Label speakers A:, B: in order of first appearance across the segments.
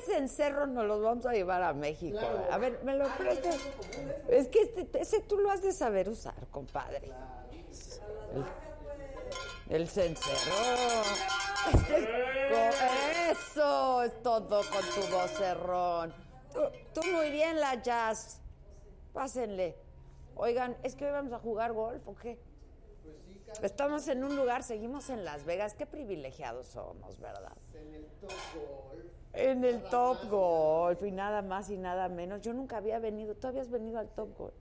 A: ese encerro nos los vamos a llevar a México.
B: Claro.
A: A ver, me
C: Ah,
A: lo prestas. Es que este, ese tú lo has de saber usar, compadre. El, el cencerro. Este es co- eso es todo con tu vocerrón. Tú, tú muy bien, la jazz. Pásenle. Oigan, ¿es que hoy vamos a jugar golf o qué? Estamos en un lugar, seguimos en Las Vegas. Qué privilegiados somos, ¿verdad? En el Top Golf y nada más y nada menos. Yo nunca había venido. ¿Tú habías venido al Top Golf?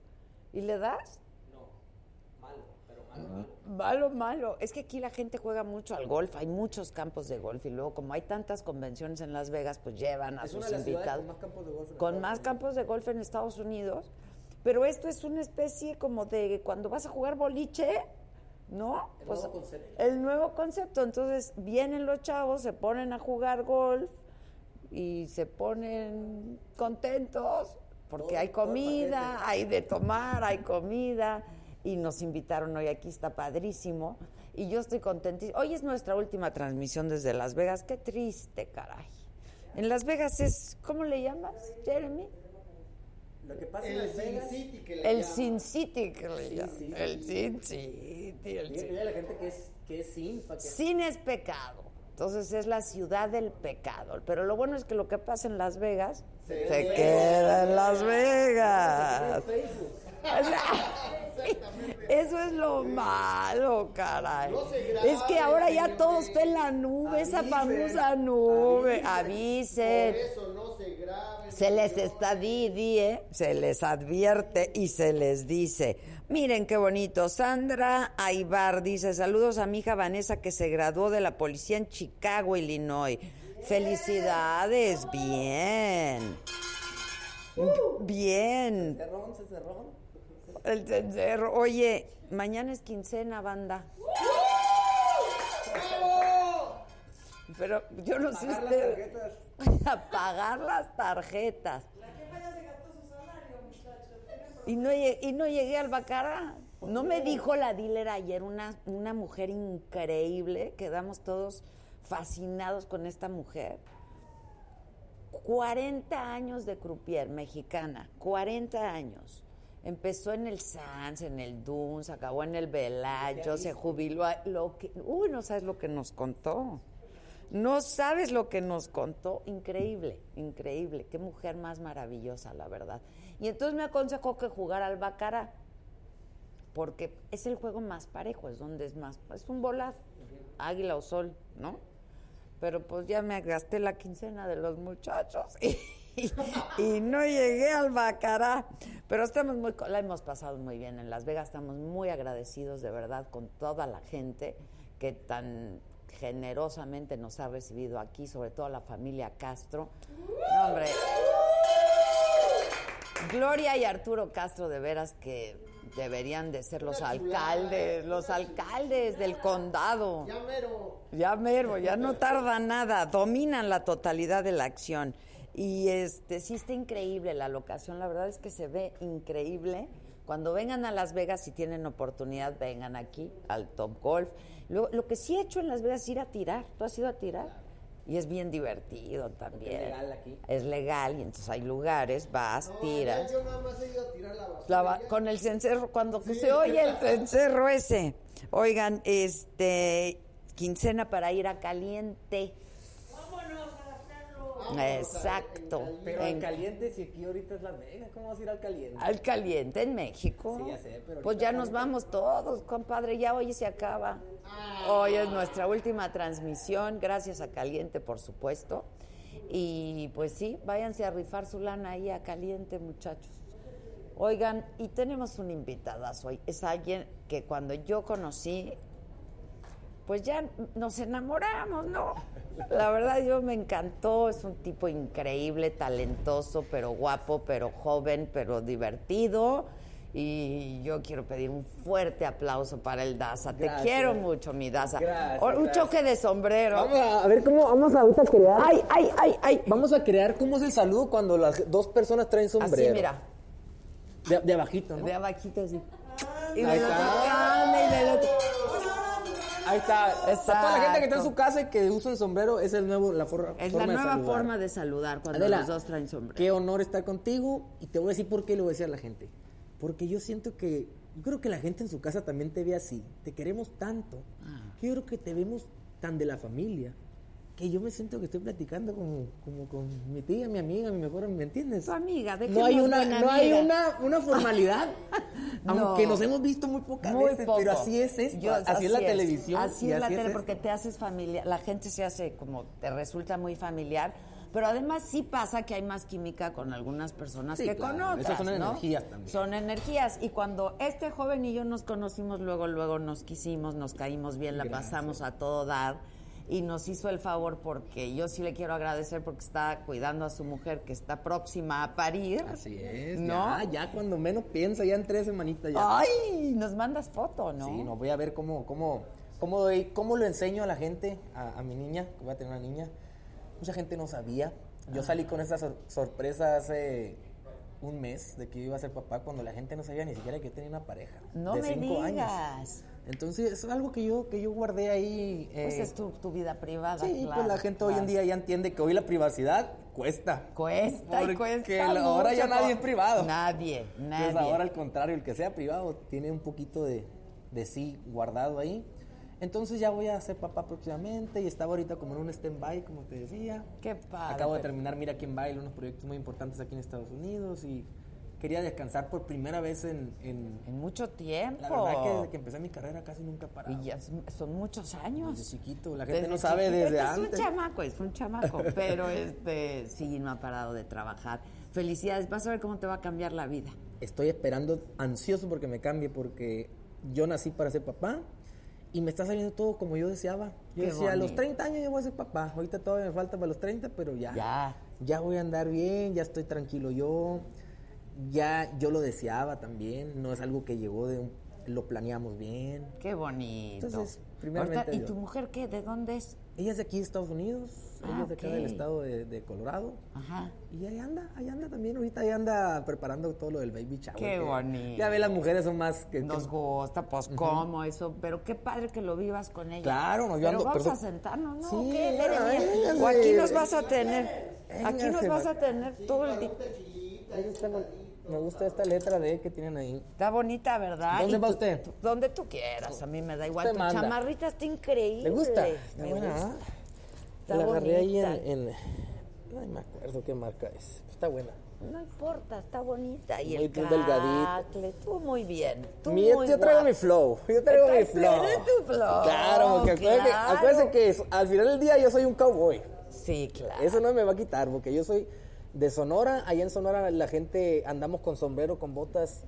A: ¿Y le das? No, malo, pero malo. Malo, malo. Es que aquí la gente juega mucho al golf. Hay muchos campos de golf y luego como hay tantas convenciones en Las Vegas, pues llevan a
B: Es
A: sus
B: una de las ciudades
A: invitados.
B: con más campos de golf en
A: Con
B: Estados
A: más
B: Unidos.
A: campos de golf en Estados Unidos. Pero esto es una especie como de cuando vas a jugar boliche, ¿no? Pues
B: El nuevo concepto.
A: El nuevo concepto. Entonces vienen los chavos, se ponen a jugar golf y se ponen contentos porque
B: Todo-
A: hay
B: todo el
A: comida,
B: paquete.
A: hay de tomar, hay comida. Y nos invitaron hoy aquí, está padrísimo. Y yo estoy contentísima. Hoy es nuestra última transmisión desde Las Vegas. Qué triste, caray. En Las Vegas es, ¿cómo le llamas, Jeremy?
B: Lo que pasa en Las Vegas. City que
A: El Sin City, que le
B: Sí,
A: llaman.
B: sí,
A: El
B: sí.
A: Sin City, el Sin
B: Fíjate, ya la gente que es, que es sin, pa' que-
A: Sin es pecado. Entonces es la ciudad del pecado. Pero lo bueno es que lo que pasa en Las Vegas se,
B: Se
A: queda en Las
B: en
A: Vegas.
B: Facebook.
A: O sea, Eso es lo malo, caray. es que ahora ya todo está en la nube, esa famosa nube. Avisen. Se les está di, di, ¿eh? se les advierte y se les dice. Miren qué bonito. Sandra Aibar dice, saludos a mi hija Vanessa que se graduó de la policía en Chicago, Illinois. Felicidades, bien. Uh. Bien.
B: Cerrón, se cerró.
A: El cencerro. Oye, mañana es quincena, banda. Pero yo no sé
B: Pagar las
A: usted-
B: tarjetas.
A: A pagar las tarjetas. Y no, lle- y no llegué al Bacara. No me dijo la dealer ayer, una, una mujer increíble. Quedamos todos fascinados con esta mujer. 40 años de croupier mexicana, 40 años. Empezó en el Sans, en el Duns, acabó en el Velayo, se jubiló. a- Lo que, uy, no sabes lo que nos contó. No sabes lo que nos contó. Increíble, increíble. Qué mujer más maravillosa, la verdad. Y entonces me aconsejó que jugara al Bacara, porque es el juego más parejo, es donde es más. Es un volazo, águila o sol, ¿no? pero pues ya me gasté la quincena de los muchachos y, y no llegué al bacará. Pero estamos muy, co- la hemos pasado muy bien en Las Vegas, estamos muy agradecidos de verdad con toda la gente que tan generosamente nos ha recibido aquí, sobre todo la familia Castro. No, hombre, Gloria y Arturo Castro, de veras que deberían de ser los alcaldes,
B: ¿eh?
A: los alcaldes del condado. Ya mero, ya no tarda nada, dominan la totalidad de la acción. Y este sí está increíble la locación, la verdad es que se ve increíble. Cuando vengan a Las Vegas, si tienen oportunidad, vengan aquí al Top Golf. Lo, lo que sí he hecho en Las Vegas es ir a tirar. ¿Tú has ido a tirar? Y es bien divertido también.
B: Es legal aquí.
A: Es legal y entonces hay lugares, vas,
D: No,
A: tiras.
D: Yo nada más he ido a tirar la basura.
A: La va-
D: Ya-
A: con el cencerro, cuando se oye el cencerro ese. Oigan, este, quincena para ir a caliente. Vámonos a hacerlo. Exacto.
B: Pero
A: En-
B: al caliente, si aquí ahorita es Las Vegas, ¿cómo vas a ir al caliente?
A: al caliente en México.
B: Sí, ya sé, pero
A: pues
B: ahorita
A: ya
B: está
A: nos
B: ahorita.
A: vamos todos, compadre, ya hoy se acaba. Hoy es nuestra última transmisión, gracias a Caliente, por supuesto. Y pues sí, váyanse a rifar su lana ahí a Caliente, muchachos. Oigan, y tenemos un invitadazo hoy. Es alguien que cuando yo conocí, pues ya nos enamoramos, ¿no? La verdad, yo me encantó. Es un tipo increíble, talentoso, pero guapo, pero joven, pero divertido. Y yo quiero pedir un fuerte aplauso para el Daza.
B: Gracias.
A: Te quiero mucho, mi Daza.
B: Gracias,
A: O- un
B: gracias.
A: choque de sombrero.
B: Vamos a, a ver cómo vamos a ahorita crear.
A: Ay, ay, ay, ay.
B: Vamos a crear cómo es el saludo cuando las dos personas traen sombrero.
A: Así, mira.
B: De, de abajito, ¿no?
A: De abajito así. Y
B: Ahí
A: del otro
B: está.
A: cable, y del otro.
B: Ahí está.
A: Exacto.
B: A toda la gente que está en su casa y que usa el sombrero es el nuevo, la for-
A: Es la
B: forma de
A: nueva
B: saludar.
A: forma de saludar cuando
B: Adela,
A: los dos traen sombrero.
B: Qué honor estar contigo y te voy a decir por qué le voy a decir a la gente. Porque yo siento que, yo creo que la gente en su casa también te ve así. Te queremos tanto. Que yo creo que te vemos tan de la familia. Que yo me siento que estoy platicando como, como con mi tía, mi amiga, mi mejor, ¿me entiendes?
A: Tu amiga,
B: No hay
A: dejemos
B: una,
A: buena
B: no hay
A: amiga.
B: una, una formalidad.
A: No.
B: Aunque nos hemos visto muy pocas
A: Muy
B: veces,
A: poco.
B: pero así es esto.
A: Yo-
B: así, es la televisión.
A: Así
B: y
A: es la tele,
B: esto.
A: porque te haces familiar. La gente se hace como, te resulta muy familiar. Pero además sí pasa que hay más química con algunas personas
B: Sí,
A: que
B: claro,
A: con otras.
B: esas son
A: ¿no?
B: energías también.
A: Son energías. Y cuando este joven y yo nos conocimos, luego, luego nos quisimos, nos caímos bien, la pasamos a todo dar. Y nos hizo el favor porque yo sí le quiero agradecer porque está cuidando a su mujer que está próxima a parir.
B: Así es.
A: ¿No?
B: Ya, ya cuando menos piensa, ya en tres semanitas ya.
A: Ay, nos mandas foto, ¿no?
B: Sí, no, voy a ver cómo, cómo, cómo, doy- cómo lo enseño a la gente, a, a mi niña, que voy a tener una niña. Mucha gente no sabía.
A: Ah.
B: Yo salí con esa sor- sorpresa hace un mes de que iba a ser papá cuando la gente no sabía ni siquiera que yo tenía una pareja.
A: No
B: de
A: me
B: cinco
A: digas.
B: años. Entonces, es algo que yo, que yo guardé ahí.
A: Pues
B: eh,
A: es tu, tu vida privada.
B: Sí,
A: claro,
B: pues la gente hoy en
A: claro.
B: día ya entiende que hoy la privacidad cuesta.
A: Cuesta y
B: Porque
A: cuesta.
B: la- ahora ya
A: mucho,
B: nadie
A: co-
B: es privado.
A: Nadie, nadie.
B: Entonces, ahora al contrario, el que sea privado tiene un poquito de, de sí guardado ahí. Entonces ya voy a ser papá próximamente y estaba ahorita como en un stand-by, como te decía.
A: Qué padre.
B: Acabo de terminar Mira quién baila, unos proyectos muy importantes aquí en Estados Unidos y quería descansar por primera vez en... en-
A: En mucho tiempo.
B: la verdad que desde que empecé mi carrera casi nunca paraba.
A: Y ya son- son muchos años.
B: Desde chiquito, la gente
A: Desde
B: no sabe
A: chiquito.
B: desde
A: Este
B: antes.
A: Es un chamaco, es un chamaco, pero este sí no ha parado de trabajar. Felicidades, vas a ver cómo te va a cambiar la vida.
B: Estoy esperando, ansioso porque me cambie, porque yo nací para ser papá y me está saliendo todo como yo deseaba. Yo
A: Qué
B: decía, a los
A: bonito.
B: 30 años yo voy a ser papá. Ahorita todavía me falta para los 30, pero ya.
A: Ya.
B: Ya voy a andar bien, ya estoy tranquilo yo. Ya yo lo deseaba también, no es algo que llegó de un- lo planeamos bien.
A: Qué bonito.
B: Entonces,
A: Ahorita,
B: primeramente
A: ¿Y
B: Dios.
A: tu mujer qué? ¿De dónde es?
B: Ella es de aquí de Estados Unidos,
A: Ah,
B: ella es de acá
A: ok.
B: del estado de, de Colorado.
A: Ajá.
B: Y ahí anda, ahí anda también. Ahorita ahí anda preparando todo lo del baby shower.
A: Qué
B: que
A: bonito.
B: Ya ve, las mujeres son más que.
A: Nos
B: que-
A: gusta, pues cómo eso, pero qué padre que lo vivas con ella.
B: Claro, no, yo
A: Pero
B: ando-
A: vamos
B: pero-
A: a sentarnos, ¿no?
B: Sí,
A: ¿Qué?
B: bueno,
A: Ven, ven.
B: véngase.
A: o aquí nos vas a tener, aquí nos
B: Véngase,
A: vas a
B: vaca.
A: tener todo el día.
B: Ahí está la- me gusta esta letra de que tienen ahí.
A: Está bonita, ¿verdad?
B: ¿Dónde
A: Y
B: va
A: tú-
B: usted?
A: tú- donde tú quieras, a mí me da igual.
B: Usted
A: Tu
B: manda.
A: chamarrita está increíble.
B: ¿Le gusta?
A: Me
B: buena,
A: gusta.
B: ¿ah?
A: Está
B: la agarré ahí en,
A: bonita.
B: en- Ay, me acuerdo qué marca es. Está buena.
A: No importa, está bonita.
B: Muy
A: Y el
B: bien delgadita.
A: cacle, tú muy bien. Tú
B: Mi- yo
A: muy
B: traigo
A: guapa.
B: mi flow. Yo traigo mi
A: Entonces,
B: flow.
A: eres tu flow,
B: Claro, porque acuérdate,
A: Oh, claro.
B: acuérdate que es- al final del día yo soy un cowboy.
A: Sí, claro.
B: Eso no me va a quitar, porque yo soy de Sonora. Allá en Sonora la gente andamos con sombrero, con botas.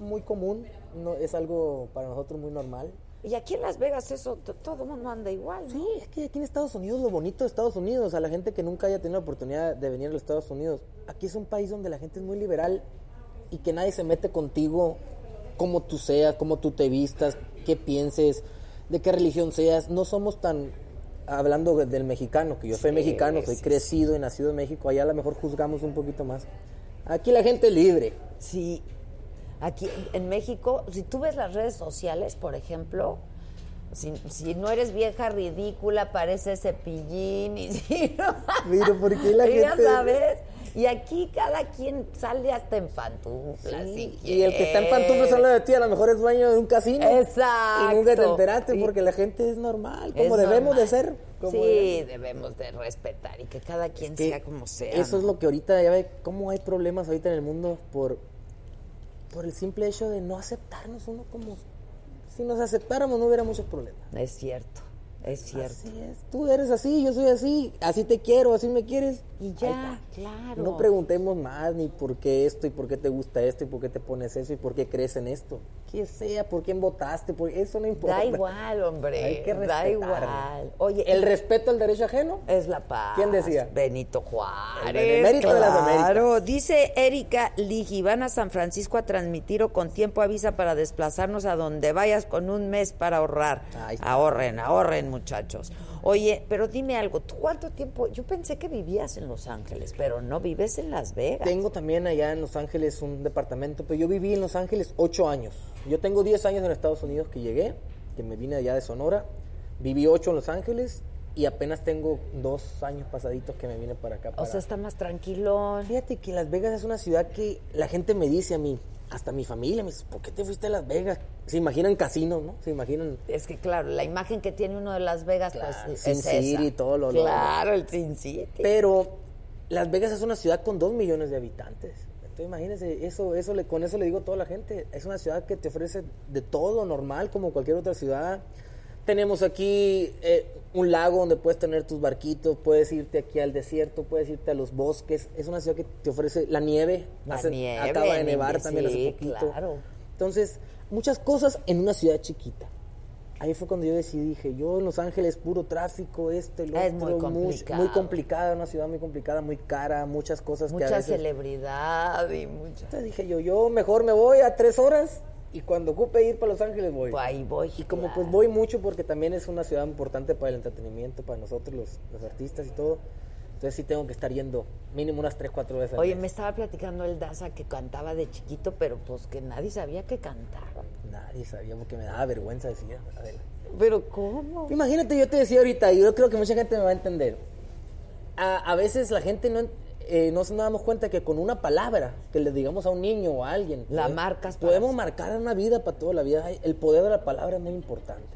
B: Muy común. No, es algo para nosotros muy normal.
A: Y aquí en Las Vegas eso, to- todo el mundo anda igual, ¿no?
B: Sí, es que aquí en Estados Unidos, lo bonito de Estados Unidos, a la gente que nunca haya tenido la oportunidad de venir a los Estados Unidos, aquí es un país donde la gente es muy liberal y que nadie se mete contigo como tú seas, como tú te vistas, qué pienses, de qué religión seas. No somos tan, hablando de- del mexicano, que yo soy mexicano, soy crecido y nacido en México, allá a lo mejor juzgamos un poquito más. Aquí la gente es libre.
A: Sí. Aquí en México, si tú ves las redes sociales, por ejemplo, Si, si no eres vieja ridícula, parece cepillín. Y si no,
B: Pero, ¿por qué la
A: Y ya
B: gente-
A: sabes. Y aquí cada quien sale hasta en pantuflas. si
B: Y el que está en pantuflas
A: quiere.
B: habla de ti, a lo mejor es dueño de un casino.
A: Exacto.
B: Y nunca te enteraste
A: Y-
B: porque la gente es normal,
A: Es
B: como debemos
A: normal.
B: de ser. como
A: Sí,
B: debemos.
A: debemos de respetar y que cada quien
B: Que
A: sea como sea.
B: Eso
A: ¿no?
B: es lo que ahorita, ya ve, cómo hay problemas ahorita en el mundo por, por el simple hecho de no aceptarnos uno como... Si nos aceptáramos no hubiera muchos problemas.
A: Es cierto, es cierto.
B: Así es, tú eres así, yo soy así, así te quiero, así me quieres.
A: Y
B: Ahí
A: ya,
B: está.
A: claro.
B: No preguntemos más ni por qué esto y por qué te gusta esto y por qué te pones eso y por qué crees en esto. Que sea, por quién votaste, por eso no importa.
A: Da igual, hombre.
B: Hay que
A: da
B: respetar.
A: igual. Oye,
B: El respeto al derecho ajeno.
A: es la paz.
B: ¿Quién decía?
A: Ah, Benito Juárez.
B: El benemérito de las Américas.
A: Claro, dice Erika Ligi, van a San Francisco a transmitir o con tiempo avisa para desplazarnos a donde vayas con un mes para ahorrar.
B: Ahí está.
A: Ahorren, ahorren, muchachos. Oye, pero dime algo, ¿tú cuánto tiempo? Yo pensé que vivías en Los Ángeles, pero no vives en Las Vegas.
B: Tengo también allá en Los Ángeles un departamento, pero yo viví en Los Ángeles ocho años. Yo tengo 10 años en Estados Unidos que llegué, que me vine allá de Sonora. Viví ocho en Los Ángeles y apenas tengo dos años pasaditos que me vine para acá.
A: O
B: para-
A: sea, está más tranquilón.
B: Fíjate que Las Vegas es una ciudad que la gente me dice a mí, hasta mi familia me dice, ¿por qué te fuiste a Las Vegas? Se imaginan casinos, ¿no? Se imaginan
A: Es que claro, la imagen que tiene uno de Las Vegas
B: Claro,
A: pues,
B: Sin
A: es
B: City
A: esa.
B: y todo lo- lo-
A: Claro, el Sin City.
B: Pero Las Vegas es una ciudad con dos millones de habitantes. Entonces imagínense, eso, eso le, con eso le digo a toda la gente. Es una ciudad que te ofrece de todo normal, como cualquier otra ciudad. Tenemos aquí eh, un lago donde puedes tener tus barquitos, puedes irte aquí al desierto, puedes irte a los bosques. Es una ciudad que te ofrece la nieve.
A: La nieve,
B: acaba de
A: en
B: nevar
A: India,
B: también
A: sí,
B: hace poquito.
A: claro.
B: Entonces, muchas cosas en una ciudad chiquita. Ahí fue cuando yo decidí, dije, yo en Los Ángeles puro tráfico, esto, el
A: Es
B: otro,
A: muy
B: mucho-
A: complicado.
B: muy complicada, una ciudad muy complicada, muy cara, muchas cosas que a
A: mucha
B: veces...
A: celebridad y mucha.
B: Entonces dije yo, yo mejor me voy a tres horas y cuando ocupe ir para Los Ángeles voy.
A: Pues ahí voy.
B: Y como pues
A: claro.
B: voy mucho porque también es una ciudad importante para el entretenimiento, para nosotros los, los artistas y todo, entonces sí tengo que estar yendo mínimo unas tres, cuatro veces. al
A: Oye, me
B: mes.
A: estaba platicando el Daza que cantaba de chiquito, pero pues que nadie sabía que cantaba.
B: Nadie sabía porque me daba vergüenza decir, Adela.
A: Pero ¿cómo?
B: Imagínate, yo te decía ahorita, y yo creo que mucha gente me va a entender. A, a veces la gente no, en- eh, no se nos damos cuenta que con una palabra que le digamos a un niño o a alguien,
A: La
B: podemos-
A: marcas para
B: podemos
A: siempre.
B: marcar una vida para toda la vida. Ay, El poder de la palabra es muy importante.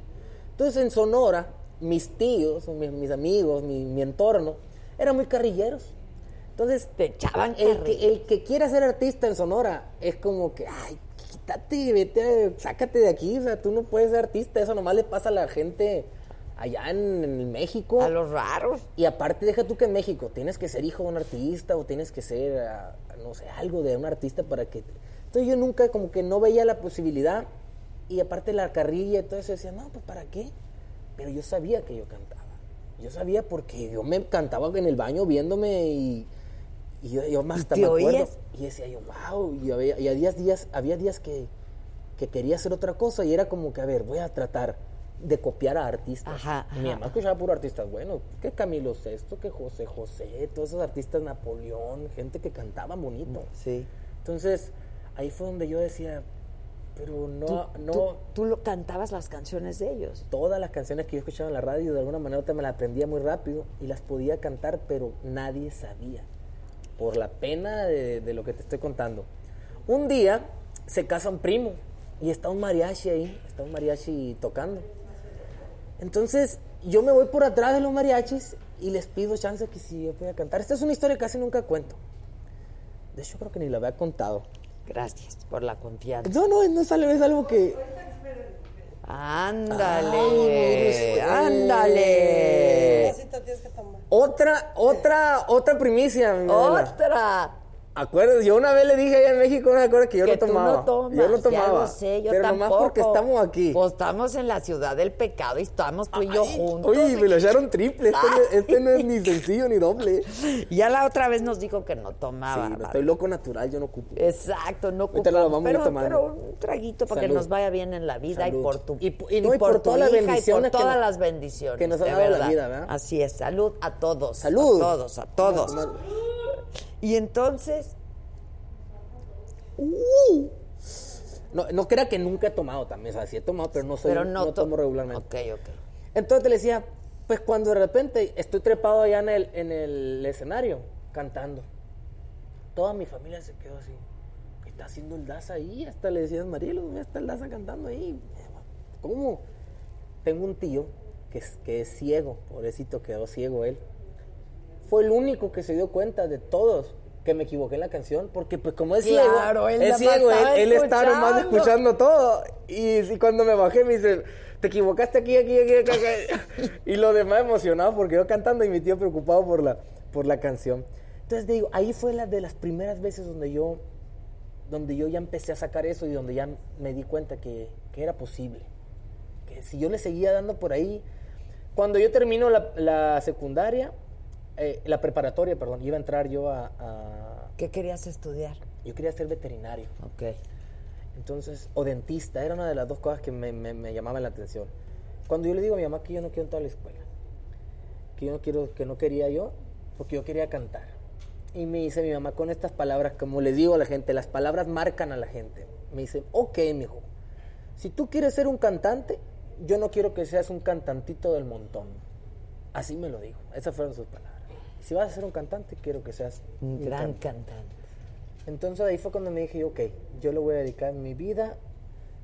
B: Entonces en Sonora, mis tíos, o mis, mis amigos, mi, mi entorno, eran muy carrilleros. Entonces
A: Te echaban
B: el
A: carrilla.
B: que, el que quiera ser artista en Sonora es como que, ay, quítate, vete, a- sácate de aquí, o sea, tú no puedes ser artista, eso nomás le pasa a la gente allá en, en México.
A: A los raros.
B: Y aparte, deja tú que en México tienes que ser hijo de un artista o tienes que ser, ah, no sé, algo de un artista para que... te- Entonces yo nunca como que no veía la posibilidad y aparte la carrilla y todo eso decía, no, pues ¿para qué? Pero yo sabía que yo cantaba. Yo sabía porque yo me cantaba en el baño viéndome y, y yo, yo más hasta
A: te
B: me acuerdo.
A: oías?
B: Y decía yo, wow, y había, y había días, había días que, que quería hacer otra cosa y era como que, a ver, voy a tratar de copiar a artistas.
A: Ajá,
B: Mi
A: ajá.
B: mamá escuchaba puro artistas buenos, que Camilo Sesto, que José José, todos esos artistas Napoleón, gente que cantaba bonito.
A: Sí.
B: Entonces, ahí fue donde yo decía, pero no, no,
A: Tú, tú lo cantabas las canciones de ellos.
B: todas las canciones que yo escuchaba en la radio de alguna manera u otra me las aprendía muy rápido y las podía cantar, pero nadie sabía. Por la pena de, de lo que te estoy contando. Un día se casa un primo y está un mariachi ahí, está un mariachi tocando. Entonces yo me voy por atrás de los mariachis y les pido chance que si yo pueda cantar. Esta es una historia que casi nunca cuento. De hecho creo que ni la había contado.
A: Gracias por la confianza.
B: No, no, no sale, es algo que Ah,
A: Ándale,
B: Ay,
A: ándale.
B: Otra, otra, otra primicia. mi Adela.
A: Otra.
B: Acuerdas, yo una vez le dije allá en México, no me acuerdo que yo
A: que
B: no tomaba.
A: Tú no tomas,
B: yo no tomaba.
A: Ya lo sé, yo
B: pero
A: tampoco.
B: nomás porque estamos aquí.
A: Pues estamos en la ciudad del pecado y estamos tú y yo
B: Ay,
A: juntos.
B: Oye, me lo echaron triple. Este, no-
A: Ay.
B: este no es ni sencillo ni doble. Sí,
A: Ya la otra vez nos dijo que no tomaba.
B: no,
A: Bárbara.
B: estoy loco natural, yo no ocupo.
A: Exacto, no
B: Ahorita
A: ocupamos,
B: lo vamos a ir
A: pero,
B: tomando.
A: pero un traguito para que
B: Salud.
A: nos vaya bien en la vida y
B: Salud.
A: por tu
B: Y po- y no, y por
A: tu
B: todas las
A: hija y
B: bendiciones
A: por
B: que
A: todas
B: nos-
A: las bendiciones
B: que nos han
A: de
B: dado la
A: verdad.
B: vida, ¿verdad?
A: Así es, salud a todos,
B: Salud.
A: a todos, a todos.
B: Vamos a tomar-
A: Y entonces,
B: Uh. No, no crea que nunca he tomado también, o sea, sí he tomado, pero no soy,
A: Pero no
B: no,
A: to-
B: tomo regularmente.
A: Ok, ok.
B: Entonces le decía, pues cuando de repente estoy trepado allá en el, en el escenario, cantando, toda mi familia se quedó así. ¿Qué está haciendo el Daza ahí? Hasta le decían, Marielo, mira, está el Daza cantando ahí. ¿Cómo? Tengo un tío que es, que es ciego, pobrecito, quedó ciego él. Fue el único que se dio cuenta de todos que me equivoqué en la canción, porque pues como es
A: Claro,
B: ciego,
A: él
B: es
A: nada más
B: ciego, él,
A: estaba
B: él está nomás escuchando
A: escuchando.
B: escuchando todo. Y, y cuando me bajé me dice, te equivocaste aquí, aquí, aquí, acá, acá". Y lo demás emocionado porque yo cantando y mi tío preocupado por la, por la canción. Entonces digo, ahí fue la de las primeras veces donde yo, donde yo ya empecé a sacar eso y donde ya me di cuenta que, que era posible. Que si yo le seguía dando por ahí, cuando yo termino la, la secundaria, eh, la preparatoria, perdón, iba a entrar yo a- a...
A: ¿Qué querías estudiar?
B: Yo quería ser veterinario.
A: Ok.
B: Entonces, o dentista, era una de las dos cosas que me, me- me llamaban la atención. Cuando yo le digo a mi mamá que yo no quiero entrar a la escuela, que yo no quiero, que no quería yo, porque yo quería cantar. Y me dice mi mamá con estas palabras, como les digo a la gente, las palabras marcan a la gente. Me dice, ok, mijo, si tú quieres ser un cantante, yo no quiero que seas un cantantito del montón. Así me lo dijo. Esas fueron sus palabras. Si vas a ser un cantante, quiero que seas
A: Un gran
B: cantante.
A: cantante.
B: Entonces ahí fue cuando me dije, ok, yo le voy a dedicar mi vida,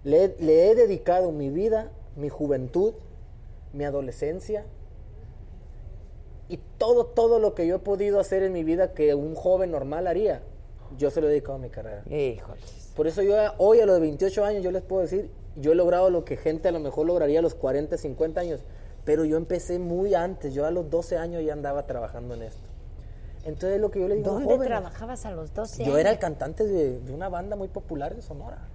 B: le, he- le he dedicado mi vida, mi juventud, mi adolescencia y todo, todo lo que yo he podido hacer en mi vida que un joven normal haría, yo se lo he dedicado a mi carrera.
A: Híjoles.
B: Por eso yo a- hoy a los 28 años yo les puedo decir, yo he logrado lo que gente a lo mejor lograría a los 40, 50 años, pero yo empecé muy antes, yo a los 12 años ya andaba trabajando en esto. Entonces lo que yo le digo a los
D: ¿Dónde
B: jóvenes-
D: trabajabas a los 12
B: yo era el
D: años?
B: cantante de, de una banda muy popular de Sonora.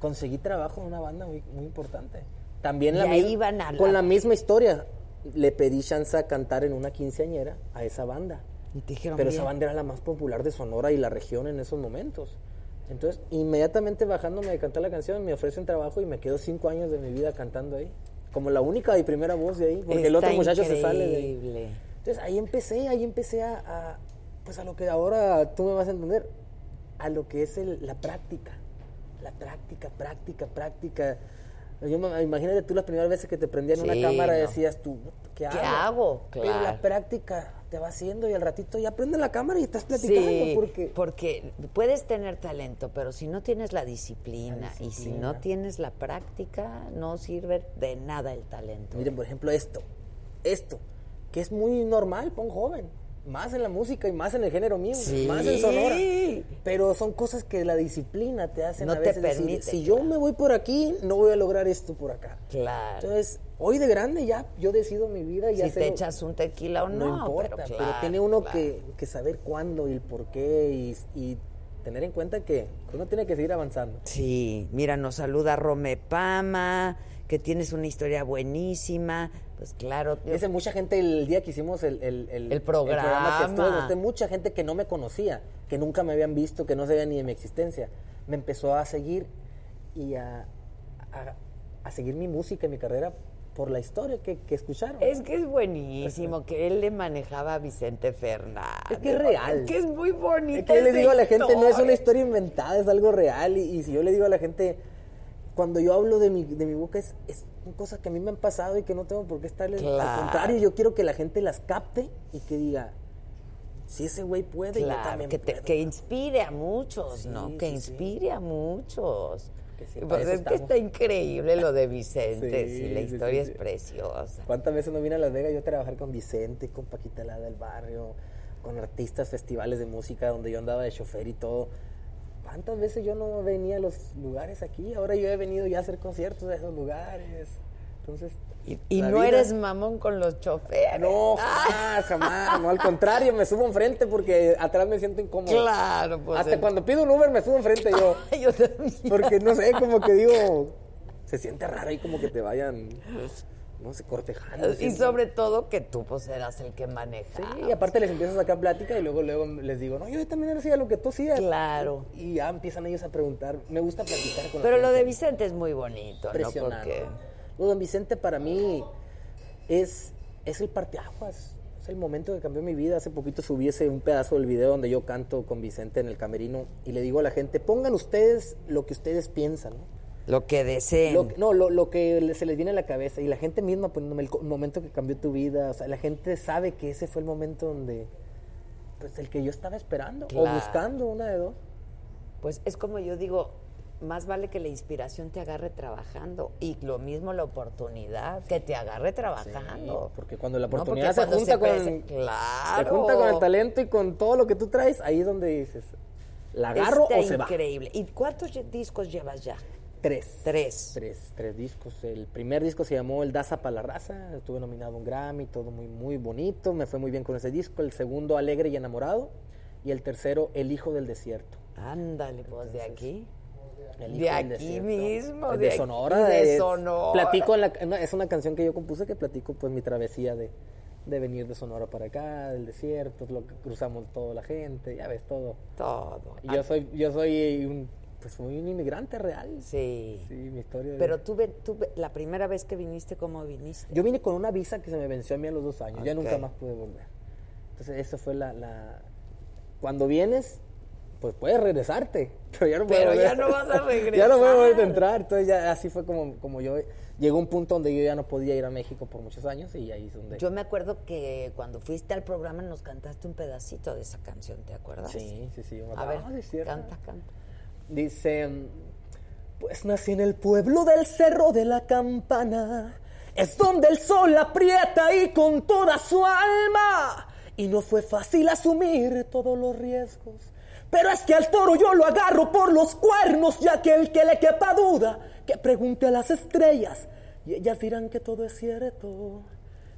B: Conseguí trabajo en una banda muy, muy importante. También la
D: Y ahí
B: mis-
D: iban a la-
B: con la misma historia. Le pedí chance a cantar en una quinceañera a esa banda.
A: Y te dijeron,
B: Pero
A: bien.
B: esa banda era la más popular de Sonora y la región en esos momentos. Entonces, inmediatamente bajándome de cantar la canción, me ofrecen trabajo y me quedo cinco años de mi vida cantando ahí. Como la única y primera voz de ahí, porque el
A: Está
B: otro muchacho se sale de ahí.
A: increíble.
B: Entonces ahí empecé, ahí empecé a, a, pues a lo que ahora tú me vas a entender, a lo que es el- la práctica, la práctica, práctica, práctica. Yo me- imagínate tú las primeras veces que te prendían
A: Sí,
B: una cámara
A: no.
B: decías tú, ¿qué hago?
A: hago?
B: Pero
A: Claro.
B: la práctica te va haciendo y al ratito ya prende la cámara y estás platicando
A: Sí,
B: porque
A: porque puedes tener talento, pero si no tienes la disciplina, y si no
B: disciplina.
A: tienes la práctica, no sirve de nada el talento.
B: Miren, por ejemplo, esto. Esto. Que es muy normal para un joven. Más en la música y más en el género mío.
A: Sí.
B: Más en Sonora. Pero son cosas que la disciplina te hace
A: No
B: a
A: te
B: veces decir,
A: permite,
B: si yo me voy por aquí, no voy a lograr esto por acá.
A: Claro.
B: Entonces, hoy de grande ya yo decido mi vida y ya
A: si
B: sé
A: te
B: lo-
A: echas un tequila o no,
B: no, importa, pero,
A: claro,
B: tiene uno
A: claro.
B: que, que saber cuándo y el por qué y, y tener en cuenta que uno tiene que seguir avanzando.
A: Sí, mira, nos saluda Rome Pama, que tienes una historia buenísima. Pues claro, yo-
B: Ese mucha gente el día que hicimos el, el,
A: El programa.
B: que estuve con usted, mucha gente que no me conocía, que nunca me habían visto, que no sabía ni de mi existencia, me empezó a seguir y a, a- a seguir mi música y mi carrera por la historia que, que escucharon.
A: Es que es buenísimo que él le manejaba a Vicente Fernández.
B: Es que es real.
A: Es que es muy bonito.
B: Es que yo le digo a la gente, no es una historia inventada, es algo real. Y, y si yo le digo a la gente, cuando yo hablo de mi, de mi boca, es, es cosas que a mí me han pasado y que no tengo por qué estarles.
A: Claro.
B: Al contrario, yo quiero que la gente las capte y que diga, si ese güey puede, yo
A: Claro,
B: también
A: que, te-
B: puedo".
A: que inspire a muchos,
B: Sí,
A: ¿no? Que
B: sí, sí.
A: inspire a muchos.
B: Que sí,
A: Pues
B: para eso
A: es que
B: estamos.
A: está increíble lo de Vicente, sí,
B: Sí,
A: la
B: sí, sí,
A: historia
B: sí.
A: es preciosa.
B: ¿Cuántas veces no vine a Las Vegas yo a trabajar con Vicente, con Paquita Lada del Barrio, con artistas, festivales de música donde yo andaba de chofer y todo? ¿Cuántas veces yo no venía a los lugares aquí? Ahora yo he venido ya a hacer conciertos a esos lugares. Entonces.
A: Y, y
B: la
A: no
B: vida-
A: eres mamón con los choferes.
B: No, jamás, jamás. No, al contrario, me subo enfrente porque atrás me siento incómodo.
A: Claro, pues.
B: Hasta
A: el-
B: cuando pido un Uber me subo enfrente yo.
A: Yo también.
B: Porque no sé, como que digo. Se siente raro ahí como que te vayan. No sé, cortejando.
A: Y
B: siento.
A: sobre todo que tú, pues, eras el que
B: Sí,
A: manejaba.
B: y aparte les empiezo a sacar plática y luego luego les digo, no, yo también hacía lo que tú hacías.
A: Claro.
B: Y ya empiezan ellos a preguntar, me gusta platicar con la
A: Pero lo
B: gente.
A: de Vicente es muy bonito, ¿no?
B: Impresionante.
A: Porque
B: Lo de Don Vicente para mí es, es el parteaguas. Es el momento que cambió mi vida. Hace poquito subiese un pedazo del video donde yo canto con Vicente en el camerino y le digo a la gente, pongan ustedes lo que ustedes piensan, ¿no?
A: Lo que deseen.
B: Lo que- no, lo, lo que le- se les viene a la cabeza y la gente misma poniéndome el co- momento que cambió tu vida. O sea, la gente sabe que ese fue el momento donde, pues el que yo estaba esperando
A: Claro.
B: o buscando, una de dos.
A: Pues es como yo digo, más vale que la inspiración te agarre trabajando y lo mismo la oportunidad, que te agarre trabajando.
B: Porque cuando la
A: No, porque
B: oportunidad
A: cuando
B: se, junta
A: se prese-
B: con,
A: Claro.
B: se junta con el talento y con todo lo que tú traes, ahí es donde dices, ¿la agarro
A: Está
B: o se va?
A: increíble. ¿Y cuántos ye- discos llevas ya?
B: Tres.
A: Tres.
B: Tres, tres discos. El primer disco se llamó El Daza para la Raza. Estuve nominado a un Grammy, todo muy, muy bonito. Me fue muy bien con ese disco. El segundo, Alegre y Enamorado. Y el tercero, El Hijo del Desierto.
A: Ándale, pues de aquí.
B: El Hijo
A: De
B: del
A: aquí
B: Desierto.
A: mismo,
B: Es
A: de
B: De,
A: aquí,
B: Sonora.
A: de
B: es-
A: Sonora.
B: Platico, en la- en una- es una canción que yo compuse que platico pues mi travesía de, de venir de Sonora para acá, del desierto, lo que cruzamos toda la gente, ya ves, todo.
A: Todo.
B: Y Yo soy, yo soy un, pues, soy un inmigrante real.
A: Sí.
B: Sí, mi historia. de-
A: Pero tú, ve- tú ve- la primera vez que viniste, ¿cómo viniste?
B: Yo vine con una visa que se me venció a mí a los dos años. Ya
A: Ok.
B: nunca más pude volver. Entonces, eso fue la, la- Cuando vienes, pues puedes regresarte. Pero ya no puedes
A: Pero
B: volver.
A: ya no vas a
B: ya no puedes volver
A: regresar.
B: a entrar. Entonces, ya así fue como, como yo... Llegó un punto donde yo ya no podía ir a México por muchos años y ahí es donde...
A: Yo me acuerdo que cuando fuiste al programa nos cantaste un pedacito de esa canción, ¿te acuerdas?
B: Sí, sí, sí. yo me
A: A
B: acuerdo.
A: ver,
B: Ah, sí, es cierto.
A: canta, canta.
B: Dice, pues nací en el pueblo del Cerro de la Campana, es donde el sol aprieta y con toda su alma. Y no fue fácil asumir todos los riesgos. Pero es que al toro yo lo agarro por los cuernos y aquel que le quepa duda, que pregunte a las estrellas y ellas dirán que todo es cierto.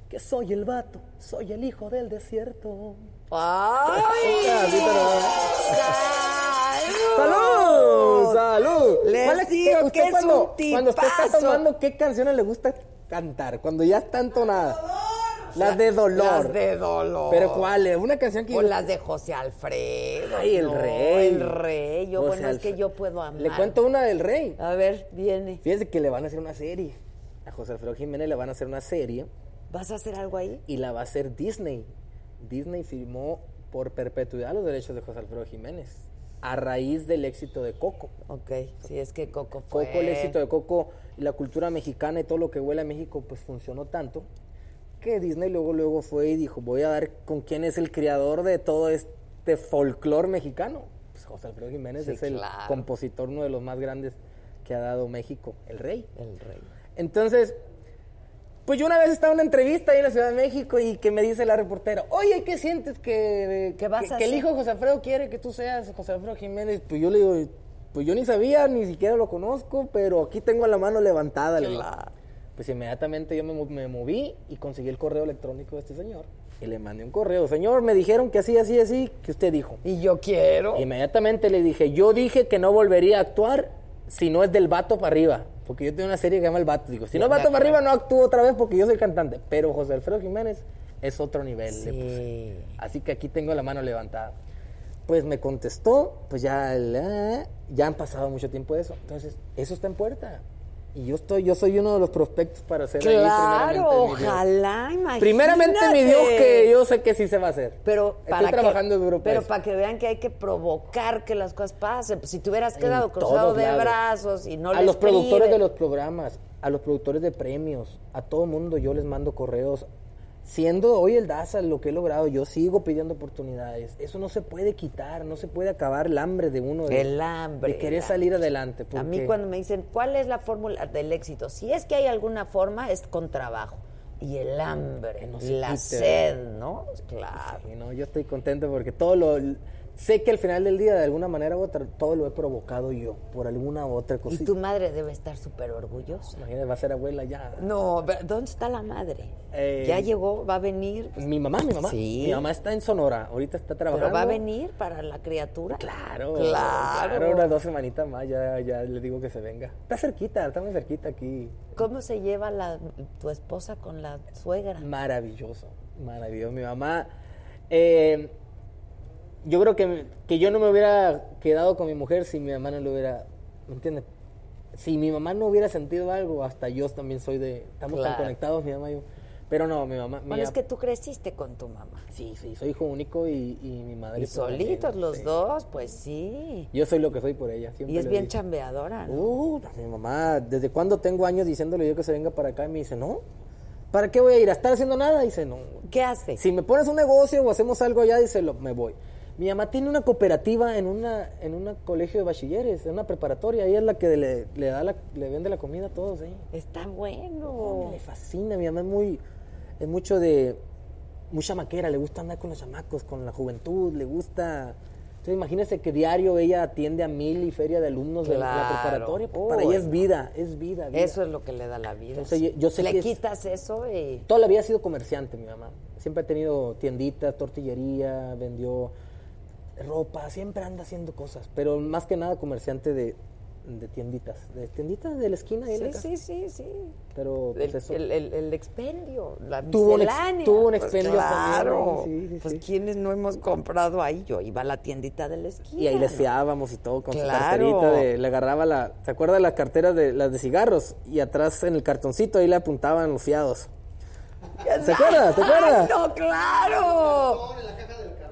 B: Que soy el vato, soy el hijo del desierto. Ah,
A: ¡Ay!
B: ¡Salud! ¡Salud!
A: Les
B: ¿Cuál es-
A: digo que es
B: cuando,
A: un
B: cuando usted está
A: tipazo.
B: tomando, ¿qué canciones le gusta cantar? Cuando ya está entonada. Las de dolor.
A: Las de dolor.
B: ¿Pero cuál? Una canción que...
A: O
B: yo-
A: las de José Alfredo.
B: Ay, el
A: No,
B: rey.
A: El rey. Yo,
B: José
A: bueno, es que
B: Alfredo.
A: yo puedo amar.
B: Le cuento una del rey.
A: A ver, viene.
B: Fíjense que le van a hacer una serie. A José Alfredo Jiménez le van a hacer una serie
A: ¿Vas a hacer algo ahí?
B: y la va a hacer Disney. Disney firmó por perpetuidad los derechos de José Alfredo Jiménez a raíz del éxito de Coco.
A: Ok, sí, es que Coco fue...
B: Coco, el éxito de Coco y la cultura mexicana y todo lo que huele a México, pues funcionó tanto que Disney luego luego fue y dijo, voy a dar con quién es el creador de todo este folclore mexicano. Pues José Alfredo Jiménez
A: Sí,
B: es el
A: claro.
B: compositor, uno de los más grandes que ha dado México, el rey.
A: El rey.
B: Entonces, pues yo una vez estaba en una entrevista ahí en la Ciudad de México y que me dice la reportera, oye, ¿qué sientes que,
A: ¿Qué vas
B: que,
A: a
B: que el
A: hacer?
B: hijo de José Alfredo quiere que tú seas José Alfredo Jiménez? Pues yo le digo, pues yo ni sabía, ni siquiera lo conozco, pero aquí tengo la mano levantada. le digo.
A: Claro.
B: Pues inmediatamente yo me, mo- me moví y conseguí el correo electrónico de este señor. Y le mandé un correo, señor, me dijeron que así, así, así, que usted dijo.
A: Y yo quiero...
B: Inmediatamente le dije, yo dije que no volvería a actuar si no es del vato para arriba. Porque yo tengo una serie que se llama El Vato. Digo, si no es vato para arriba, no actúo otra vez porque yo soy cantante. Pero José Alfredo Jiménez es otro nivel. le puse.
A: Sí.
B: Así que aquí tengo la mano levantada. Pues me contestó, pues ya, la- ya han pasado mucho tiempo de eso. Entonces, eso está en puerta. Y yo estoy, yo soy uno de los prospectos para hacer ahí primeramente,
A: Claro,
B: mi Dios.
A: ojalá, imagínate.
B: Primeramente, mi Dios, que yo sé que sí se va a hacer.
A: Pero
B: Estoy
A: para
B: trabajando
A: que,
B: duro pues. para
A: pero
B: eso.
A: para que vean que hay que provocar que las cosas pasen. Pues si te hubieras
B: En
A: quedado cruzado
B: todos
A: de
B: lados.
A: brazos y no
B: a
A: les
B: los productores
A: priven.
B: de los programas, a los productores de premios, a todo mundo yo les mando correos. Siendo hoy el DASA lo que he logrado, yo sigo pidiendo oportunidades. Eso no se puede quitar, no se puede acabar el hambre de uno. De,
A: El hambre,
B: De querer
A: el
B: salir adelante.
A: A mí
B: porque-
A: cuando me dicen, ¿cuál es la fórmula del éxito? Si es que hay alguna forma, es con trabajo. Y el hambre,
B: Mm, Que no se
A: la
B: quite.
A: sed, ¿no? Claro.
B: Sí, no, yo estoy contento porque todo lo... Sé que al final del día, de alguna manera u otra, todo lo he provocado yo, por alguna u otra
A: Y
B: cosita.
A: tu madre debe estar súper orgullosa.
B: Imagínate, va a ser abuela ya.
A: No, pero ¿dónde está la madre?
B: Eh,
A: ya llegó, va a venir, pues,
B: Mi mamá, mi mamá.
A: Sí.
B: Mi mamá está en Sonora, ahorita está trabajando.
A: pero va a venir para la criatura.
B: Claro,
A: claro.
B: claro, unas dos semanitas más, ya, ya le digo que se venga. Está cerquita, está muy cerquita aquí.
A: ¿Cómo se lleva la, tu esposa con la suegra?
B: Maravilloso, maravilloso. Mi mamá, eh, yo creo que, que yo no me hubiera quedado con mi mujer si mi mamá no lo hubiera, ¿me entiendes? Si mi mamá no hubiera sentido algo, hasta yo también soy de, estamos
A: Claro.
B: tan conectados, mi mamá y yo. Pero no, mi mamá. mi
A: Bueno, es
B: ap-
A: que tú creciste con tu mamá.
B: Sí, sí, soy hijo único y, y mi madre.
A: Y
B: pues, también,
A: solitos
B: ¿no?
A: los
B: Sí.
A: dos, pues sí.
B: Yo soy lo que soy por ella. Siempre
A: Y es
B: le
A: bien
B: digo.
A: chambeadora. ¿no?
B: Uh, mi mamá, ¿desde cuándo tengo años diciéndole yo que se venga para acá? Y me dice, no, ¿para qué voy a ir? ¿A estar haciendo nada? Dice, no.
A: ¿Qué hace?
B: Si me pones un negocio o hacemos algo allá, dice, lo, me voy. Mi mamá tiene una cooperativa en una en un colegio de bachilleres, en una preparatoria. Ella es la que le, le da la, le vende la comida a todos. ¿eh?
A: Está bueno.
B: Me fascina, mi mamá es muy, es mucho de, muy chamaquera, le gusta andar con los chamacos, con la juventud, le gusta... Entonces imagínese que diario ella atiende a mil y feria de alumnos de la- la,
A: Claro. Oh,
B: preparatoria, pues,
A: Uy,
B: para ella es vida, es vida, vida.
A: Eso es lo que le da la vida.
B: Entonces, yo- yo sé
A: le
B: que es-
A: quitas eso y
B: Toda la vida ha sido comerciante mi mamá, siempre ha tenido tienditas, tortillería, vendió ropa, siempre anda haciendo cosas, pero más que nada comerciante de, de tienditas, de tienditas de la esquina ahí en la
A: Sí,
B: casa.
A: sí, sí, sí.
B: Pero pues,
A: El,
B: eso...
A: el- el- el expendio, la
B: Tuvo un ex-
A: miscelánea,
B: tuvo un
A: pues,
B: expendio
A: Claro.
B: también, sí, sí,
A: pues
B: sí.
A: quienes no hemos comprado ahí, yo iba a la tiendita de la esquina.
B: Y ahí le fiábamos y todo con
A: Claro.
B: su carterita. De, le agarraba la. ¿Se acuerda las carteras de las de cigarros? Y atrás en el cartoncito ahí le apuntaban los fiados. ¿Se acuerda? ¿Te
A: ¡Ay,
B: acuerdas?
A: no, claro!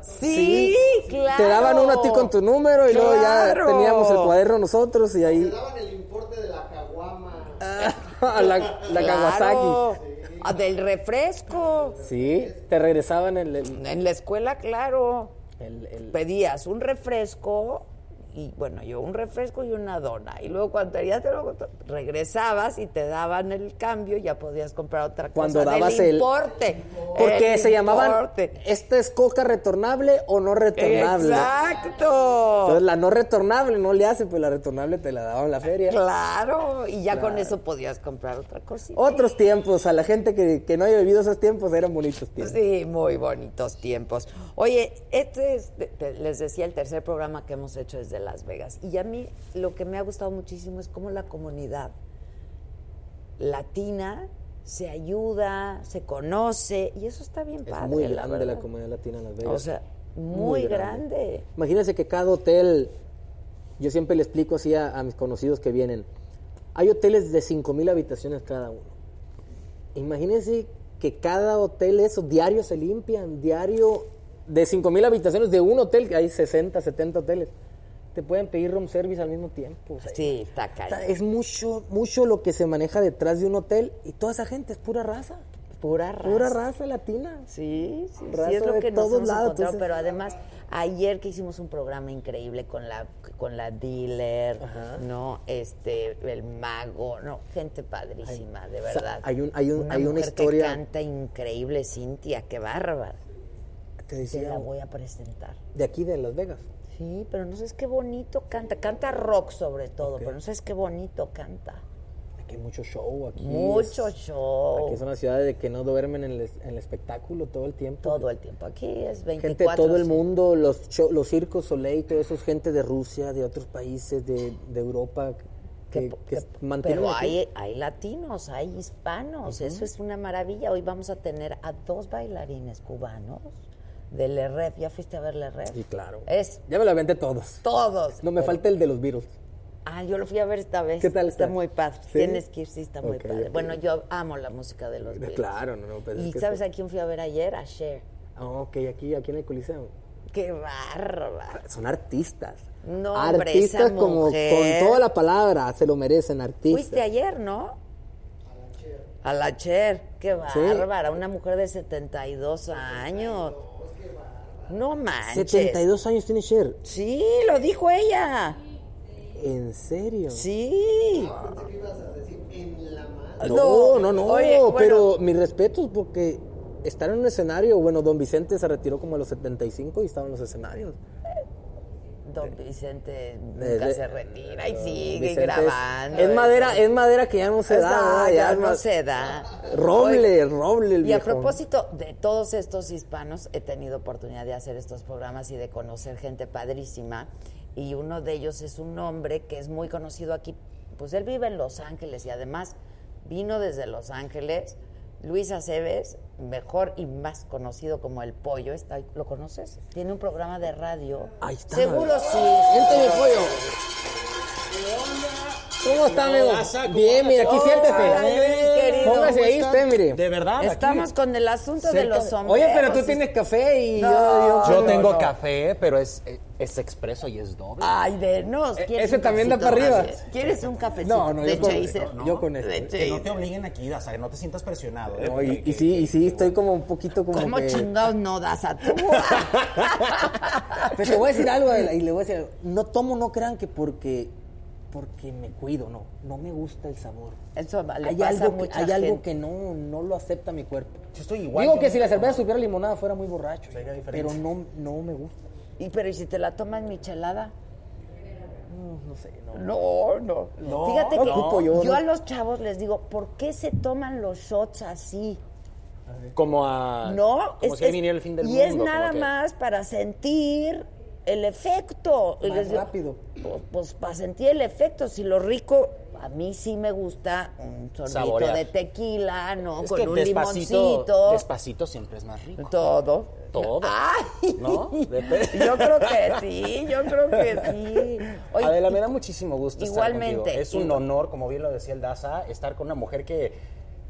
A: Sí, claro.
B: Te daban uno a ti con tu número y luego ya
A: Claro.
B: teníamos el cuaderno nosotros y ahí.
D: daban el importe de la caguama.
B: a la, la
A: Claro.
B: Kawasaki.
A: Ah, del refresco.
B: Sí, te regresaban el. el-
A: En la escuela, claro.
B: el- el-
A: Pedías un refresco y bueno, yo un refresco y una dona. Y luego cuando tenías te lo- regresabas y te daban el cambio, ya podías comprar otra
B: Cuando
A: cosa.
B: dabas
A: del
B: el-
A: importe.
B: porque
A: El
B: se llamaban.
A: importe.
B: ¿Esta es coca retornable o no retornable?
A: Exacto.
B: Entonces la no retornable no le hace, pues la retornable te la daban en la feria.
A: Claro, y ya con eso podías comprar otra cosita.
B: Otros tiempos, a la gente que, que no haya vivido esos tiempos eran bonitos tiempos.
A: Sí, muy bonitos tiempos. Oye, este es, te- te- les decía, el tercer programa que hemos hecho desde Las Vegas. Y a mí lo que me ha gustado muchísimo es cómo la comunidad latina se ayuda, se conoce, y eso está bien
B: Es
A: padre.
B: muy
A: la
B: grande la,
A: verdad.
B: comunidad latina en Las Vegas.
A: O sea, muy, grande.
B: Imagínense que cada hotel, yo siempre le explico así a, a mis conocidos que vienen, hay hoteles de 5.000 habitaciones cada uno. Imagínense que cada hotel, eso, diario se limpian, diario de 5.000 habitaciones de un hotel, que hay 60, 70 hoteles, te pueden pedir room service al mismo tiempo. o sea,
A: Sí, está
B: O sea,
A: caro.
B: es mucho, mucho lo que se maneja detrás de un hotel y toda esa gente es pura raza.
A: Pura raza.
B: Pura raza latina.
A: Sí, sí,
B: Raza
A: sí, es lo
B: de
A: que nos
B: todos
A: hemos
B: lados,
A: encontrado,
B: entonces-
A: pero además ayer que hicimos un programa increíble con la con la dealer, no, este, el mago, no, gente padrísima, de
B: sea,
A: verdad.
B: hay un- hay un-
A: una
B: hay una
A: mujer
B: historia-
A: que canta increíble, Cintia, qué bárbara.
B: Te
A: Te
B: decía,
A: la voy a presentar.
B: de aquí de Las Vegas.
A: Sí, pero no sabes qué bonito canta, canta rock sobre todo, pero no sabes qué bonito canta.
B: Aquí hay mucho show. Aquí
A: Mucho
B: es-
A: show.
B: Aquí es una ciudad de que no duermen en el, es- en el espectáculo todo el tiempo.
A: Todo el tiempo aquí es 24.
B: Gente de todo el
A: sí.
B: mundo, los, show- los circos Soleil, todo eso es gente de Rusia, de otros países, de, de Europa, que,
A: po-
B: que
A: que-
B: mantienen
A: pero
B: aquí.
A: hay, hay latinos, hay hispanos, eso es una maravilla. Hoy vamos a tener a dos bailarines cubanos de Le Ref. ¿Ya fuiste a ver Le Ref?
B: Sí, claro.
A: Es
B: Ya me lo aventé todos.
A: todos.
B: No, me
A: Pero-
B: falta el de los Beatles.
A: Ah, yo lo fui a ver esta vez.
B: ¿Qué tal
A: Está
B: está?
A: muy padre.
B: ¿Sí?
A: Tienes que ir, sí, está muy
B: Ok,
A: padre.
B: ok.
A: Bueno, yo amo la música de los Beatles.
B: Claro, no, no. pues es
A: ¿Y
B: que
A: sabes
B: eso-
A: a quién fui a ver ayer? A Cher.
B: Ah, ok, aquí, aquí en el Coliseo.
A: ¡Qué bárbaro!
B: son artistas.
A: No, hombre,
B: artistas
A: esa
B: como con
A: mujer.
B: toda la palabra se lo merecen artistas.
A: Fuiste ayer, ¿no? A la Cher. Qué
B: Sí.
A: bárbara, una mujer de 72 años. No manches.
B: 72 años tiene Cher.
A: Sí, lo dijo ella.
B: ¿En serio? Ah,
A: Sí.
B: No,
A: No,
B: no, no,
A: oye, bueno.
B: pero mis respetos porque estar en un escenario, bueno, Don Vicente se retiró como a los 75 y estaba en los escenarios.
A: Don Vicente
B: Eh,
A: nunca
B: de-
A: se retira y
B: Don
A: sigue
B: Vicente es-
A: grabando.
B: Es, madera, es madera que ya no se da, ¿verdad?
A: Exacto,
B: ya es
A: no
B: ma-
A: se da.
B: Roble, roble el
A: Y a
B: viejón.
A: propósito de todos estos hispanos, he tenido oportunidad de hacer estos programas y de conocer gente padrísima. Y uno de ellos es un hombre que es muy conocido aquí. Pues él vive en Los Ángeles y además vino desde Los Ángeles. Luis Aceves, mejor y más conocido como El Pollo, está, ¿lo conoces? Tiene un programa de radio.
B: Ahí está.
A: Seguro sí.
B: Siénteme, pollo. ¿Cómo está, amigo? Bien, mira, aquí siéntese.
A: Hola, Luis,
B: Eh, Póngase ahí usted, mire.
E: De verdad. aquí,
A: Estamos con el asunto de
B: cerca
A: los
B: de-
A: hombres.
B: Oye, pero tú tienes café y
A: No.
B: yo, yo-
E: Yo
A: No,
E: tengo
A: no.
E: café, pero es, eh, es expreso y es doble.
A: Ay, venos.
B: E-
A: ¿quieres
B: ese
A: un
B: también da
A: cafecito?
B: para arriba.
A: Gracias. ¿Quieres un cafecito?
B: No, no,
A: de
B: yo con-
A: Chaser?
B: no, yo con esto.
A: De
E: Que no te
A: Chaser.
E: obliguen aquí, o sea, que no te sientas presionado. ¿eh?
B: No, y,
E: Que-
B: y sí, y sí,
E: que-
B: estoy como un poquito como
A: ¿Cómo
B: que...
A: chingados no das a tú?
B: Pero te voy a decir algo, Adela, y le voy a decir algo. No tomo, no crean que porque, porque me cuido, no. No me gusta el sabor.
A: Eso vale.
B: hay
A: pasa
B: algo, que,
A: mucha
B: hay algo
A: gente.
B: que no, no lo acepta mi cuerpo.
E: Yo estoy igual,
B: Digo
E: yo
B: que
E: no-
B: si la cerveza supiera limonada fuera muy borracho.
E: Sería diferente.
B: Pero no, no me gusta.
A: Y pero ¿y si te la tomas michelada?
B: No sé, no.
A: No, no.
E: No,
A: Fíjate
B: no
A: que
B: ocupo yo,
A: yo,
B: no.
A: a los chavos les digo, ¿por qué se toman los shots así?
E: Como a.
A: No,
E: Ah, Como si ahí viniera el fin del
A: y
E: mundo.
A: es
E: como
A: nada
E: que-
A: más para sentir el efecto. Y
B: Más
A: les digo,
B: rápido.
A: Pues, pues, para sentir el efecto, si lo rico, a mí sí me gusta un sorbito
E: Saborear.
A: de tequila, ¿no?
E: Es
A: Oh, Con
E: que
A: un
E: despacito,
A: limoncito.
E: Despacito siempre es más rico.
A: Todo.
E: Todo.
A: Ay.
E: ¿No? Depende.
A: Yo creo que sí, yo creo que sí. Oye,
E: Adela,
A: y-
E: me da muchísimo gusto estar
A: Igualmente.
E: contigo. Es un
A: Igual-
E: honor, como bien lo decía el Daza, estar con una mujer que,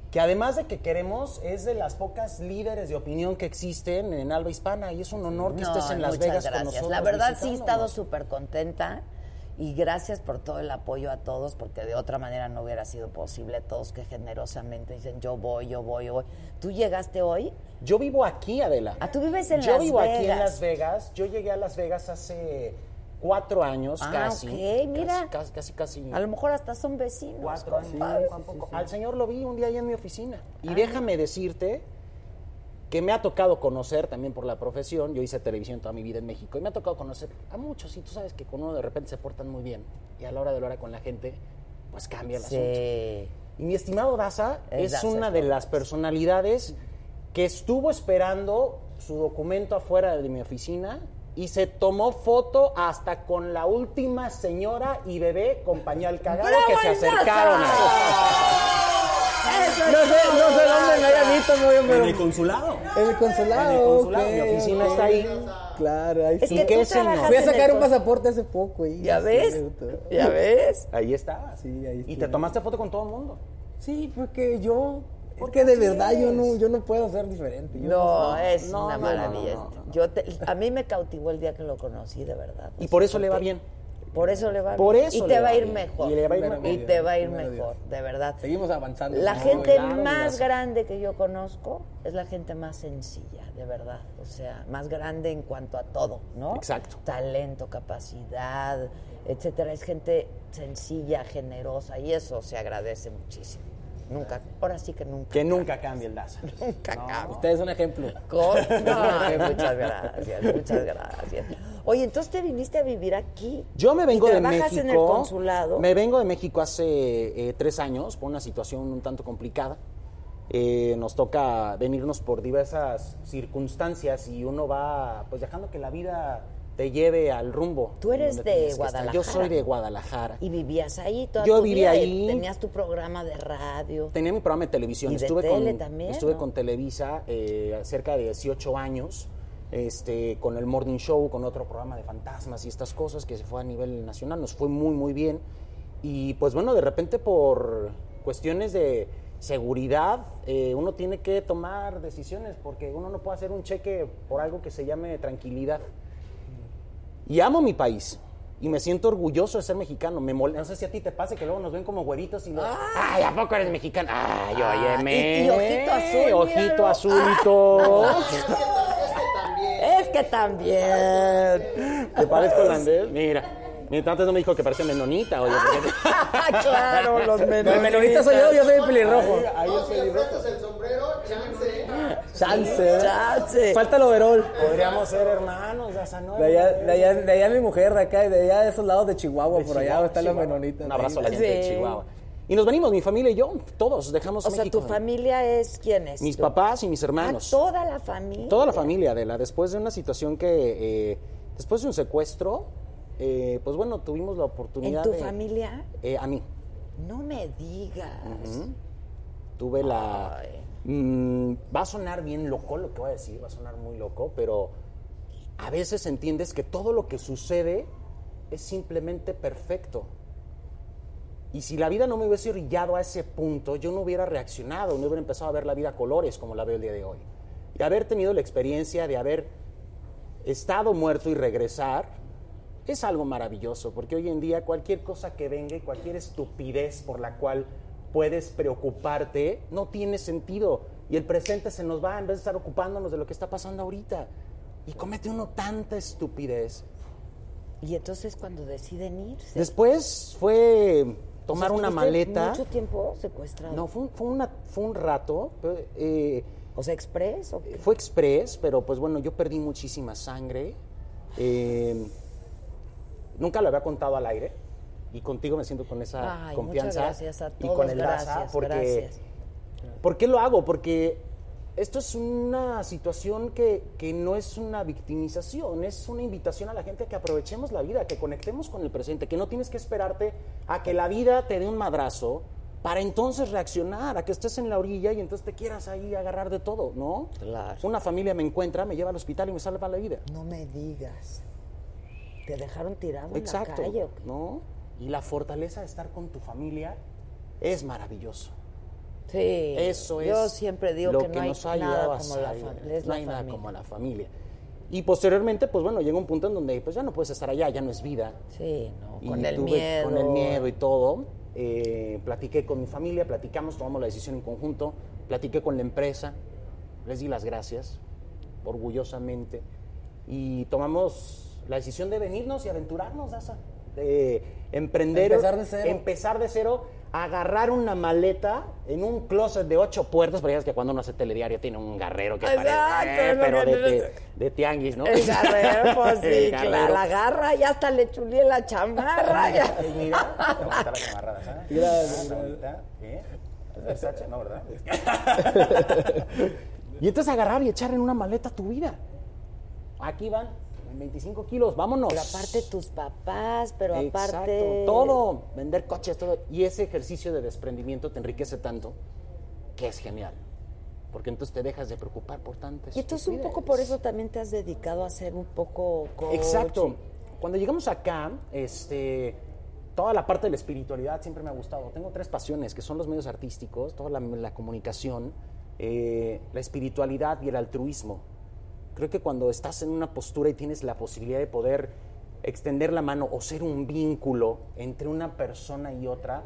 E: que además de que queremos, es de las pocas líderes de opinión que existen en Alba Hispana. Y es un honor que estés en Las
A: muchas
E: Vegas
A: gracias.
E: con nosotros.
A: La verdad sí he estado
E: visitándonos.
A: súper contenta y gracias por todo el apoyo a todos porque de otra manera no hubiera sido posible. Todos que generosamente dicen yo voy, yo voy, yo voy. ¿Tú llegaste hoy?
E: Yo vivo aquí, Adela.
A: Ah, tú vives en
E: Yo
A: Las
E: vivo aquí en
A: Vegas.
E: Las Vegas. Yo llegué a Las Vegas hace cuatro años
A: Ah,
E: casi.
A: ok, mira.
E: Casi, casi, casi.
A: A lo mejor hasta son vecinos.
E: cuatro años.
A: compadre. Ah.
E: tampoco. Al señor lo vi un día ahí en mi oficina. Y déjame decirte que me ha tocado conocer también por la profesión. Yo hice televisión toda mi vida en México y me ha tocado conocer a muchos. Y tú sabes que con uno de repente se portan muy bien y a la hora de la hora con la gente, pues cambia el asunto.
A: Sí.
E: Y mi estimado Daza
A: Es
E: es,
A: Daza,
E: una
A: es
E: de
A: Daza.
E: las personalidades que estuvo esperando su documento afuera de mi oficina y se tomó foto hasta con la última señora y bebé con pañal cagado que se acercaron.
B: No sé, no sé dónde me haya visto, no, yo, pero...
E: el consulado.
B: En el consulado.
E: En el consulado,
B: ok,
E: mi oficina
B: ok.
E: está ahí.
B: Claro, ahí
A: Es
B: sí.
A: que
E: qué
A: tú
E: es el
A: trabajas
B: Fui a
A: en el
B: sacar un
A: cons-
B: pasaporte hace poco. ahí.
A: ¿Ya
B: Sí,
A: ves?
B: me gustó.
A: ¿Ya ves?
E: Ahí estaba.
B: Sí, ahí
E: Y te
B: estuve.
E: tomaste foto con todo el mundo.
B: Sí, porque yo... Porque de verdad yo no, yo no puedo ser diferente. Yo
A: No, es
E: no,
A: una
E: no,
A: maravilla.
E: no, no, no, no.
A: Yo te- a mí me cautivó el día que lo conocí, de verdad.
E: Y por eso le va bien.
A: Por eso le va
E: Por
A: bien.
E: eso
A: Y te
E: le
A: va
E: va
A: a ir
E: bien.
A: mejor.
E: Y le va a ir
A: Y
E: mejor.
A: te va a ir
B: Primero Dios.
A: mejor, de verdad.
B: Seguimos avanzando.
A: La
B: No,
A: gente
E: claro,
A: más
E: gracias.
A: grande que yo conozco es la gente más sencilla, de verdad. O sea, más grande en cuanto a todo, ¿no?
E: Exacto.
A: Talento, capacidad, etcétera. Es gente sencilla, generosa y eso se agradece muchísimo. Nunca, ahora sí que nunca.
E: Que nunca cambie el Daza.
A: Nunca cambia.
B: Usted es un ejemplo.
A: Con- Ay, muchas gracias, muchas gracias. Oye, entonces te viniste a vivir aquí.
E: Yo me vengo
A: ¿Y
E: de México.
A: trabajas en el consulado.
E: Me vengo de México hace eh, tres años por una situación un tanto complicada. Eh, nos toca venirnos por diversas circunstancias y uno va pues dejando que la vida te lleve al rumbo.
A: Tú eres
E: donde
A: de
E: tienes que estar. Yo
A: Guadalajara.
E: soy de Guadalajara.
A: Y vivías ahí toda
E: Yo
A: tu
E: vivía
A: vida, y
E: ahí.
A: Tenías tu programa de radio.
E: Tenía mi programa de televisión.
A: Y de
E: estuve
A: tele
E: con,
A: también,
E: Estuve
A: ¿no?
E: con Televisa eh, cerca de 18 años, este, con el Morning Show, con otro programa de fantasmas y estas cosas que se fue a nivel nacional. Nos fue muy, muy bien. Y pues bueno, de repente por cuestiones de seguridad, eh, uno tiene que tomar decisiones porque uno no puede hacer un cheque Eh, por algo que se llame tranquilidad. Y amo mi país. Y me siento orgulloso de ser mexicano. Me mol- No sé si a ti te pase que luego nos ven como güeritos y luego, ¡Ay, ¿a poco eres mexicano? ¡Ay, óyeme!
A: Ah, y- y ojito azul, míralo. Ah,
E: ¡Ojito azul y todo!
A: Es que también.
E: ¿Te parezco holandés? Mira. Mi tante no me dijo que parece menonita, oye. porque-
A: claro, los menores.
B: El menonita soy yo, yo soy el pelirrojo.
D: No, si le prestas el sombrero, chance.
B: Chance. ¿eh?
A: Chance.
B: Falta el overol.
E: Podríamos ser hermanos, ya sanó.
B: De allá, de, allá, de allá mi mujer, de acá, de allá de esos lados de Chihuahua, por allá
E: Chihuahua,
B: están los
E: Chihuahua.
B: menonitas.
E: Un abrazo a la gente
A: Sí.
E: de Chihuahua. Y nos venimos, mi familia y yo, todos dejamos
A: O sea,
E: México.
A: tu familia es quién es?
E: Mis
A: Tu-
E: papás y mis
A: Ah,
E: hermanos.
A: toda la familia.
E: Toda la familia, Adela, después de una situación que, eh, después de un secuestro, eh, pues bueno, tuvimos la
A: ¿En
E: oportunidad
A: tu
E: de-
A: familia?
E: Eh, a mí.
A: No me digas.
E: Tuve la...
A: Ay.
E: Mm, va a sonar bien loco lo que voy a decir, va a sonar muy loco, pero a veces entiendes que todo lo que sucede es simplemente perfecto. Y si la vida no me hubiese orillado a ese punto, yo no hubiera reaccionado, no hubiera empezado a ver la vida a colores como la veo el día de hoy. Y haber tenido la experiencia de haber estado muerto y regresar es algo maravilloso, porque hoy en día cualquier cosa que venga y cualquier estupidez por la cual puedes preocuparte no tiene sentido. Y el presente se nos va en vez de estar ocupándonos de lo que está pasando ahorita. Y comete uno tanta estupidez.
A: Y entonces cuando deciden irse.
E: Después fue tomar
A: O sea,
E: una
A: ¿estuviste
E: maleta.
A: ¿Mucho tiempo secuestrado?
E: No, fue, un- fue una, fue un rato. pero, eh,
A: O sea, express o qué?
E: fue express, pero pues bueno, yo perdí muchísima sangre. Eh, nunca lo había contado al aire. Y contigo me siento con esa
A: Ay,
E: confianza.
A: muchas gracias a todos.
E: Y con el
A: gracias,
E: Daza, porque
A: gracias.
E: ¿Por qué lo hago? Porque esto es una situación que, que no es una victimización, es una invitación a la gente a que aprovechemos la vida, que conectemos con el presente, que no tienes que esperarte a que la vida te dé un madrazo para entonces reaccionar, a que estés en la orilla y entonces te quieras ahí agarrar de todo, ¿no?
A: Claro.
E: Una familia me encuentra, me lleva al hospital y me salva la vida.
A: No me digas. ¿Te dejaron tirado
E: Exacto.
A: en la calle o qué?
E: ¿No? Y la fortaleza de estar con tu familia es maravilloso.
A: Sí.
E: Eso es.
A: Yo siempre digo
E: lo
A: que, no hay
E: nos ha ayudado
A: nada
E: a
A: como la,
E: salir.
A: fam- es
E: No
A: la
E: hay nada
A: familia.
E: como la familia. Y posteriormente, pues bueno, llega un punto en donde pues ya no puedes estar allá, ya no es vida.
A: Sí, no,
E: Y
A: con el
E: tuve-
A: miedo.
E: Con el miedo y todo. eh, platiqué con mi familia, platicamos, tomamos la decisión en conjunto. Platiqué con la empresa, les di las gracias, orgullosamente. Y tomamos la decisión de venirnos y aventurarnos, Daza. De emprender.
B: Empezar de cero.
E: Empezar de cero, agarrar una maleta en un closet de ocho puertas. Pero ya es que cuando uno hace telediario tiene un garrero que
A: Exacto,
E: parece. eh,
A: es lo
E: pero
A: que
E: de,
A: no
E: de-
A: sé.
E: de tianguis, ¿no?
A: El garrero, pues sí,
E: El
A: claro.
E: garrero.
A: La garra, ya hasta le chulié la chamarra. ya.
E: Ay, mira, te voy a quitar la chamarra, ¿sabes?
B: Gracias.
E: Ah, bonita, ¿eh? Es Versace, ¿no, verdad? y entonces agarrar y echar en una maleta tu vida. Aquí van, en 25 kilos, vámonos.
A: Pero aparte tus papás, pero
E: Pues, Exacto,
A: aparte.
E: todo, vender coches, todo. Y ese ejercicio de desprendimiento te enriquece tanto que es genial. Porque entonces te dejas de preocupar por tantas
A: Y entonces un poco por eso también te has dedicado a ser un poco coach.
E: Exacto. Cuando llegamos acá, este, toda la parte de la espiritualidad siempre me ha gustado. Tengo tres pasiones, que son los medios artísticos, toda la, la comunicación, eh, la espiritualidad y el altruismo. Creo que cuando estás en una postura y tienes la posibilidad de poder extender la mano o ser un vínculo entre una persona y otra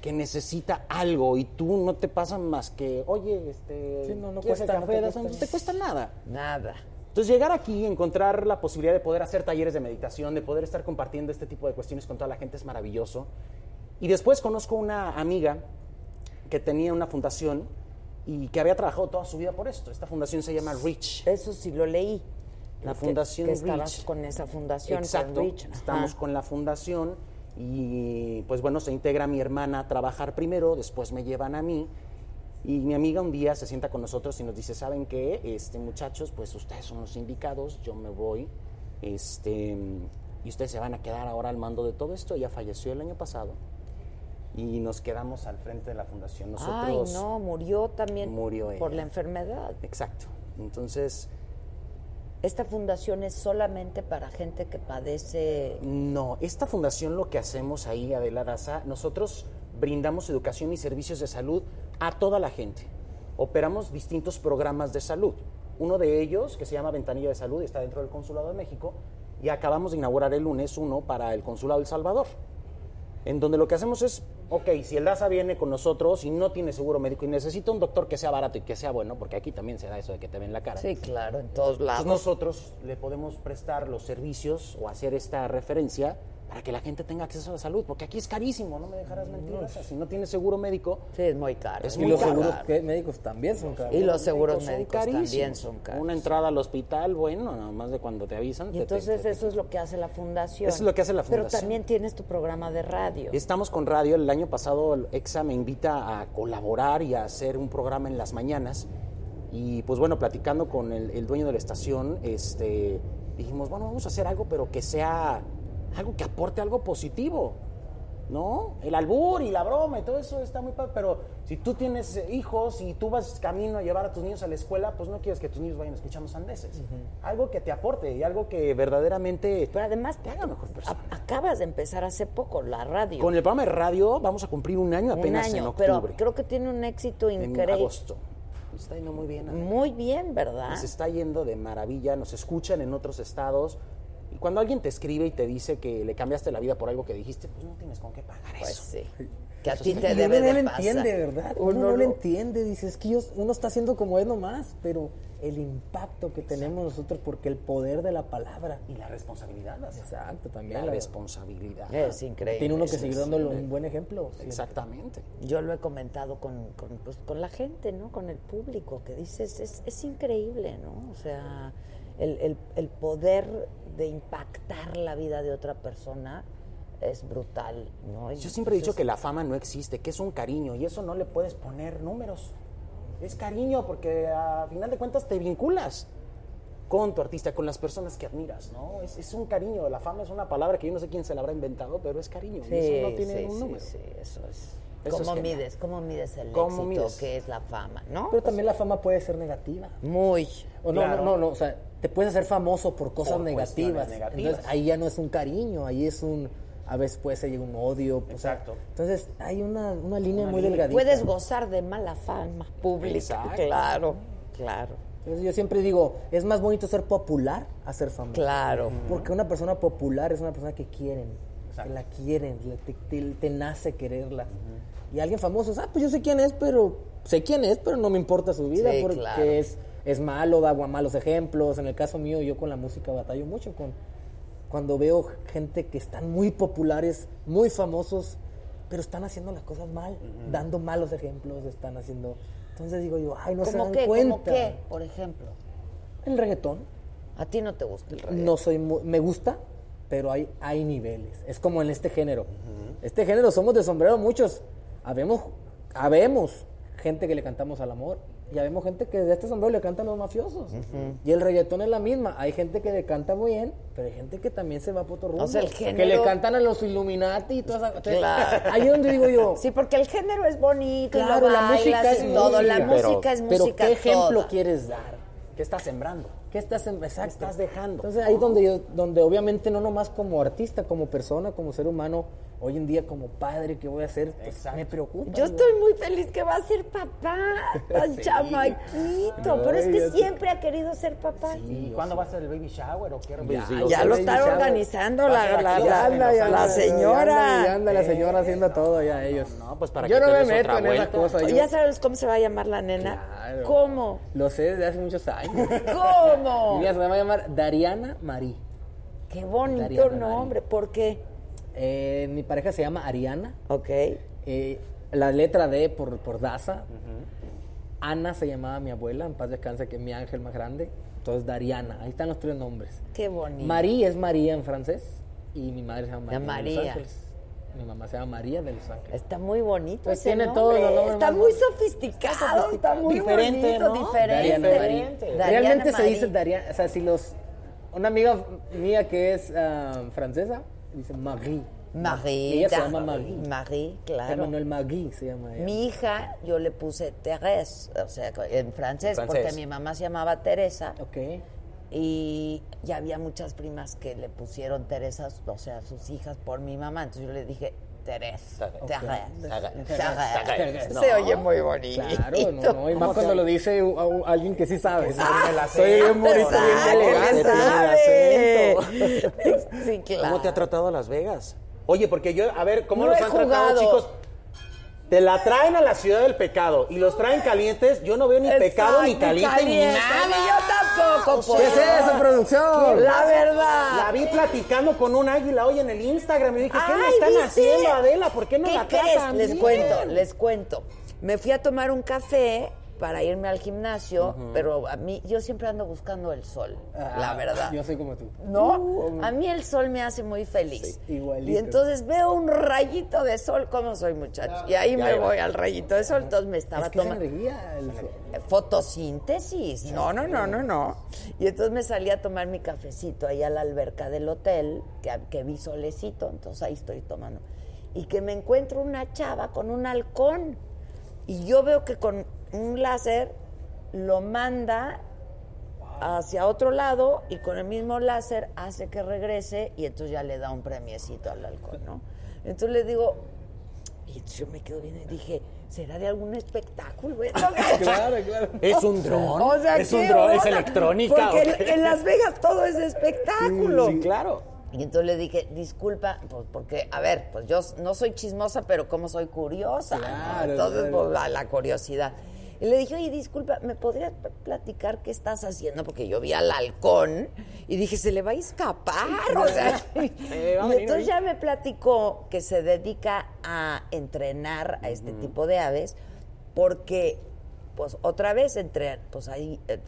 E: que necesita algo y tú no te pasan más que, oye, este,
B: Sí, no, no
E: ¿quieres el
B: cuesta, no
E: café?
B: te
E: Das-
B: cuesta.
E: te cuesta nada.
A: Nada.
E: Entonces llegar aquí, encontrar la posibilidad de poder hacer talleres de meditación, de poder estar compartiendo este tipo de cuestiones con toda la gente es maravilloso. Y después conozco una amiga que tenía una fundación y que había trabajado toda su vida por esto. Esta fundación se llama Rich.
A: Eso sí lo leí.
E: La
A: Que-
E: fundación
A: que, estabas
E: Rich.
A: con esa fundación.
E: Exacto.
A: Con Rich. Ajá.
E: Estamos con la fundación y pues bueno, se integra mi hermana a trabajar primero, después me llevan a mí. Y mi amiga un día se sienta con nosotros y nos dice, ¿saben qué? Este, muchachos, pues ustedes son los indicados, yo me voy. Este, y ustedes se van a quedar ahora al mando de todo esto. Ella falleció el año pasado y nos quedamos al frente de la fundación.
A: Ay,
E: Nosotros
A: no, murió también
E: Murió
A: por
E: ella.
A: la enfermedad.
E: Exacto. Entonces,
A: Esta fundación es solamente para gente que padece.
E: No, esta fundación lo que hacemos ahí, Adela Daza, nosotros brindamos educación y servicios de salud a toda la gente. Operamos distintos programas de salud. Uno de ellos, que se llama Ventanilla de Salud, está dentro del Consulado de México, y acabamos de inaugurar el lunes uno para el Consulado de El Salvador, en donde lo que hacemos es, ok, si el DASA viene con nosotros y no tiene seguro médico y necesita un doctor que sea barato y que sea bueno, porque aquí también se da eso de que te ven la cara.
A: Sí, claro, en todos lados.
E: Entonces nosotros le podemos prestar los servicios o hacer esta referencia para que la gente tenga acceso a la salud, porque aquí es carísimo, no me dejarás mentir. o sea, si no tienes seguro médico,
A: Mm. Sí, es muy caro.
E: Es
A: es
B: Y
A: muy
B: los
A: caro.
B: seguros que- médicos también son caros.
A: Y los seguros
E: son
A: médicos
E: carísimos.
A: también son caros.
E: Una entrada al hospital, bueno, nada más de cuando te avisan.
A: y
E: te- te-
A: entonces
E: te-
A: eso es lo que hace la fundación.
E: Eso es lo que hace la
A: Pero
E: fundación.
A: también tienes tu programa de radio.
E: Estamos con radio. El año pasado el EXA me invita a colaborar y a hacer un programa en las mañanas. Y pues bueno, platicando con el, el dueño de la estación, este, dijimos, bueno, vamos a hacer algo, pero que sea algo que aporte algo positivo. ¿no? El albur y la broma y todo eso está muy padre, pero si tú tienes eh, hijos y tú vas camino a llevar a tus niños a la escuela, pues no quieres que tus niños vayan escuchando sandeces. Algo que te aporte y algo que verdaderamente
A: Pero además,
E: te haga mejor persona.
A: a- acabas de empezar hace poco la radio.
E: Con el programa de radio vamos a cumplir un año
A: un
E: apenas en
A: año,
E: octubre.
A: pero creo que tiene un éxito
E: en
A: increíble.
E: agosto. Nos está yendo muy bien. Ana.
A: Muy bien, ¿verdad?
E: Nos está yendo de maravilla, nos escuchan en otros estados. Y cuando alguien te escribe y te dice que le cambiaste la vida por algo que dijiste, pues no tienes con qué pagar
A: Pues
E: eso. pues,
A: sí. Que a
E: Eso
A: ti
E: sí.
A: te
B: Y
A: debe
B: uno
A: de
B: no lo
A: pasar. Oh,
B: entiende, ¿verdad?
E: Oh,
B: Uno, no lo entiende, dice, es que yo- uno está haciendo como es nomás, pero el impacto que tenemos nosotros, porque el poder de la palabra.
E: Y la responsabilidad. Ana.
B: Exacto, también.
E: La
B: la-
E: responsabilidad.
A: Es increíble.
B: tiene uno que
A: sí,
B: seguir
A: sí.
B: dándole un buen ejemplo. sí.
E: Exactamente.
A: Yo lo he comentado con, con, pues, con la gente, ¿no? Con el público, que dices, es, es increíble, ¿no? O sea, el, el- el poder de impactar la vida de otra persona es brutal, ¿no? Y
E: Yo siempre he dicho que
A: entonces,
E: la
A: este,
E: fama no existe, que es un cariño y eso no le puedes poner números. Es cariño porque a final de cuentas te vinculas con tu artista, con las personas que admiras, ¿no? Es, es un cariño, la fama es una palabra que yo no sé quién se la habrá inventado, pero es cariño y eso no
A: Sí,
E: tiene
A: sí,
E: un
A: sí,
E: número.
A: sí, eso es.
E: Eso
A: ¿Cómo
E: es genial.
A: mides? ¿Cómo mides el
E: ¿Cómo
A: éxito
E: mides?
A: que es la fama, no?
B: Pero también la fama puede ser negativa.
A: Muy.
B: O no,
E: Claro.
B: no, no, no, o sea, te puedes hacer famoso por cosas
E: Por cuestiones
B: negativas.
E: negativas.
B: Entonces ahí ya no es un cariño, ahí es un, a veces puede ser un odio. o sea,
E: Exacto.
B: entonces hay una, una línea muy
E: línea.
B: delgadita.
A: Puedes gozar de mala fama pública.
E: Exacto.
A: Claro, claro,
B: Entonces, yo siempre digo, es más bonito ser popular a ser famoso.
A: claro.
B: Porque una persona popular es una persona que quieren, que la quieren, le- te, te- te nace quererla. Y alguien famoso es, ah, pues yo sé quién es, pero sé quién es, pero no me importa su vida
A: Sí,
B: porque
A: claro.
B: es, es malo, da gua- malos ejemplos. En el caso mío, yo con la música batallo mucho con cuando veo gente que están muy populares, muy famosos, pero están haciendo las cosas mal, dando malos ejemplos, están haciendo. Entonces digo yo, ay, no se
A: ¿Cómo
B: dan
A: qué?
B: cuenta.
A: ¿Cómo qué, por ejemplo?
B: El reggaetón.
A: A ti no te gusta el reggaetón.
B: No soy mu- me gusta, pero hay, hay niveles. Es como en este género. Este género somos de sombrero muchos. Habemos, habemos gente que le cantamos al amor. Y habemos gente que de este sombrero le cantan los mafiosos. Y el reggaetón es la misma. Hay gente que le canta muy bien, pero hay gente que también se va por otro rumbo.
A: sea, el
B: Que le
A: género-
B: cantan a los Illuminati y todas esas cosas.
A: Claro.
B: Ahí es donde digo yo.
A: Sí, porque el género es bonito, y lo
B: claro, la
A: bailas
B: música
A: y
B: es
A: todo, la
B: música.
A: música es
B: pero
A: música
B: ¿qué ejemplo
A: toda.
B: quieres dar?
E: ¿Qué estás sembrando?
B: ¿Qué estás,
A: em-?
B: en- exacto.
E: estás dejando?
B: Entonces ahí donde yo, donde obviamente no nomás como artista, como persona, como ser humano, hoy en día como padre que voy a ser, pues, me preocupa.
A: Yo estoy muy feliz que va a ser papá, tan chamaquito, pero es que siempre ha querido ser papá.
E: ¿Y cuándo va a ser el baby shower o qué?
B: Pues
A: ya lo
B: Sí,
A: está
B: sabe.
A: organizando
E: Va a
A: la,
E: ser
A: la-
E: aquí,
A: la-
E: ya en Los
A: la
E: Ángeles,
A: señora. Eh.
B: Ya anda la señora haciendo todo ya ellos.
E: no, pues, para
B: yo
E: que
B: no
E: te
B: me
E: des
B: meto
E: otra
B: en esas
E: vuelta.
B: cosas. yo-
A: Ya sabes cómo se va a llamar la nena.
B: Claro.
A: ¿Cómo?
B: Lo sé desde hace muchos años. Y
A: ¿Cómo?
B: mira, se me va a llamar Dariana Marí.
A: Oh. Qué bonito
B: Daría la
A: nombre. ¿Por qué?
B: Eh, mi pareja se llama Ariana.
A: Ok.
B: Eh, la letra D por, por Daza. Ana se llamaba mi abuela, en paz descanse, que es mi ángel más grande. Entonces, Dariana. Ahí están los tres nombres.
A: Qué bonito.
B: María es María en francés y mi madre se llama María.
A: La
B: de
A: María.
B: Los Ángeles. Mi mamá se llama María de Los Ángeles.
A: Está muy bonito.
B: Pues
A: ese
B: tiene
A: nombre.
B: todos los nombres
A: Está
B: más
A: muy
B: bonitos.
A: sofisticado, está muy
E: Diferente,
A: bonito,
E: ¿no?
A: diferente.
B: Dariana Marí.
A: Dariana
B: Realmente se
A: Marí.
B: dice Dariana, o sea, si los... Una amiga mía que es ah, francesa dice Marie.
A: Marie.
B: Y ella se llama Marie.
A: Marie, claro.
B: Manuel Marie se llama ella.
A: Mi hija, yo le puse Thérèse, o sea, en francés,
E: En francés.
A: porque mi mamá se llamaba Teresa
B: Ok.
A: y ya había muchas primas que le pusieron Teresa, o sea, sus hijas por mi mamá. Entonces yo le dije Teresa,
E: Ok.
A: Thérèse,
E: Thérèse,
A: Thérèse.
E: Thérèse.
A: Se
E: No.
A: oye muy bonito.
B: Claro, no, no, y más cuando lo dice u- u- alguien que sí sabe.
E: sabe, la
B: Soy
E: sé.
B: bien bonito,
A: Ah,
B: bien elegante.
A: que
E: tiene
A: le sabe. Sí, claro.
E: ¿Cómo te ha tratado Las Vegas? Oye, porque yo, a ver, ¿cómo
A: No
E: los
A: he
E: han tratado,
A: jugado.
E: chicos? Te la traen a la ciudad del pecado y los traen calientes. Yo no veo ni pecado, ni
A: Exacto,
E: caliente, ni
A: ni
E: nada.
A: yo tampoco, pues.
E: O
B: ¿Qué es
E: sea,
B: eso, producción?
A: La verdad.
E: La vi platicando con un águila hoy en el Instagram y dije, ¿qué le
A: Ay,
E: están
A: ¿viste?
E: haciendo, Adela? ¿Por qué no la
A: crees?
E: tratan
A: Les
E: bien?
A: cuento, les cuento. Me fui a tomar un café para irme al gimnasio, pero a mí yo siempre ando buscando el sol,
E: Ah,
A: la verdad.
B: Yo soy como tú.
A: ¿No?
E: Uh.
A: a mí el sol me hace muy feliz.
B: Sí, igualito.
A: Y entonces veo un rayito de sol, como soy muchacho. Y ahí me
E: va.
A: voy al rayito de sol, entonces me estaba
B: Es que es
A: tomando
B: energía. el sol.
A: fotosíntesis. No, no, no, no, no. Y entonces me salí a tomar mi cafecito ahí a la alberca del hotel, que, que vi solecito, entonces ahí estoy tomando. y que me encuentro una chava con un halcón. Y yo veo que con un láser lo manda hacia otro lado y con el mismo láser hace que regrese y entonces ya le da un premiecito al halcón, ¿no? Entonces le digo, y entonces yo me quedo viendo y dije, ¿será de algún espectáculo? esto?
B: Claro, claro.
E: ¿Es un dron?
A: O sea,
E: ¿Es
A: ¿qué
E: un dron? ¿Es
A: onda?
E: electrónica?
A: Porque
E: ¿O qué?
A: en- en Las Vegas todo es espectáculo.
E: Sí, claro.
A: Y entonces le dije, disculpa, pues porque, a ver, pues yo no soy chismosa, pero como soy curiosa. ¿no?
B: Claro,
A: Entonces,
B: claro.
A: pues la, la curiosidad. Y le dije, oye, disculpa, ¿me podrías pl- platicar qué estás haciendo? Porque yo vi al halcón y dije, se le va a escapar. O sea,
E: le Eh, va a
A: y
E: venir
A: entonces
E: ahorita.
A: ya me platicó que se dedica a entrenar a este tipo de aves porque, pues otra vez, entre, pues hay, eh,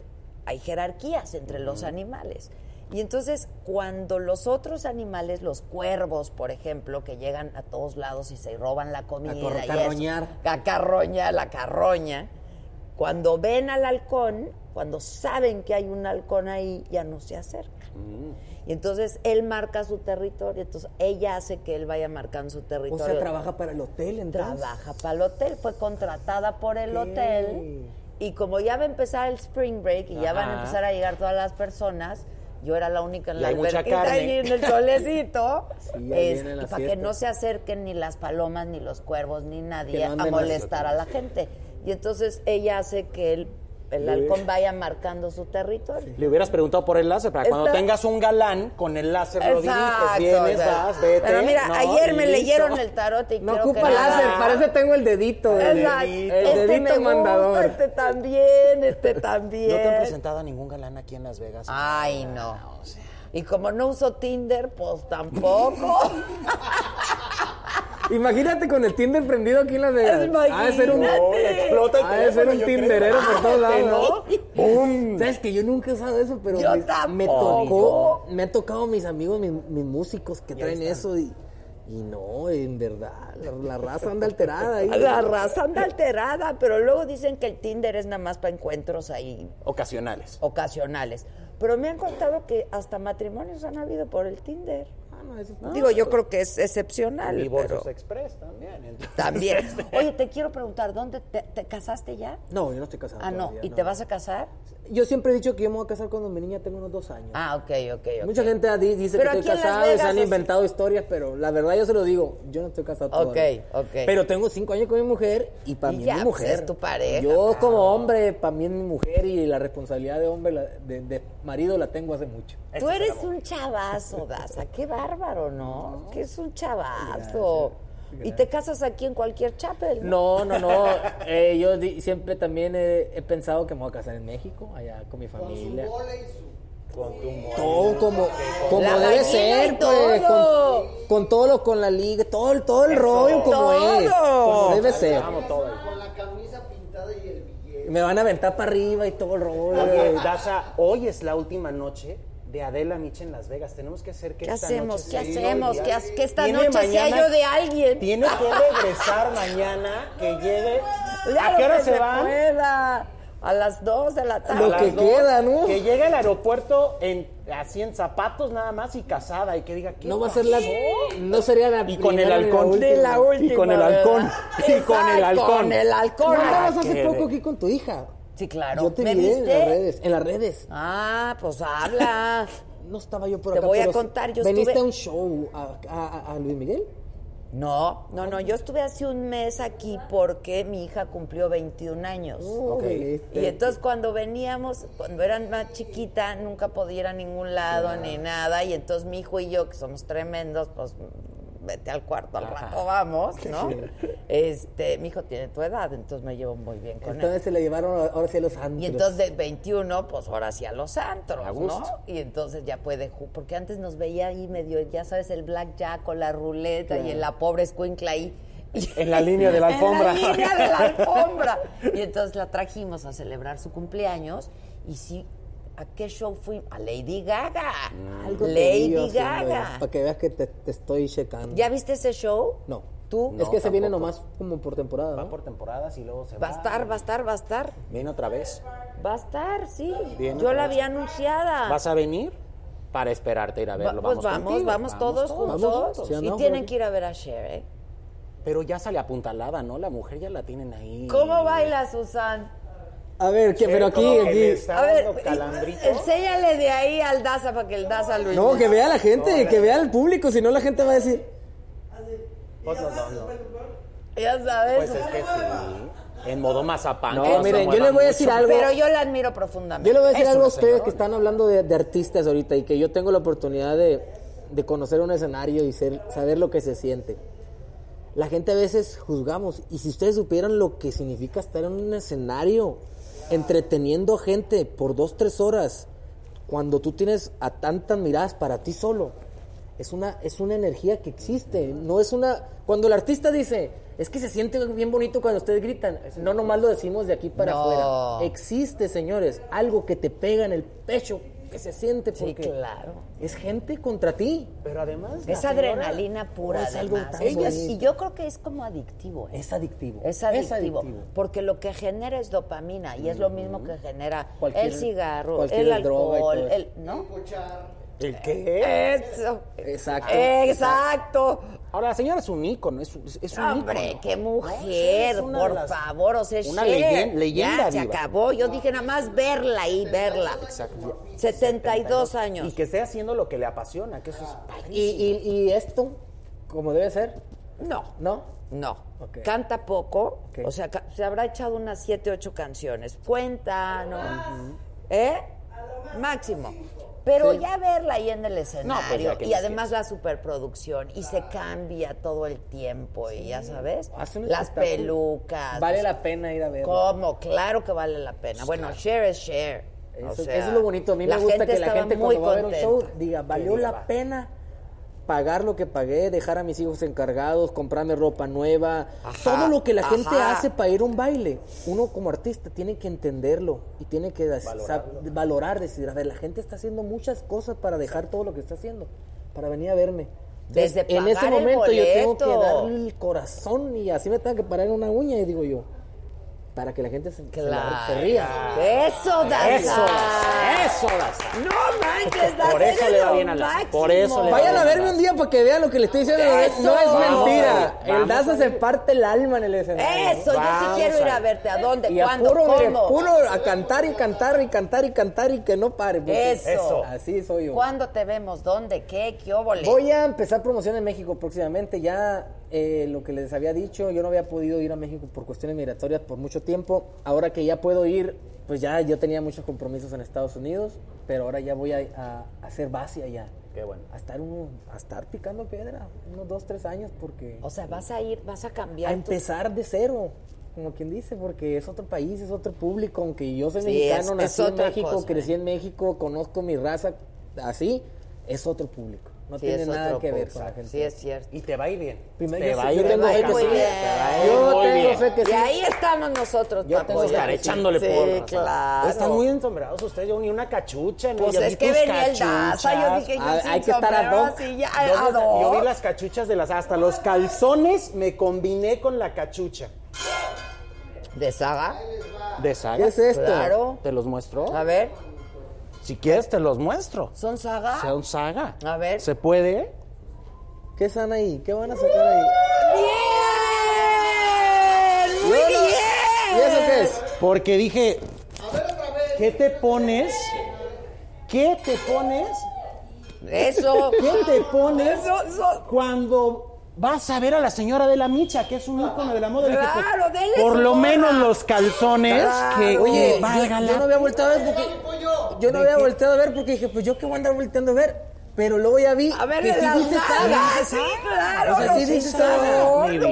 A: hay jerarquías entre los animales. Y entonces cuando los otros animales, los cuervos, por ejemplo, que llegan a todos lados y se roban la comida,
E: corro-
A: y eso,
E: carroñar.
A: la carroña, la carroña, cuando ven al halcón, cuando saben que hay un halcón ahí, ya no se acercan. Y entonces él marca su territorio, entonces ella hace que él vaya marcando su
B: O
A: territorio.
B: sea, trabaja para el hotel, entonces.
A: Trabaja para el hotel, fue contratada por el hotel y como ya va a empezar el spring break y ya van a
E: Ajá.
A: empezar a llegar todas las personas, yo era la única en
E: Y
A: la
E: hay mucha
A: alberquita
E: carne.
A: allí en el solecito,
B: Sí, ahí
A: es-
B: vienen
A: y
B: las
A: para que
B: fiestas.
A: no se acerquen ni las palomas, ni los cuervos, ni nadie
B: Que
A: a
B: no anden
A: molestar a la gente. Y entonces ella hace que el, el halcón vaya marcando su territorio.
E: Le hubieras preguntado por el láser, para cuando
A: Está-
E: tengas un galán, con el láser lo diriges,
A: Exacto,
E: vienes,
A: o sea,
E: vas, vete.
A: Pero mira,
E: ¿no?
A: ayer
E: Y
A: me
E: listo.
A: leyeron el tarot y
B: No
A: creo
B: ocupa
A: que nada.
B: láser, parece tengo el dedito. El
A: Exacto.
B: dedito, el
A: Este
B: dedito
A: me
B: mandador.
A: gusta, este también, este
E: ¿No te han
A: también.
E: presentado a ningún galán aquí en Las Vegas?
A: Ay, no. Y como no uso Tinder, pues tampoco.
B: Imagínate con el Tinder prendido aquí en Las Vegas. Ha de ser un,
E: No, le explota el
B: ha de ser
E: teléfono,
B: un
E: yo creo.
B: tinderero por todos
E: Cállate,
B: lados. ¿no? ¡Bum! Sabes que yo nunca he usado eso, pero
A: Yo
B: me, me
A: tampoco.
B: tocó, me han tocado mis amigos, mis, mis músicos que traen eso y, y no, en verdad, la, la raza anda alterada ahí.
A: La raza anda alterada, pero luego dicen que el Tinder es nada más para encuentros ahí
E: Ocasionales.
A: ocasionales. Pero me han contado que hasta matrimonios han habido por el Tinder.
B: Ah, no, eso- no.
A: Digo, yo creo que es excepcional.
E: Divorcios
A: pero
E: express también. entonces.
A: también. Oye, te quiero preguntar, ¿dónde te, te casaste ya?
B: No, yo no estoy casado.
A: Ah, no.
B: todavía,
A: ¿Y te vas a casar?
B: Yo siempre he dicho que yo me voy a casar cuando mi niña tenga unos dos años.
A: Ah, ok, ok, ok.
B: Mucha gente ha- di- dice
A: Pero
B: que
A: aquí
B: estoy
A: en Las
B: casado y se
A: Vegas
B: han
A: es-
B: inventado historias, pero la verdad yo se lo digo, yo no estoy casado
A: Ok,
B: todavía.
A: ok.
B: Pero tengo cinco años con mi mujer y para
A: Y
B: mí
A: ya,
B: es mi
A: pues,
B: mujer.
A: es tu pareja, Ah.
B: Yo
A: claro.
B: como hombre, para mí es mi mujer y la responsabilidad de hombre, la- de, de marido la tengo hace mucho.
A: Tú eres un chavazo, Daza. Qué bárbaro, ¿no? Que es un chavazo. Y te casas aquí en cualquier chapel.
B: No, no, no. eh, yo di- siempre también he, he pensado que me voy a casar en México, allá con mi familia.
E: Con tu mo-
B: Todo como, como
A: La
B: debe
A: gallina y
B: ser, pues,
A: todo.
B: con, con todo lo, con la liga, todo, el- todo el rollo como es,
A: Todo.
B: como debe ser.
E: Vamos todo.
D: Con la camisa pintada y el billete.
B: Me van a aventar para arriba y todo el rollo.
E: Oye, Daza, hoy es la última noche de Adela Micha en Las Vegas. Tenemos que hacer que
A: ¿Qué
E: esta
A: hacemos?
E: noche
A: ¿Qué
E: se-
A: hacemos?
E: Sí,
A: ¿Qué ha- que esta
E: Tiene
A: noche sea
E: mañana-
A: yo de alguien?
E: Tiene que regresar mañana, que llegue.
A: Claro
E: ¿A qué hora
A: que
E: se van?
A: pueda. A las 2 de la
B: Lo
A: tarde.
E: A
B: que
E: las dos,
B: queda, ¿no?
E: Que llegue al aeropuerto en, así en zapatos nada más y casada y que diga que
B: No va a ser la. No sería la.
E: Y con el
B: primera ni la
E: halcón.
B: última.
A: De la última,
E: Y con el
A: ¿verdad?
E: halcón. Y con el
A: Exacto,
E: halcón.
A: Con el halcón.
B: No,
A: Ah,
B: andabas hace
E: que-
B: poco aquí con tu hija.
A: Sí, claro.
B: Yo te
A: ¿Me
B: vi en
A: viste?
B: las redes. En las redes.
A: Ah, pues habla.
B: No estaba yo por
A: Te
B: acá.
A: voy a
B: pero sí-
A: contar, yo
B: ¿Veniste
A: estuve-
B: a un show a, a- a Luis Miguel?
A: No, no, no. Yo estuve hace un mes aquí porque mi hija cumplió 21 años.
B: Órale, este-
A: Y entonces cuando veníamos, cuando eran más chiquita, nunca podía ir a ningún lado ni nada. Y entonces mi hijo y yo, que somos tremendos, pues mm, vete al cuarto al rato, vamos, ¿no? Este, mi hijo tiene tu edad, entonces me llevo muy bien con él.
B: Entonces se la llevaron a- ahora sí a los antros.
A: Y entonces 21, pues ahora sí a los antros, ¿no?
E: gusto.
A: Y entonces ya puede ju- porque antes nos veía ahí medio, ya sabes, el blackjack o la ruleta y en la pobre escuincla ahí.
E: En la línea de la alfombra.
A: En la línea de la alfombra. Y entonces la trajimos a celebrar su cumpleaños y sí, ¿a qué show fuimos? A Lady Gaga.
E: Mm.
B: Algo te vi
A: Lady
B: haciendo,
A: Gaga.
B: eh, Para que veas que te, te estoy checando.
A: ¿Ya viste ese show?
B: No.
A: ¿Tú?
B: es que se viene
E: tampoco.
B: nomás como por temporada.
E: Va
B: ¿no?
E: por temporadas y luego se va.
A: Va a estar, va a estar, va a estar.
E: Viene otra vez.
A: Va a estar, sí.
E: Bien,
A: Yo la
E: otra
A: había anunciada.
E: ¿Vas a venir? Para esperarte ir a
A: Va-
E: verlo.
A: pues
E: vamos,
A: vamos,
E: contigo.
A: vamos, todos
B: todos.
A: juntos.
B: Vamos juntos. Sí,
A: y
B: andamos por
A: tienen
B: aquí.
A: que ir a ver a Cher, ¿eh?
E: Ah, Pero ya sale apuntalada, ¿no? La mujer ya la tienen ahí.
A: ¿Cómo baila Susan?
B: A ver, ¿qué? Pero aquí,
D: Como que le
B: aquí.
D: está
A: A ver,
D: dando calambrito.
A: enséñale de ahí al Daza para que el Daza lo
B: No, que
A: imite.
B: vea la gente, que vea el público, si no la gente va a decir.
D: Pues no, no, no.
A: Ya sabes.
E: Pues es que sí. En modo mazapán.
B: No,
E: que se
B: miren, yo
E: mueva
B: le voy a decir
E: mucho.
B: algo.
A: Pero yo la admiro
B: Yo
A: profundamente.
B: le voy a decir
E: Es
B: algo a
E: una
B: ustedes
E: señorona.
B: que están hablando de, de artistas ahorita y que yo tengo la oportunidad de, de conocer un escenario y ser- saber lo que se siente. La gente a veces juzgamos y si ustedes supieran lo que significa estar en un escenario entreteniendo gente por dos, tres horas, cuando tú tienes a tantas miradas para ti solo, es una, es una energía que existe. No es una... Cuando el artista dice, es que se siente bien bonito cuando ustedes gritan, no nomás lo decimos de aquí para
A: No.
B: afuera. Existe, señores, algo que te pega en el pecho, que se siente
A: Sí,
B: porque
A: claro.
B: es gente contra ti.
E: Pero además. la
A: Es
E: señora-
A: adrenalina pura,
B: es algo
A: además.
B: tan
A: Ella es-
B: bonito.
A: y yo creo que es como adictivo. ¿eh?
B: Es adictivo.
A: Es adictivo, porque lo que genera es dopamina y es lo mismo que genera
B: Cualquier-
A: el cigarro,
B: cualquier
A: el
B: droga y todo
A: alcohol,
B: eso.
A: el, ¿no?
E: ¿El qué?
A: Eso.
B: Exacto.
A: Exacto.
E: Ahora, la señora es un ícono, es, es- es un
A: Hombre,
E: ícono.
A: qué
E: No,
A: mujer,
E: es una de
A: por
E: las-
A: favor, o sea,
E: una
A: Cher,
E: leyen- leyenda
A: ya se
E: viva.
A: acabó. Yo dije nada más verla y verla.
E: Exacto.
A: 72 años. Ah,
E: Y que esté haciendo lo que le apasiona, que eso es padrísimo.
B: Y, y- y esto, como debe ser,
A: No,
B: ¿no?
A: no.
B: Ok.
A: Canta poco,
B: Ok.
A: o sea, ca- se habrá echado unas 7, 8 canciones. Cuenta, ¿no? ¿Eh? Máximo. Pero ya verla ahí en el
E: pues,
A: escenario
E: ¿qué
A: y
E: más
A: además la superproducción y se cambia todo el tiempo y ya sabes,
B: Hace un
A: las
B: espectáculo.
A: pelucas.
B: Vale
A: o sea,
B: la pena ir a verlo.
A: ¿Cómo? Claro que vale la pena. Bueno, share es share. O
B: Eso,
A: sea,
B: eso es lo bonito. A mí me gusta que la
A: estaba
B: gente
A: muy
B: cuando va a ver un
A: contenta.
B: show diga, valió
E: diga,
B: la
E: va.
B: pena pagar lo que pagué, dejar a mis hijos encargados, comprarme ropa nueva.
A: Ajá,
B: Todo lo que la
A: ajá.
B: gente hace para ir a un baile. Uno como artista tiene que entenderlo y tiene que des- sab- valorar, decir, a ver, la gente está haciendo muchas cosas para dejar todo lo que está haciendo, para venir a verme. Entonces,
A: Desde
B: en ese
A: pagar el
B: momento yo tengo que
A: boleto.
B: darle el corazón y así me tengo que parar en una uña y digo yo, para que la gente se, se la- se ría.
A: Eso, Daza.
E: Eso, eso, Daza.
A: No manches, Daza.
E: Por eso
A: eres
E: le va
A: lo
E: bien a la-
A: máximo.
E: por eso le va
B: Vayan
E: bien
B: a verme
E: Daza.
B: un día para que vean lo que le estoy diciendo. No es- No
A: Eso.
B: es
A: Vamos
B: mentira.
E: a ir,
B: El
E: vamos
B: Daza
E: a
B: se
E: ir.
B: parte el alma en el escenario.
A: Eso, yo sí
E: Vamos
A: quiero ir
E: a
A: a
E: ir.
A: verte. ¿A dónde?
B: ¿Eh? Y a
A: ¿Cuándo?
B: puro, mire,
A: ¿Cómo?
B: puro a cantar y cantar y cantar y cantar y que no pare. porque
A: Eso.
B: Así soy yo.
A: ¿Cuándo te vemos? ¿Dónde? ¿Qué? ¿Qué óvole?
B: Voy a empezar promoción en México próximamente. Ya eh, lo que les había dicho, yo no había podido ir a México por cuestiones migratorias por mucho tiempo. Ahora que ya puedo ir, pues ya yo tenía muchos compromisos en Estados Unidos, pero ahora ya voy a, a- a hacer base allá.
E: Qué bueno.
B: A estar, uno, a estar picando piedra unos dos, tres años porque...
A: O sea, vas a ir, vas a
B: a
A: cambiar. tu-
B: empezar de cero, como quien dice, porque es otro país, es otro público, aunque yo soy
A: Sí, es-
B: mexicano,
A: es
B: nací en
A: otra
B: México,
A: cosa, eh.
B: crecí en México, conozco mi raza, así, es otro público. No
A: Sí,
B: tiene
A: es
B: nada
A: otro
B: que ver
A: público.
B: con la gente.
A: Sí, es cierto.
E: Y te va a ir bien.
B: Primero,
E: te
B: yo
E: va
B: sé-
E: a ir
B: yo
E: bien.
B: tengo fe que
A: muy
B: sí.
A: bien.
B: Yo
E: Muy
B: tengo
E: bien.
B: fe que
A: Y
B: sí.
A: ahí estamos nosotros,
B: Yo
A: para
B: tengo que estar
A: apoyar.
E: echándole
A: sí,
E: porras.
A: claro.
E: Están muy entombrados ustedes, yo ni una cachucha. ni
A: Pues
E: yo
A: es
E: vi
A: que
E: tus
A: venía el Daza, yo
E: cachuchas.
A: dije, yo
B: Ah,
A: sin
B: hay que estar ad
A: sombrero,
B: hoc.
E: Yo
A: así, ya,
E: vi las-
A: ad
E: Yo
A: hoc.
E: vi las cachuchas de las hasta los calzones me combiné con la cachucha.
A: ¿De saga?
E: ¿De saga?
B: ¿Qué es esto?
A: Claro.
E: ¿Te los muestro?
A: A ver,
E: Si quieres, te los muestro.
A: ¿son saga?
E: Sea un saga.
A: A ver.
E: ¿Se puede?
B: ¿Qué están ahí? ¿Qué van a sacar ahí?
A: ¡Bien! ¡Muy
B: Yo no-
A: bien!
B: ¿Y eso qué es?
E: Porque dije, ¿qué te pones? ¿Qué te pones?
A: Eso.
E: ¿Qué te pones
A: Eso, eso.
E: cuando vas a ver a la señora de la micha, que es un
B: Ah,
E: ícono de la moda? Dije, pues,
A: Claro, denle
E: Por
A: su
E: lo
A: porra.
E: menos los calzones que,
B: Ah, Oye,
E: que
B: yo-
E: valga
B: yo,
E: la
B: no había volteado a ver porque. Yo no había volteado a ver porque dije, pues yo qué voy a andar volteando a ver. Pero luego ya vi
A: A ver,
B: que sí
A: las
B: dice
A: nalgas,
B: saga.
A: Sí, claro.
B: O sea, sí
A: los
B: dice
A: hizo.
B: saga.
E: Mi
A: Muy
E: vida.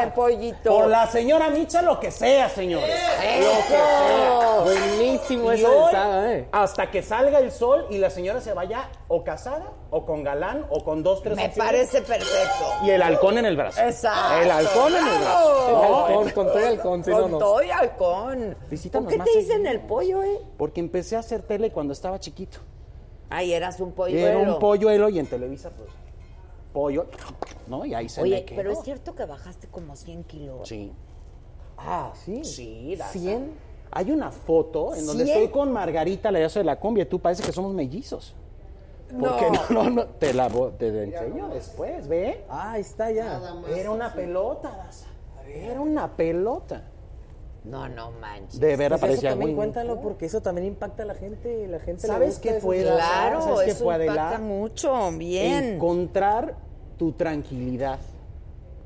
A: bien, pollito.
E: Por la señora Micha, lo que sea, señores.
A: ¡Eso!
B: Buenísimo
E: Y
B: eso de
E: hoy,
B: saga, eh.
E: Hasta que salga el sol y la señora se vaya o casada, o con galán, o con dos, tres
A: Me
E: opciones.
A: parece perfecto.
E: Y el halcón en el brazo.
A: Exacto.
E: El halcón en el brazo.
A: Bravo.
E: No,
B: Halcón, con todo el con, si no,
A: Ah, Con
B: no.
A: todo y halcón.
E: Visítanos
A: ¿Por qué
E: más
A: te
E: seguido.
A: dicen el pollo, eh?
E: Porque empecé a hacer tele cuando estaba chiquito.
A: Ay, eras un pollo.
E: Era un polluelo y en Televisa, pues, pollo, ¿no? Y ahí se me
A: Oye,
E: quedó.
A: pero es cierto que bajaste como 100 kilos.
E: Sí.
B: Ah, sí.
E: Sí, Daza.
B: ¿Cien?
E: Hay una foto en donde
A: ¿Cien?
E: estoy con Margarita, la diosa de la cumbia. Tú parece que somos mellizos. Porque no, no, no, te la vo- te enseño después, ve.
B: Ah, ahí está ya.
E: Era una pelota, Daza. Era una pelota.
A: No, no manches.
E: De
B: Pero
E: veras
B: Pues eso
E: parecía
B: también
E: muy-
B: cuéntalo porque eso también impacta a la gente. La gente le
E: ¿Sabes
B: gusta
E: qué
B: eso.
E: fue, Daza?
A: Claro,
E: ¿Sabes qué
A: eso
E: fue, Adela?
A: impacta mucho, bien.
E: Encontrar tu tranquilidad,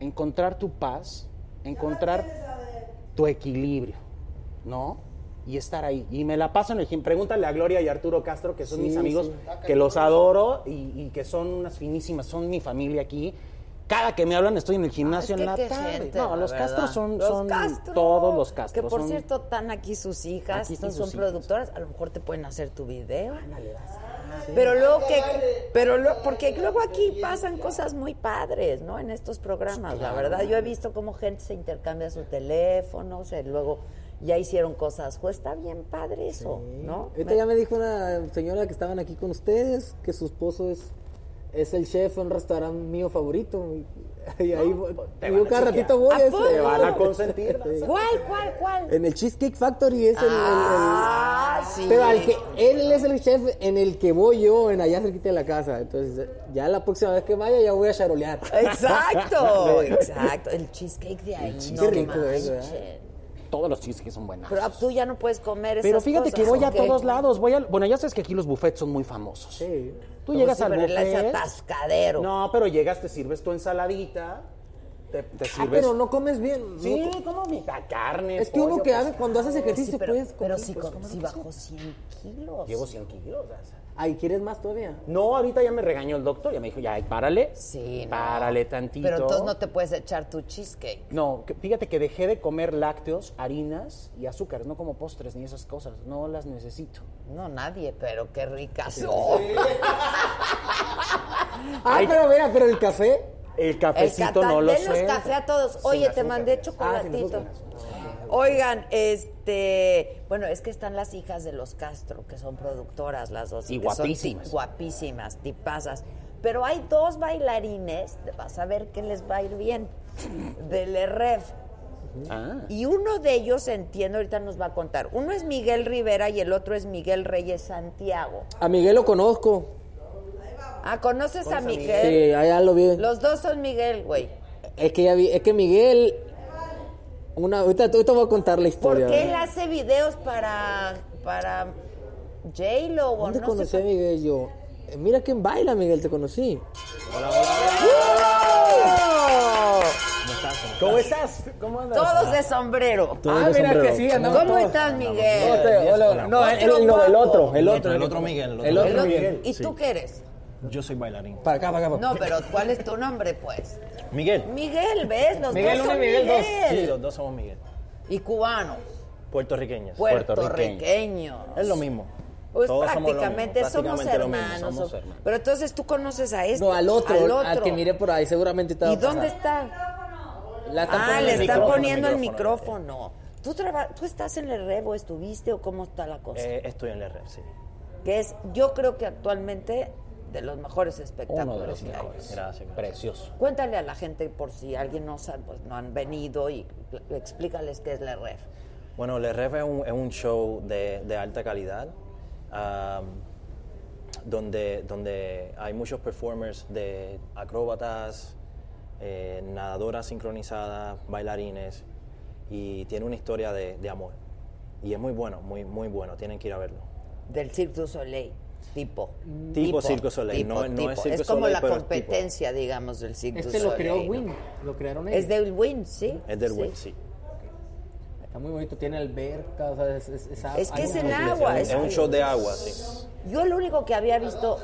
E: encontrar tu paz, encontrar tu equilibrio, ¿no? Y estar ahí. Y me la paso en el gym. Pregúntale a Gloria y Arturo Castro, que son mis amigos,
A: Ah,
E: que los adoro y, y que son unas finísimas, son mi familia aquí. Cada que me hablan estoy en el gimnasio
A: Ah, Es que
E: en la
A: qué
E: tarde.
A: gente,
E: no,
A: la
E: los
A: verdad.
E: Castros son,
A: Los
E: son
A: Castro,
E: todos los Castros.
A: Que por
E: son-
A: cierto, están aquí sus hijas
E: Aquí
A: y
E: están
A: son
E: sus hijas. Ah,
A: productoras. A lo mejor te pueden hacer tu video. Pero luego que. Pero lo- porque luego aquí pasan cosas muy padres, ¿no? En estos programas, la verdad. Yo he visto cómo gente se intercambia su teléfono, se, luego ya hicieron cosas. Pues está bien padre eso, ¿no?
B: Ahorita ya me dijo una señora que estaban aquí con ustedes que su esposo es, es el chef en un restaurante mío favorito. Y, y ahí voy-
E: pues, te
B: y
E: van
B: yo
E: a
B: cada
E: chequear.
B: ratito voy.
A: ¿A
B: a ese.
A: poco? Te van a
E: consentir.
B: Sí.
A: ¿Cuál, cuál, cuál?
B: En el Cheesecake Factory es el- el- el.
A: Ah, sí.
B: Pero al que él es el chef en el que voy yo, en allá cerquita de la casa. Entonces, ya la próxima vez que vaya, ya voy a charolear.
A: Exacto, exacto. El cheesecake de ahí. no
B: cheesecake rico es,
A: manches.
B: ¿verdad?
E: Todos los cheesecakes son buenas.
A: Pero tú ya no puedes comer esas
E: Pero fíjate que
A: cosas,
E: voy a
A: ¿ok?
E: todos lados. Voy al- bueno, ya sabes que aquí los buffets son muy famosos.
B: Sí.
E: Tú llegas
A: Sí,
E: al
A: pero él es
E: buffet.
A: atascadero.
E: No, pero llegas, te sirves tu ensaladita, te, te
B: Ah,
E: sirves.
B: pero no comes bien.
E: Sí,
B: no co-
E: como mitad carne.
B: es que uno
E: pollo,
B: que
E: pescado.
B: hace- cuando haces ejercicio
A: pues. Sí, pero,
B: puedes comer. pues,
A: pero si,
B: puedes
A: co-
B: comer
A: si
B: lo que sea.
A: bajó 100 kilos.
E: Llevo 100 kilos. o sea.
B: Ay, ¿quieres más todavía?
E: No, ahorita ya me regañó el doctor, ya me dijo, ya, ay, párale.
A: Sí, no.
E: Párale tantito.
A: Pero entonces no te puedes echar tu cheesecake.
E: No, que- fíjate que dejé de comer lácteos, harinas y azúcares, no como postres ni esas cosas, no las necesito.
A: No, nadie, pero qué rica.
B: Ah, pero mira, pero el café.
E: El
A: El
E: cafecito
A: café,
E: no lo
A: dennos
E: suelto.
A: café a todos. Oye, te
E: Ah,
A: mandé chocolatito. Oigan, este, bueno, es que están las hijas de los Castro, que son productoras las dos.
E: Y
A: que son
E: guapísimas.
A: ti- guapísimas, tipazas. Pero hay dos bailarines, vas a ver que les va a ir bien, del ERREF.
E: Ah.
A: Y uno de ellos, entiendo, ahorita nos va a contar. Uno es Miguel Rivera y el otro es Miguel Reyes Santiago.
B: A Miguel lo conozco.
A: Ah, ¿conoces a Miguel?
B: Sí, allá lo vi.
A: Los dos son Miguel, güey.
B: Es que ya vi, es que Miguel. Una, ahorita, ahorita voy a contar la historia.
A: Porque él hace videos para para J-Lo o
B: ¿Dónde
A: no
B: conocí a
A: sé.
B: Miguel yo? Eh, Mira quién baila, Miguel, te conocí.
A: Oh.
E: ¿Cómo estás? ¿Cómo andas?
A: Todos de sombrero.
B: Ah, mira que sí, andamos
A: ¿Cómo estás, Miguel?
B: No,
A: él- él no, el otro,
B: el
F: otro, el otro Miguel, el otro
A: El otro- ¿Y tú qué eres?
F: Yo soy bailarín.
B: Para acá, para acá.
A: No, pero ¿cuál es tu nombre, pues?
F: Miguel.
A: Miguel, ¿ves? Los
F: Miguel
A: dos
F: uno
A: son
F: y Miguel dos. Sí,
A: Miguel.
F: los dos somos Miguel.
A: Y cubano,
F: Puertorriqueños.
A: puertorriqueño.
F: Es lo mismo.
A: Pues
F: Todos somos lo
A: prácticamente,
F: mismo,
A: somos,
F: prácticamente lo mismo,
A: hermanos,
F: somos
A: o-
F: hermanos.
A: Pero entonces tú conoces a este.
B: No, al otro,
A: Al
B: al
A: otro.
B: que miré por ahí, seguramente estaba.
A: ¿Y dónde
B: pasando.
A: está?
B: La están
A: Ah,
B: poniendo
A: le
B: en el
A: están
B: micrófono.
A: poniendo el
F: micrófono,
A: micrófono. ¿Tú, traba- ¿Tú estás en el rebo? ¿Estuviste o cómo está la cosa?
F: Eh, estoy en la red, sí.
A: que es, yo creo que actualmente, de los mejores
E: Uno de
A: espectáculos
E: los
A: que hay.
E: mejores.
F: Gracias, gracias.
E: Precioso.
A: Cuéntale a la gente por si alguien no sabe, pues no han venido y pl- explícales qué es la red.
F: Bueno, Le Ref es un, es un show de, de alta calidad am, donde, donde hay muchos performers de acróbatas, eh, nadadoras sincronizadas, bailarines y tiene una historia de, de amor. Y es muy bueno, muy, muy bueno. Tienen que ir a verlo.
A: Del Cirque du Soleil, tipo.
F: Tipo Cirque du Soleil, no- no es Cirque
A: Es
F: du
A: como
F: Soleil,
A: la
F: pero es
A: competencia, digamos, del Cirque
B: Este
A: du
B: lo
A: Soleil.
B: creó
A: ¿no?
B: Win. Lo crearon ellos.
A: Es del Win, ¿sí?
F: Es del
A: Sí.
F: Win, sí.
B: Está muy bonito, tiene alberca, o sea, es, es, es,
A: Es que
B: hay
A: es en
B: una-
A: agua.
F: Es un show de agua, sí.
A: Yo lo único que había visto...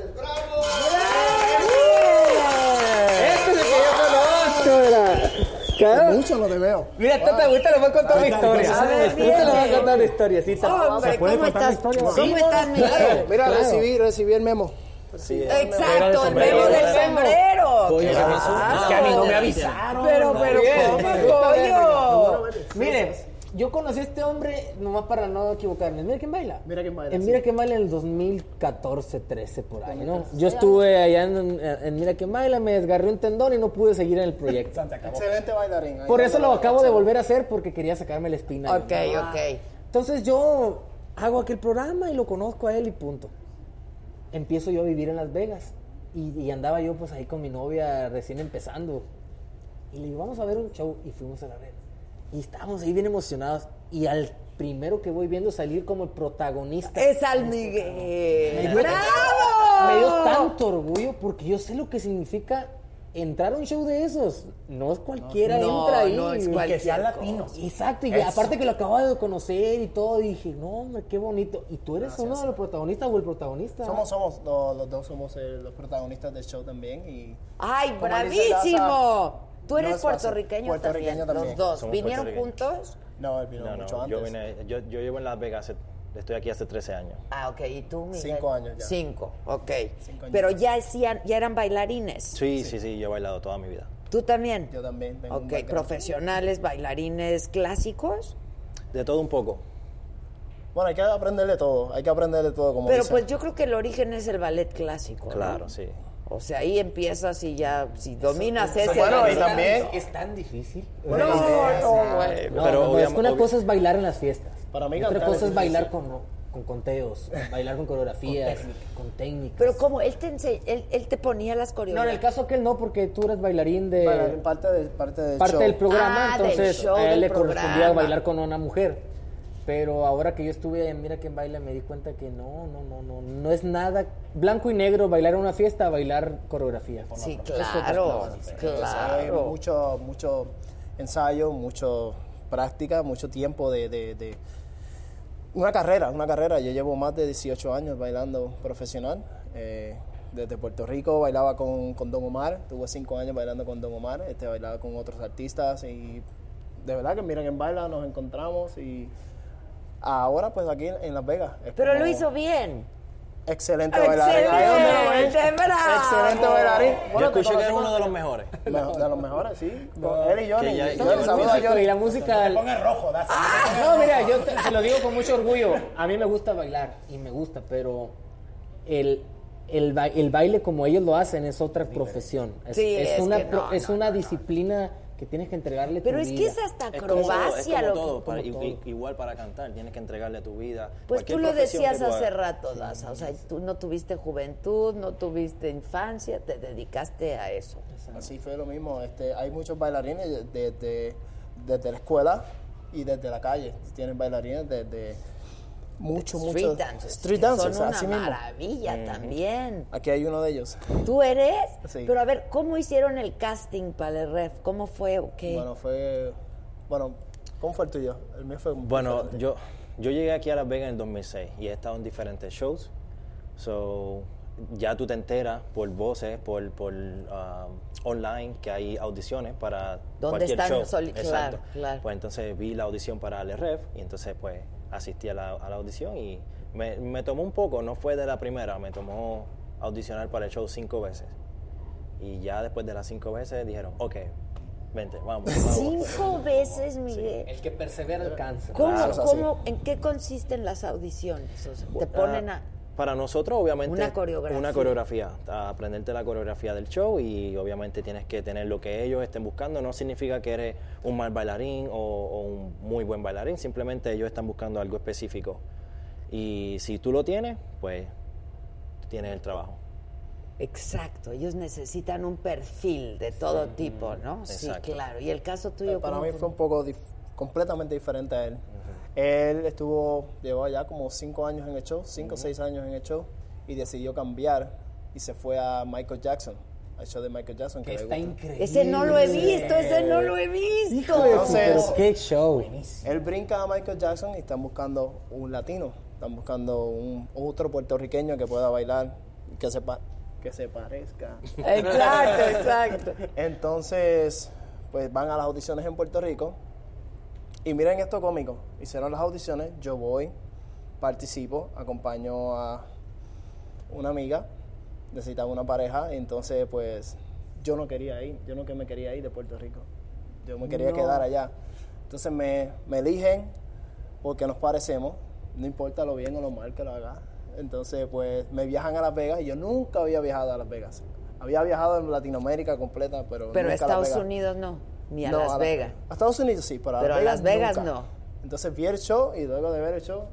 B: Este es el que yo conozco, era.
G: Mucho no te veo.
B: Mira, Tata, ahorita le voy a contar una historia.
A: A ver, Oh,
B: Ahorita le voy a
A: viene.
B: contar una historiecita.
A: Hombre, ¿cómo estás? ¿Cómo estás, Miguel?
G: Mira, recibí, recibí el memo.
F: Sí, es-
A: Exacto, el memo del sombrero. Claro.
E: Es que a mí no me avisaron.
A: Pero, pero, ¿cómo, coño?
B: Miren, yo conocí a este hombre, nomás para no equivocarme. Mira quién baila.
G: Mira quién baila,
B: En
G: sí.
B: eh, Mira quién baila en el 2014, 13, por ahí, ¿no? Yo estuve allá en, en Mira quién baila, me desgarré un tendón y no pude seguir en el proyecto.
G: Excelente bailarín. Ahí
B: Por
G: no
B: eso
G: lo
B: lo acabo de volver a hacer porque quería sacarme la espina.
A: Ok, ok.
B: Entonces yo hago aquel programa y lo conozco a él y punto. empiezo yo a vivir en Las Vegas. Y, y andaba yo pues ahí con mi novia recién empezando. Y le digo, vamos a ver un show. Y fuimos a la red. Y estábamos ahí bien emocionados. Y al primero que voy viendo salir como el protagonista. Este
A: Es al Miguel. ¡Bravo!
B: Me dio tanto orgullo porque yo sé lo que significa entrar a un show de esos. No es cualquiera
A: No,
B: entra ahí.
A: no es
B: güey.
A: cualquier cosa.
B: Exacto, y aparte que lo acababa de conocer y todo, dije, no, hombre, qué bonito. Y tú eres uno de los protagonistas o el protagonista.
G: Somos, somos, lo- los, dos somos eh, los protagonistas del show también y...
A: ¡Ay,
G: como dice Daza,
A: bravísimo! Tú
G: no
A: eres
G: es fácil.
A: puertorriqueño,
G: Puertorriqueño
A: también,
G: también.
A: Los dos.
F: Somos
A: ¿Vinieron
F: puertorriqueños.
A: juntos?
G: No, él vino
F: No,
G: mucho
F: no,
G: antes.
F: yo, vine, yo, yo llevo en Las Vegas, hace- estoy aquí hace 13 años.
A: Ah, ok. ¿Y tú, Miguel?
G: Cinco años ya.
A: Cinco, ok.
G: Cinco años.
A: Pero ya, hacían, ya eran bailarines.
F: Sí, sí, sí, yo he bailado toda mi vida.
A: ¿Tú también?
G: Yo también tengo un
A: Ok,
G: background.
A: profesionales, bailarines clásicos.
F: De todo un poco.
G: Bueno, hay que aprender de todo, hay que aprender de todo como
A: Pero
G: dicen.
A: pues yo creo que el origen es el ballet clásico. ¿no?
F: Claro, sí.
A: O sea, ahí empiezas y ya, si dominas ese.
G: Bueno, y
A: ballet-
G: también...
B: Es tan difícil.
A: No, no, güey.
B: No,
F: Pero
B: no, no, es
F: obviam-
B: que una
F: obvi-
B: cosa es bailar en las fiestas.
G: Para mí
B: y otra
G: cantar
B: cosa
G: es
B: es bailar con, con conteos, bailar con coreografías, con técnicas.
A: Pero como él te, ense- él, él te ponía las
B: no, en
A: coreografías.
B: el caso que él no, porque tú eres bailarín de
G: Bueno, en parte,
A: pues-
G: de, parte del
B: parte
G: show.
B: del programa,
A: Ah, del
B: entonces
A: show,
B: a él
A: del
B: le correspondía
A: programa.
B: bailar con una mujer. Pero ahora que yo estuve en Mira quién baila, me di cuenta que no, no, no, no, no es nada blanco y negro bailar en una fiesta, bailar coreografía.
A: Sí,
B: Es otra
A: claro,
B: cosa.
G: Entonces, hay
A: claro.
G: mucho, mucho ensayo, mucho práctica, mucho tiempo de, de- de- Una carrera, una carrera. Yo llevo más de 18 años bailando profesional. Eh, desde Puerto Rico bailaba con, con Don Omar. Tuve 5 años bailando con Don Omar. Este, bailaba con otros artistas y... De verdad que miren en baila, nos encontramos y... Ahora pues aquí en Las Vegas. Es
A: Pero lo
G: como-
A: hizo bien.
G: Excelente bailarín.
A: ¡Excelente!
G: Ahí donde lo ves.
A: ¡Bravo!
G: ¿eh?
A: Oh.
G: Excelente bailarín.
F: yo
G: Bueno, te
F: escuché que era
G: conocemos-
F: uno de los mejores.
G: Mejo- de los mejores, sí. Él y
F: que
G: Johnny.
F: ya-
G: Johnny,
F: ya-
B: Yo
G: saluda a
B: músico
G: Johnny.
B: y la música.
G: rojo,
B: Ah, no, mira, yo te, te lo digo con mucho orgullo. A mí me gusta bailar y me gusta, pero el, el, ba- el baile como ellos lo hacen es otra profesión. Es,
A: Sí, es
B: una,
A: que no,
B: pro- es
A: no,
B: una
A: no, no.
B: disciplina que tienes que entregarle tu
A: Pero es que
B: vida.
A: es hasta
F: Es como todo, es
A: acrobacia
F: como
A: lo que-
F: todo, para-
B: como
F: i- i-
B: todo.
F: Igual para cantar, tienes que entregarle tu vida.
A: Pues tú
F: Cualquier
A: lo
F: profesión que
A: decías
F: tú
A: hace
F: hagas.
A: rato, Daza. O sea, tú no tuviste juventud, no tuviste infancia, te dedicaste a eso.
G: Así fue lo mismo. Este, hay muchos bailarines de- de- de- desde la escuela y desde la calle. Tienen bailarines desde muchos,
A: Street
G: muchos.
A: dancers.
G: Street
A: que
G: dancers,
A: Son una
G: así mismo.
A: maravilla
F: Mm.
A: también.
G: Aquí hay uno de ellos.
A: Tú eres.
G: Sí.
A: Pero a ver, ¿cómo hicieron el casting para el ref? ¿Cómo fue o qué?
G: Bueno, fue. Bueno, ¿cómo fue el tuyo? El mío fue.
F: Bueno,
G: diferente.
F: yo, yo llegué aquí a Las Vegas en el 2006 y he estado en diferentes shows. So, ya tú te enteras por voces, por, por um, online, que hay audiciones para
A: ¿Dónde
F: cualquier
A: están
F: show.
A: soli-
F: Exacto.
A: claro, claro.
F: Pues entonces vi la audición para el REF y entonces pues asistí a la, a la audición y me, me tomó un poco, no fue de la primera, me tomó audicionar para el show cinco veces. Y ya después de las cinco veces dijeron, ok, vente, vamos. vamos".
A: Cinco veces, Miguel.
B: El que persevera alcanza.
A: ¿Cómo,
G: Claro, es así.
A: cómo- ¿En qué consisten las audiciones? O sea, te ponen
G: ah,
A: a.
F: Para nosotros, obviamente.
A: Una coreografía.
F: Una coreografía. a Aprenderte la coreografía del show y obviamente tienes que tener lo que ellos estén buscando. No significa que eres un mal bailarín o, o un muy buen bailarín. Simplemente ellos están buscando algo específico. Y si tú lo tienes, pues tienes el trabajo.
A: Exacto, ellos necesitan un perfil de todo tipo, ¿no? Sí,
F: Exacto.
A: claro. Y el caso tuyo,
G: Para
A: ¿cómo
G: mí fue un poco dif- completamente diferente a él. Él estuvo, llevó allá como cinco años en el show, cinco o seis años en el show, y decidió cambiar y se fue a Michael Jackson, al show de Michael Jackson. Que le
B: Está
G: gusta.
B: increíble.
A: Ese no lo he visto, ese no lo he visto.
B: Pero
G: Entonces,
B: qué show.
G: él brinca a Michael Jackson y están buscando un latino, están buscando un otro puertorriqueño que pueda bailar, que se, pa- que se parezca.
A: Exacto, exacto.
G: Entonces, pues van a las audiciones en Puerto Rico. Y miren esto cómico. Hicieron las audiciones, yo voy, participo, acompaño a una amiga, necesitaba una pareja, y entonces pues yo no quería ir, yo no que me quería ir de Puerto Rico. Yo me quería quedar allá. Entonces me, me eligen porque nos parecemos, no importa lo bien o lo mal que lo haga. Entonces, pues me viajan a Las Vegas y yo nunca había viajado a Las Vegas. Había viajado en Latinoamérica completa, pero.
A: Pero
G: Mm,
A: a
G: nunca
A: Estados
G: Las Vegas.
A: Unidos no, ni a
G: No,
A: Las
G: la-
A: Vegas.
G: a Estados Unidos sí, pero a
A: Pero a
G: Las Vegas,
A: Las Vegas
G: nunca.
A: no.
G: Entonces vi el show y luego de ver el show,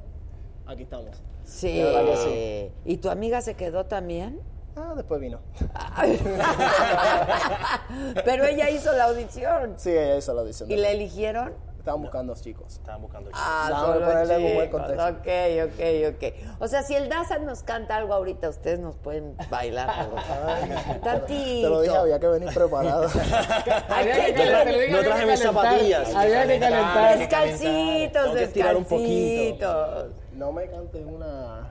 G: aquí estamos.
A: Sí.
G: De verdad que
A: ¿Y tu amiga se quedó también?
G: Ah, después vino.
A: Pero ella hizo la audición.
G: Sí, ella hizo la audición.
A: ¿Y la eligieron?
G: Estaban buscando chicos.
F: Estaban buscando
A: Ah,
G: No,
A: solo
G: ponerle algún buen
A: chicos.
G: contexto.
A: Ok, ok, ok. O sea, si el Daza nos canta algo ahorita, ustedes nos pueden bailar algo.
B: Ah,
G: Te lo dije,
A: Tantito.
G: había que venir preparado.
A: Hay que
F: calentar. No traje mis zapatillas.
B: Había que calentar.
A: Descalcitos,
F: Tengo que estirar un poquito.
A: descalcitos.
G: no me cantes una.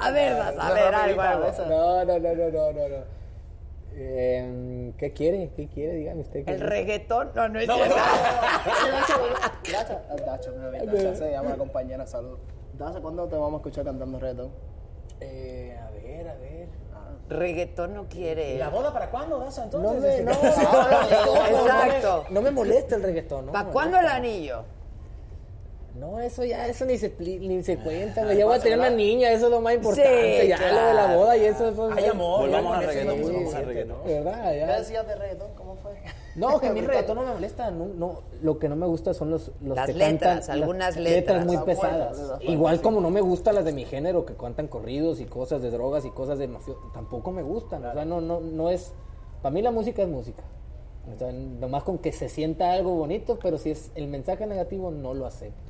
A: A ver, Daza, a ver,
G: Una
A: algo,
G: rolita,
A: algo.
G: Daza.
B: No, no, no, no, no, no. no. Em, ¿Qué quiere? ¿Qué quiere? Dígame usted. qué
A: El
B: quiere.
A: reggaetón, no, no es cierto.
G: Dacha, ah, Dacha, mira, bien, Dacha se llama la compañera Salud. Dacha, ¿cuándo te vamos a escuchar cantando reto?
E: Eh, a ver, a ver.
A: Reggaetón no quiere. él.
E: boda para cuándo, Daza,
B: No me, no,
A: Exacto.
B: no me molesta el reggaetón. No,
A: ¿Para
B: me
A: cuándo el anillo?
B: No, eso ya, eso ni se, pli- ni se cuenta, güey. Ya voy a tener una niña, eso es lo más importante.
A: Sí,
B: ya
A: claro.
B: lo de la boda y eso. eso
E: Hay amor,
F: Volvamos
E: ya,
F: al
E: con eso
F: reggaetón,
E: no
F: volvamos
E: me
F: al reggaetón.
B: ¿Verdad?
G: ¿Qué
B: Ya.
G: decías de reggaetón? ¿Cómo fue?
B: No, que a mí el reggaetón no me molesta. No, no, lo que no me gusta son los, los
A: Las
B: que
A: letras,
B: cantan
A: algunas letras.
B: letras. muy
G: Las
B: pesadas.
G: fuertes, las
B: Igual como no me gustan las de mi género, que cuentan corridos y cosas de drogas y cosas de mafio, tampoco me gustan. O sea, no, no, no es... Para mí la música es música. O sea, nomás con que se sienta algo bonito, pero si es el mensaje negativo, no lo acepto.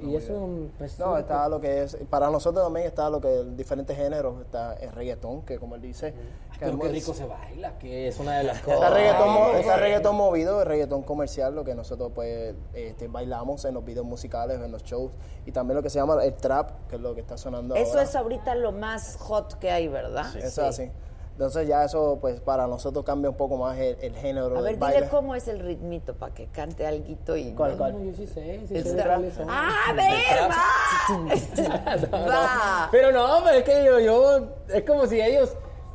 B: Y- y, eso... pues,
G: No, está lo que es. Para nosotros también está lo que es diferentes géneros. Está el reggaetón, que como él dice. que
B: Pero qué
G: es-
B: rico se baila, que es una de las
G: Ah, Está
B: cosas.
G: reggaetón, mo- está reggaetón movido, el reggaetón comercial, lo que nosotros pues este, bailamos en los videos musicales, en los shows, y también lo que se llama el trap, que es lo que está sonando
A: Eso
G: ahora.
A: es ahorita lo más hot que hay, ¿verdad?
G: Eso es así. Entonces ya eso pues para nosotros cambia un poco más el, el género
A: A
G: del
A: ver,
G: baile.
A: dile cómo es el ritmito para que cante alguito y...
G: ¿Cuál, cuál?
B: No, yo sí sé, sí
A: El
B: sé
A: tra-
B: cuáles son. Este,
A: ¡A ver, va! ¡Va!
B: Pero no, pero es que yo, yo- es como si ellos,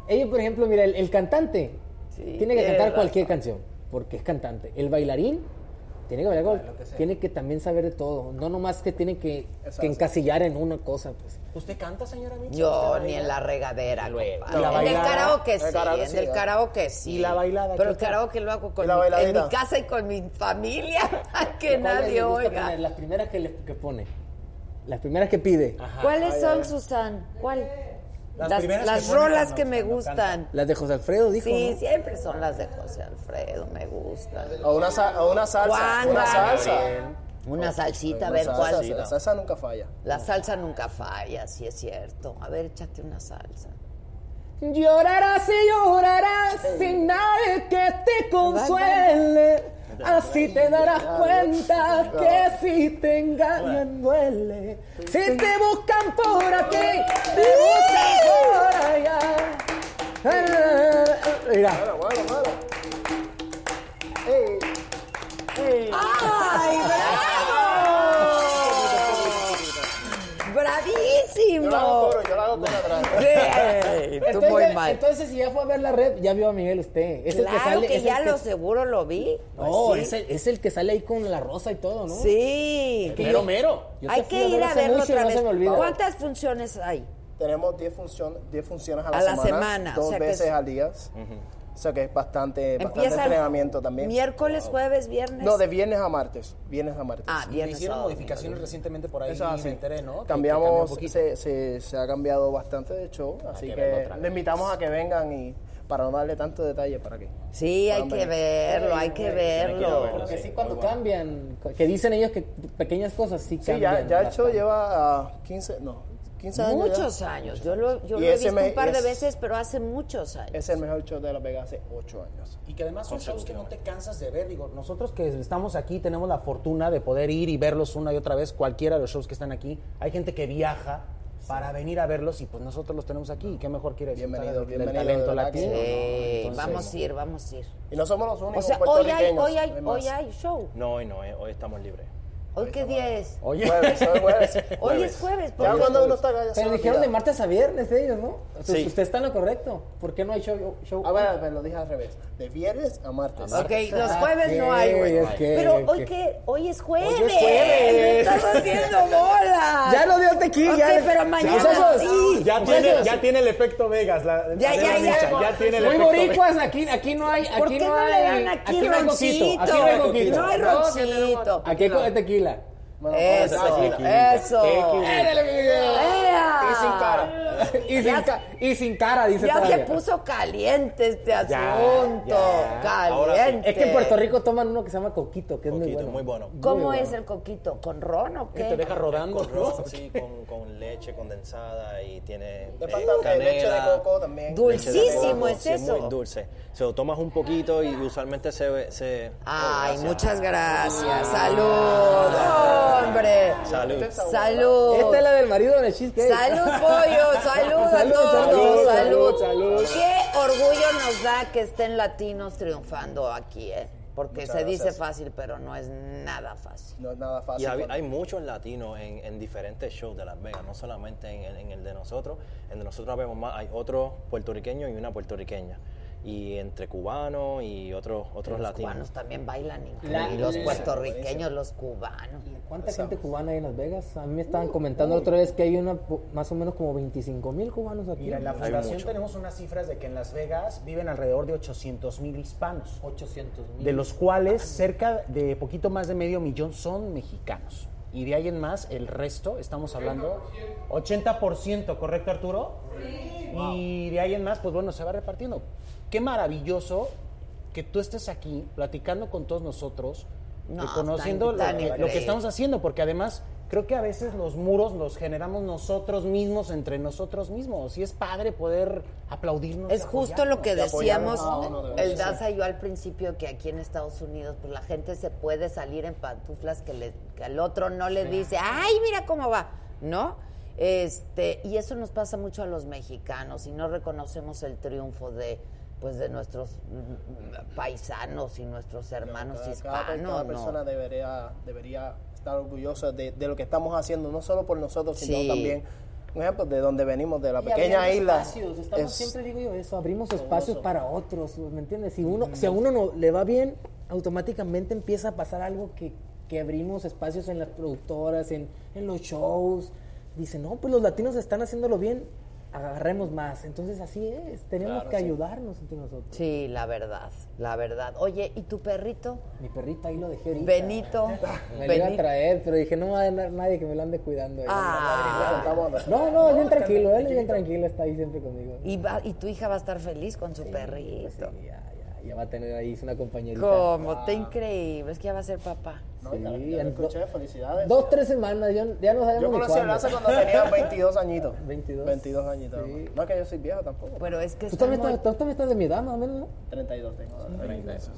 B: ellos por ejemplo, mira, el, el cantante
A: Sí,
B: tiene que
A: tiene
B: cantar
E: Eh,
A: razón.
B: cualquier canción, porque es cantante. El bailarín tiene que bailar, con-
E: Ah,
B: tiene que también saber de todo, no nomás que tiene que, que encasillar en una cosa, pues.
E: ¿Usted canta, señora Michi?
A: Yo ni en la regadera, compadre.
G: La
A: En el
G: bailada.
A: karaoke
G: El
A: sí,
G: karaoke
A: en
G: sí,
A: el
G: ¿verdad?
A: karaoke sí.
E: ¿Y la bailada?
A: Pero
E: ¿Qué
A: el
E: tal?
A: karaoke lo hago con
G: ¿Y la
A: mi- en
G: bailadita?
A: mi casa y con mi familia, que
B: ¿Cuál le
A: nadie
B: gusta
A: oiga.
B: poner? Las primeras que, le- que pone, las primeras que pide,
A: ¿Cuáles son, Susan? ¿Cuál? Las,
E: Las primeras
A: las
E: que ponen
A: rolas
E: cuando-
A: que me
E: cuando
A: gustan.
B: las de José Alfredo dijo.
A: Sí,
B: ¿no?
A: siempre son las de José Alfredo, me gustan.
G: O una, sa- o una salsa.
A: Juan
G: una
A: Gabriel.
G: salsa.
A: Una salsita, a
G: Una
A: ver
G: salsa,
A: cuál.
G: La salsa nunca falla.
A: La salsa nunca falla, sí es cierto. A ver, échate una salsa.
B: Llorarás y llorarás sin nadie que te consuele. Así te darás cuenta que si te engañan duele. Si te buscan por aquí, te buscan por allá. Eh, Mira,
G: Bueno, bueno, bueno. Ey,
A: ¡Ay,
G: yo la
A: bravo!
G: hago
A: ¡Bravísimo!
G: coro, yo la hago coro atrás.
A: Bien, tú
B: entonces,
A: muy mal.
B: entonces si ya fue a ver la red, ya vio a Miguel usted. Es el que
A: Claro
B: sale,
A: que
B: es
A: ya
B: el
A: lo seguro lo vi.
B: No, es,
A: Pues
B: el, es el que sale ahí con la rosa y todo, ¿no?
A: Sí.
B: Que yo- yo te
A: Hay
B: fui
A: que
B: ver
A: ir a
B: hace
A: verlo
B: mucho y
A: otra
B: no
A: vez.
B: se me olvida.
A: ¿Cuántas funciones hay?
G: Tenemos 10 funciones, 10 funciones a la
A: A la
G: semana.
A: semana, o
G: Dos
A: sea que
G: veces
A: es-
G: al día. O sea que es bastante, bastante
A: Empieza
G: entrenamiento también.
A: miércoles, jueves, viernes.
G: No, de viernes a martes. Viernes a martes.
A: Ah,
E: Le
A: viernes.
E: hicieron
A: sábado,
E: modificaciones recientemente por ahí,
G: Eso es así.
E: me enteré, ¿no? Que- que cambió un
G: Cambiamos,
E: poquito.
G: se, se, se ha cambiado bastante de show, así
E: que
G: que,
E: verlo otra vez.
G: le invitamos a que vengan y para no darle tanto detalle para que.
A: domingo. Sí, hay que verlo, hay que verlo.
B: Porque sí, cuando cambian, que dicen ellos que pequeñas cosas sí
G: Sí,
B: cambian.
G: ya, ya el show
B: bastante.
G: lleva ah, 15, no, 15 años. ya.
A: Muchos años. Yo lo, yo
G: Y
A: lo he
G: ese
A: visto
G: me-
A: un par de
G: es-
A: veces, pero hace muchos años.
G: Es el mejor show de Las Vegas hace 8 años.
E: Y que además son shows que no te cansas de ver. Digo, nosotros que estamos aquí tenemos la fortuna de poder ir y verlos una y otra vez, cualquiera de los shows que están aquí. Hay gente que viaja para venir a verlos y pues nosotros los tenemos aquí. ¿Y qué mejor quiere decir?
G: Bienvenido,
E: del,
G: bienvenido,
E: talento
G: de verdad que
E: latino.
G: sí.
A: Eh,
E: ¿no? Entonces,
A: vamos a ir, vamos a ir.
G: Y no somos los
A: O
G: únicos
A: sea, hoy hay,
G: puertorriqueños.
A: hoy hay,
G: más.
A: hoy hay show.
F: No, hoy no, eh, hoy estamos libres.
A: ¿Hoy qué día es?
E: Oye,
G: Jueves, hoy jueves.
A: Hoy es jueves. ¿por
G: Ya
A: qué?
G: cuando uno está acá, ya se
B: Pero
G: va a
B: dijeron de
G: olvidar.
B: martes a viernes ellos, ¿no? Entonces,
F: Sí.
B: Usted está en lo correcto. ¿Por qué no hay show? show? Ah,
G: A ver, a ver, Ah, lo dije al revés. De viernes a martes.
A: Ok, los jueves no hay, güey.
B: Ok, ok,
A: Pero hoy
B: ok.
A: que hoy es jueves.
B: es jueves.
A: Me estás haciendo bola.
B: Ya lo dio tequila.
A: Ok,
B: ya.
A: pero mañana
B: Muchachos,
A: sí.
H: Ya tiene, ya tiene el efecto Vegas. La,
A: Ya,
H: la de
A: ya, ya.
H: Micha, ya tiene el
B: Muy
H: efecto Vegas.
B: boricuas, aquí, aquí no hay, aquí
A: ¿Por qué no,
B: hay,
A: le dan aquí,
B: aquí no hay coquito,
A: ronchito?
B: aquí no hay coquito.
A: No hay
B: No,
A: ronchito.
B: Aquí hay co- tequila.
A: Eso, eso.
B: Érale, mi Miguel.
A: ¡Ea!
B: Y sin cara. Y sin,
A: Ya-
B: ca- y sin cara, dice
A: Ya se
B: todavía.
A: puso caliente este
B: Ya,
A: asunto.
B: ya.
A: Caliente.
B: Es que en Puerto Rico toman uno que se llama coquito, que es
F: Coquito,
B: muy
F: muy
B: bueno.
F: bueno.
A: ¿Cómo
B: Muy
A: es el coquito? ¿Con ron o qué?
E: te deja rodando.
F: Con ron, sí, con, con leche condensada y tiene
G: De
F: eh,
G: pasta de leche de coco también.
F: leche de
A: Dulcísimo
F: coco,
A: es
F: sí,
A: eso.
F: Muy dulce. Se lo tomas un poquito y usualmente se... se Ah.
A: Ay, muchas gracias. Salud, hombre.
F: Salud.
A: Salud.
B: Esta es la del marido de Cheesecake.
A: Salud, pollo, salud,
B: Salud,
A: a todos,
B: salud, salud,
A: salud,
B: salud.
A: Qué orgullo nos da que estén latinos triunfando aquí, ¿eh? Porque
G: Muchas
A: se dice
G: gracias.
A: fácil, pero no es nada fácil.
G: No es nada
F: Y
G: fácil.
F: hab-
G: con-
F: hay muchos latinos en, en diferentes shows de Las Vegas, no solamente en, en- en el de nosotros. En el de nosotros vemos más, hay otro puertorriqueño y una puertorriqueña. Y entre cubanos y otros, otros
A: Los
F: latinos.
A: cubanos también bailan, increíble,
B: La-
A: y los
B: la-
A: puertorriqueños, los cubanos.
B: ¿Cuánta gente cubana hay en Las Vegas? A mí me estaban comentando otra vez que hay una po- más o menos como 25 mil cubanos aquí.
H: Mira, en la fundación tenemos unas cifras de que en Las Vegas viven alrededor de 800 mil hispanos,
B: 800
H: de los cuales cerca de poquito más de medio millón son mexicanos. Y de ahí en más, el resto, estamos hablando 80%, ¿correcto Arturo? Y de ahí en más, pues bueno, se va repartiendo. Qué maravilloso que tú estés aquí platicando con todos nosotros,
A: No,
H: reconociendo
A: tan- tan
H: lo que- lo
A: increíble.
H: que estamos haciendo, porque además creo que a veces los muros los generamos nosotros mismos entre nosotros mismos y es padre poder aplaudirnos.
A: Es
H: y
A: justo lo que
H: apoyarnos.
A: decíamos
G: apoyaron. No, no, de
A: el
G: verdad,
A: Daza y yo al principio, que aquí en Estados Unidos, pues la gente se puede salir en pantuflas que, le, que al otro no le dice, ay, mira cómo va, ¿no? Este, y eso nos pasa mucho a los mexicanos y no reconocemos el triunfo de pues de nuestros mm, paisanos y nuestros hermanos
G: Cada-
B: ah,
G: cada-
A: hispanos.
G: Cada
A: ¿no?
G: persona debería, debería estar orgullosa de, de lo que estamos haciendo, no solo por nosotros, sino
A: Sí.
G: también, por ejemplo, de donde venimos, de la
B: Y
G: pequeña
B: abrimos
G: isla.
B: espacios, estamos,
G: Es-
B: siempre digo yo eso, abrimos espacios para otros, ¿me entiendes? Si, uno, si a
G: Mm.
B: uno no le va bien, automáticamente empieza a pasar algo que, que abrimos espacios en las productoras, en, en los shows. Dicen, no, pues los latinos están haciéndolo bien, agarremos más. Entonces así es, tenemos que ayudarnos entre nosotros.
A: Sí, la verdad, la verdad. Oye, ¿y tu perrito?
B: Mi perrito ahí lo dejé ahorita.
A: Benito.
B: Me lo iba a
A: Benito.
B: traer, pero dije, no va a haber nadie que me lo ande cuidando. ahí.
A: Ah.
B: No, no, es bien tranquilo, él es bien tranquilo, está ahí siempre conmigo.
A: Y, va- y tu hija va a estar feliz con su
G: pues,
A: perrito.
B: Sí, ya, Ah, ya, ya va a tener ahí una compañerita.
A: Como te increíble, es que ya va a ser papá.
G: No,
B: Sí,
G: ya- ya
B: en
G: lo escuché,
B: do-
G: felicidades.
B: Dos, tres semanas, yo, ya no sabemos
G: Yo
B: ni
G: conocí a
B: cuándo.
G: Laza cuando tenía 22 añitos.
B: 22.
G: 22 añitos.
B: Sí.
G: No es que yo soy viejo tampoco.
A: Pero es que
B: Tú
A: están
B: también,
A: muy-
B: estás, tú también estás de mi edad, más o menos, ¿no?
G: 32 tengo. 32.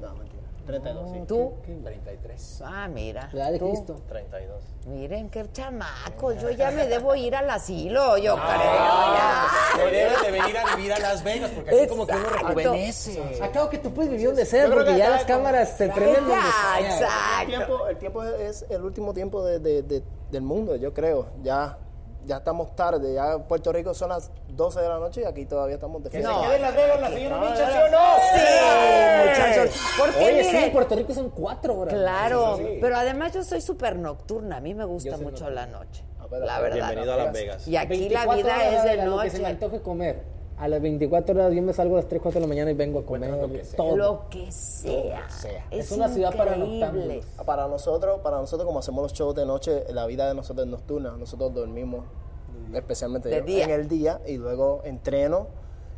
G: No, mentira. 32, sí.
A: tú.
F: 33.
A: Ah, mira.
B: La edad de
A: tú.
B: Cristo.
F: 32.
A: Miren qué chamaco. Yo ya me debo ir al asilo, yo creo. ya.
F: Te debes de venir a vivir a Las Vegas porque aquí como que uno
A: Exacto.
F: rejuvenece.
B: Acabo que tú puedes vivir donde sea,
G: creo
B: porque
G: que
B: ya
G: acá
B: las
G: como-
B: cámaras se entrenan donde
A: Ya,
B: sea.
G: El
A: exacto.
G: tiempo, el tiempo es el último tiempo de- de- de- del mundo, yo creo. Ya, ya estamos tarde. Ya en Puerto Rico son las 12 de la noche y aquí todavía estamos de fiesta.
A: No.
H: Las Vegas, la señora Micha, ¿sí o no?
A: Sí, muchachos. Porque
B: Oye, sí,
A: miren,
B: en Puerto Rico son cuatro horas.
A: claro, pero además yo soy súper nocturna. A mí me gusta mucho la noche.
G: pero-
F: Ah,
A: La verdad.
F: pues Bienvenido a Las Vegas.
A: Y aquí la
B: 24
A: vida
B: horas
A: es
B: a
A: de
B: Lo que se me
A: noche.
B: antoje comer. A las 24 horas yo me salgo a las 3, 4 de la mañana y vengo a comer. todo.
A: Lo que sea.
B: Es una ciudad para
A: increíble.
B: noctámbulos.
G: Ah, Para nosotros, para nosotros como hacemos los shows de noche, la vida de nosotros es nocturna. Nosotros dormimos, especialmente
A: De
G: yo,
A: día.
G: en el día y luego entreno,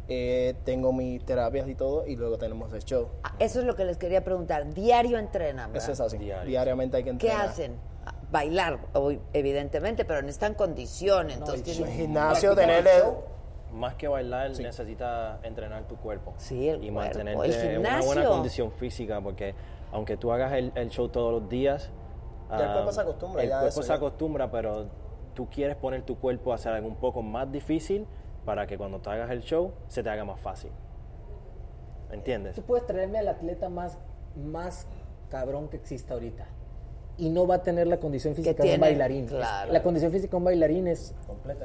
G: eh, tengo mis terapias y todo y luego tenemos el show.
A: Ah, Eso es lo que les quería preguntar. Diario entrenan, ¿verdad?
G: Eso es así.
F: Diario.
G: Diariamente hay que
A: ¿Qué
G: entrenar.
A: hacen? Ah, Bailar, o- evidentemente, pero necesitan condición, entonces
G: El
A: tienen-
G: gimnasio, tener el,
F: Más que bailar, necesitas entrenar tu cuerpo.
A: Sí, el
F: Y
A: cuerpo,
F: mantenerte
A: el
F: en una buena
A: gimnasio.
F: condición física, porque aunque tú hagas el, el show todos los días...
G: Ya el
F: ah,
G: cuerpo se acostumbra
F: El
G: ya a
F: cuerpo
G: eso,
F: se
G: ya.
F: acostumbra, pero tú quieres poner tu cuerpo a hacer algo un poco más difícil para que cuando te hagas el show se te haga más fácil. ¿Entiendes?
B: Tú puedes traerme al atleta más, más cabrón que exista ahorita. Y no va a tener la condición física de
A: tiene,
B: un bailarín.
A: claro.
B: Es- La condición física de un bailarín es,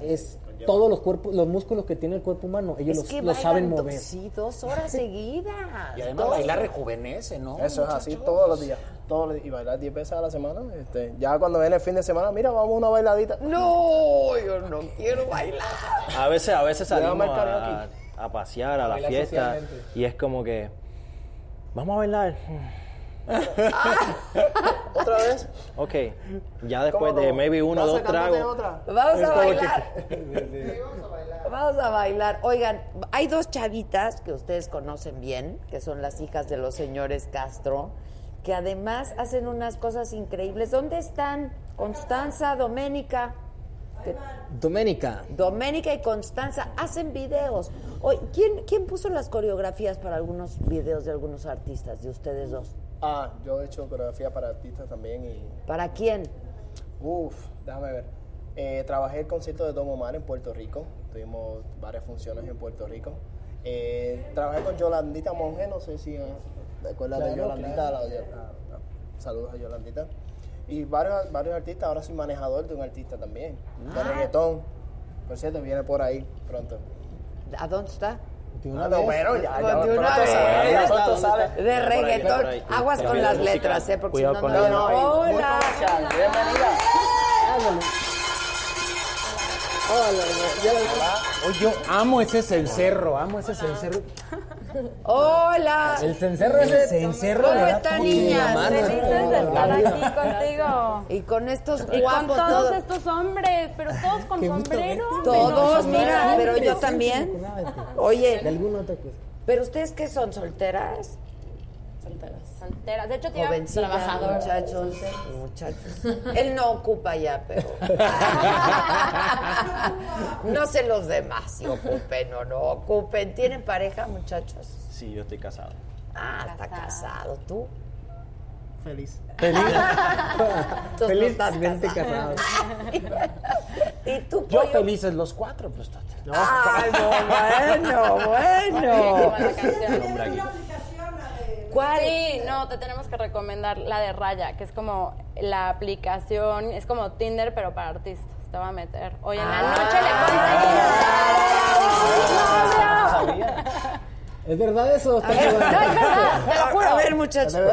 B: es todos los cuerpos, los músculos que tiene el cuerpo humano, ellos
A: Es
B: los,
A: que
B: los saben
A: bailan do-
B: mover.
A: Sí, dos horas seguidas.
H: Y además
A: dos.
H: bailar rejuvenece, ¿no?
G: Eso es así todos los días. Todos los- y bailar 10 veces a la semana. este, ya cuando viene el fin de semana, mira, vamos a una bailadita.
A: No, yo no quiero bailar.
F: A veces, a veces
G: Le damos
F: salimos
G: el
F: a,
G: karaoke.
F: a pasear, a la
B: bailar
F: fiesta,
B: socialmente.
F: y es como que, vamos a bailar.
G: ¿Otra vez?
F: Ok, ya después de maybe uno o
G: ¿Vas a
F: dos
G: cantarte
F: tragos.
G: otra?
A: Vamos a bailar. Vamos a bailar. Oigan, hay dos chavitas que ustedes conocen bien, que son las hijas de los señores Castro, que además hacen unas cosas increíbles. ¿Dónde están Constanza, Doménica? Que-
B: Doménica.
A: Doménica y Constanza hacen videos. Oye, ¿quién, ¿Quién puso las coreografías para algunos videos de algunos artistas, de ustedes dos?
G: Ah, yo he hecho coreografía para artistas también y
A: ¿Para quién?
G: Uf, déjame ver. Eh, trabajé el concierto de Don Omar en Puerto Rico. Tuvimos varias funciones en Puerto Rico. Eh, trabajé con Yolandita Monge, no sé si eh, te acuerdas de Yolandita. la- la- la- saludos a Yolandita. Y varios, varios artistas, ahora soy manejador de un artista también,
A: Ah.
G: de reggaetón. Por cierto, viene por ahí pronto.
A: ¿A dónde está?
G: Ah, no, bueno, ya, ya,
A: De
G: pronto
A: una vez.
G: sabe, ya pronto sabe.
A: De reggaetón.
F: ahí, por ahí.
A: Aguas con
F: Cambia
A: las
F: de música.
A: letras, ¿eh? Porque
H: Cuidado
A: si no,
H: con
A: no,
H: la-
G: No,
A: no.
G: no, muy
A: Hola.
G: comercial. Bienvenida.
H: Oye, yo amo ese cencerro, amo ese cencerro.
A: Hola.
B: El cencerro es el cencerro.
A: ¿Cómo
B: ¿verdad?
A: están,
B: Y la
A: niñas?
B: mano.
I: Felices de estar aquí contigo.
A: Y con estos
I: Y con
A: guapos.
I: todos
A: todo-
I: estos hombres, pero todos con
B: Qué gusto
I: sombrero.
B: verte.
A: Todos,
I: menos
A: mira,
I: yo.
A: pero yo también. Oye,
B: De alguna otra cosa.
A: ¿pero ustedes qué son? ¿Solteras?
I: Solteras. De hecho, te iba-
A: Jovencitas, muchachos. Muchachos. Él no ocupa ya, pero. no sé los demás si ocupen o no ocupen. ¿Tienen pareja, muchachos?
F: Sí, yo estoy casado.
A: Ah, está casado. ¿Tú?
G: Feliz.
A: Entonces no estás
B: Felizmente
A: casado.
B: casado.
I: Ah,
A: ¿Y tú,
H: Yo
A: pollo?
H: felices los cuatro, pues. tate.
A: Ay, no, bueno, bueno. ¿Cuál?
I: Sí, no, te tenemos que recomendar la de Raya, que es como la aplicación, es como Tinder, pero para artistas. Te va a meter. Hoy en la
A: Ah.
I: noche le pones ahí.
B: ¿Es verdad eso?
A: A ver,
I: No, es verdad, te lo
A: A
I: juro.
A: ver, muchachos, ¿cómo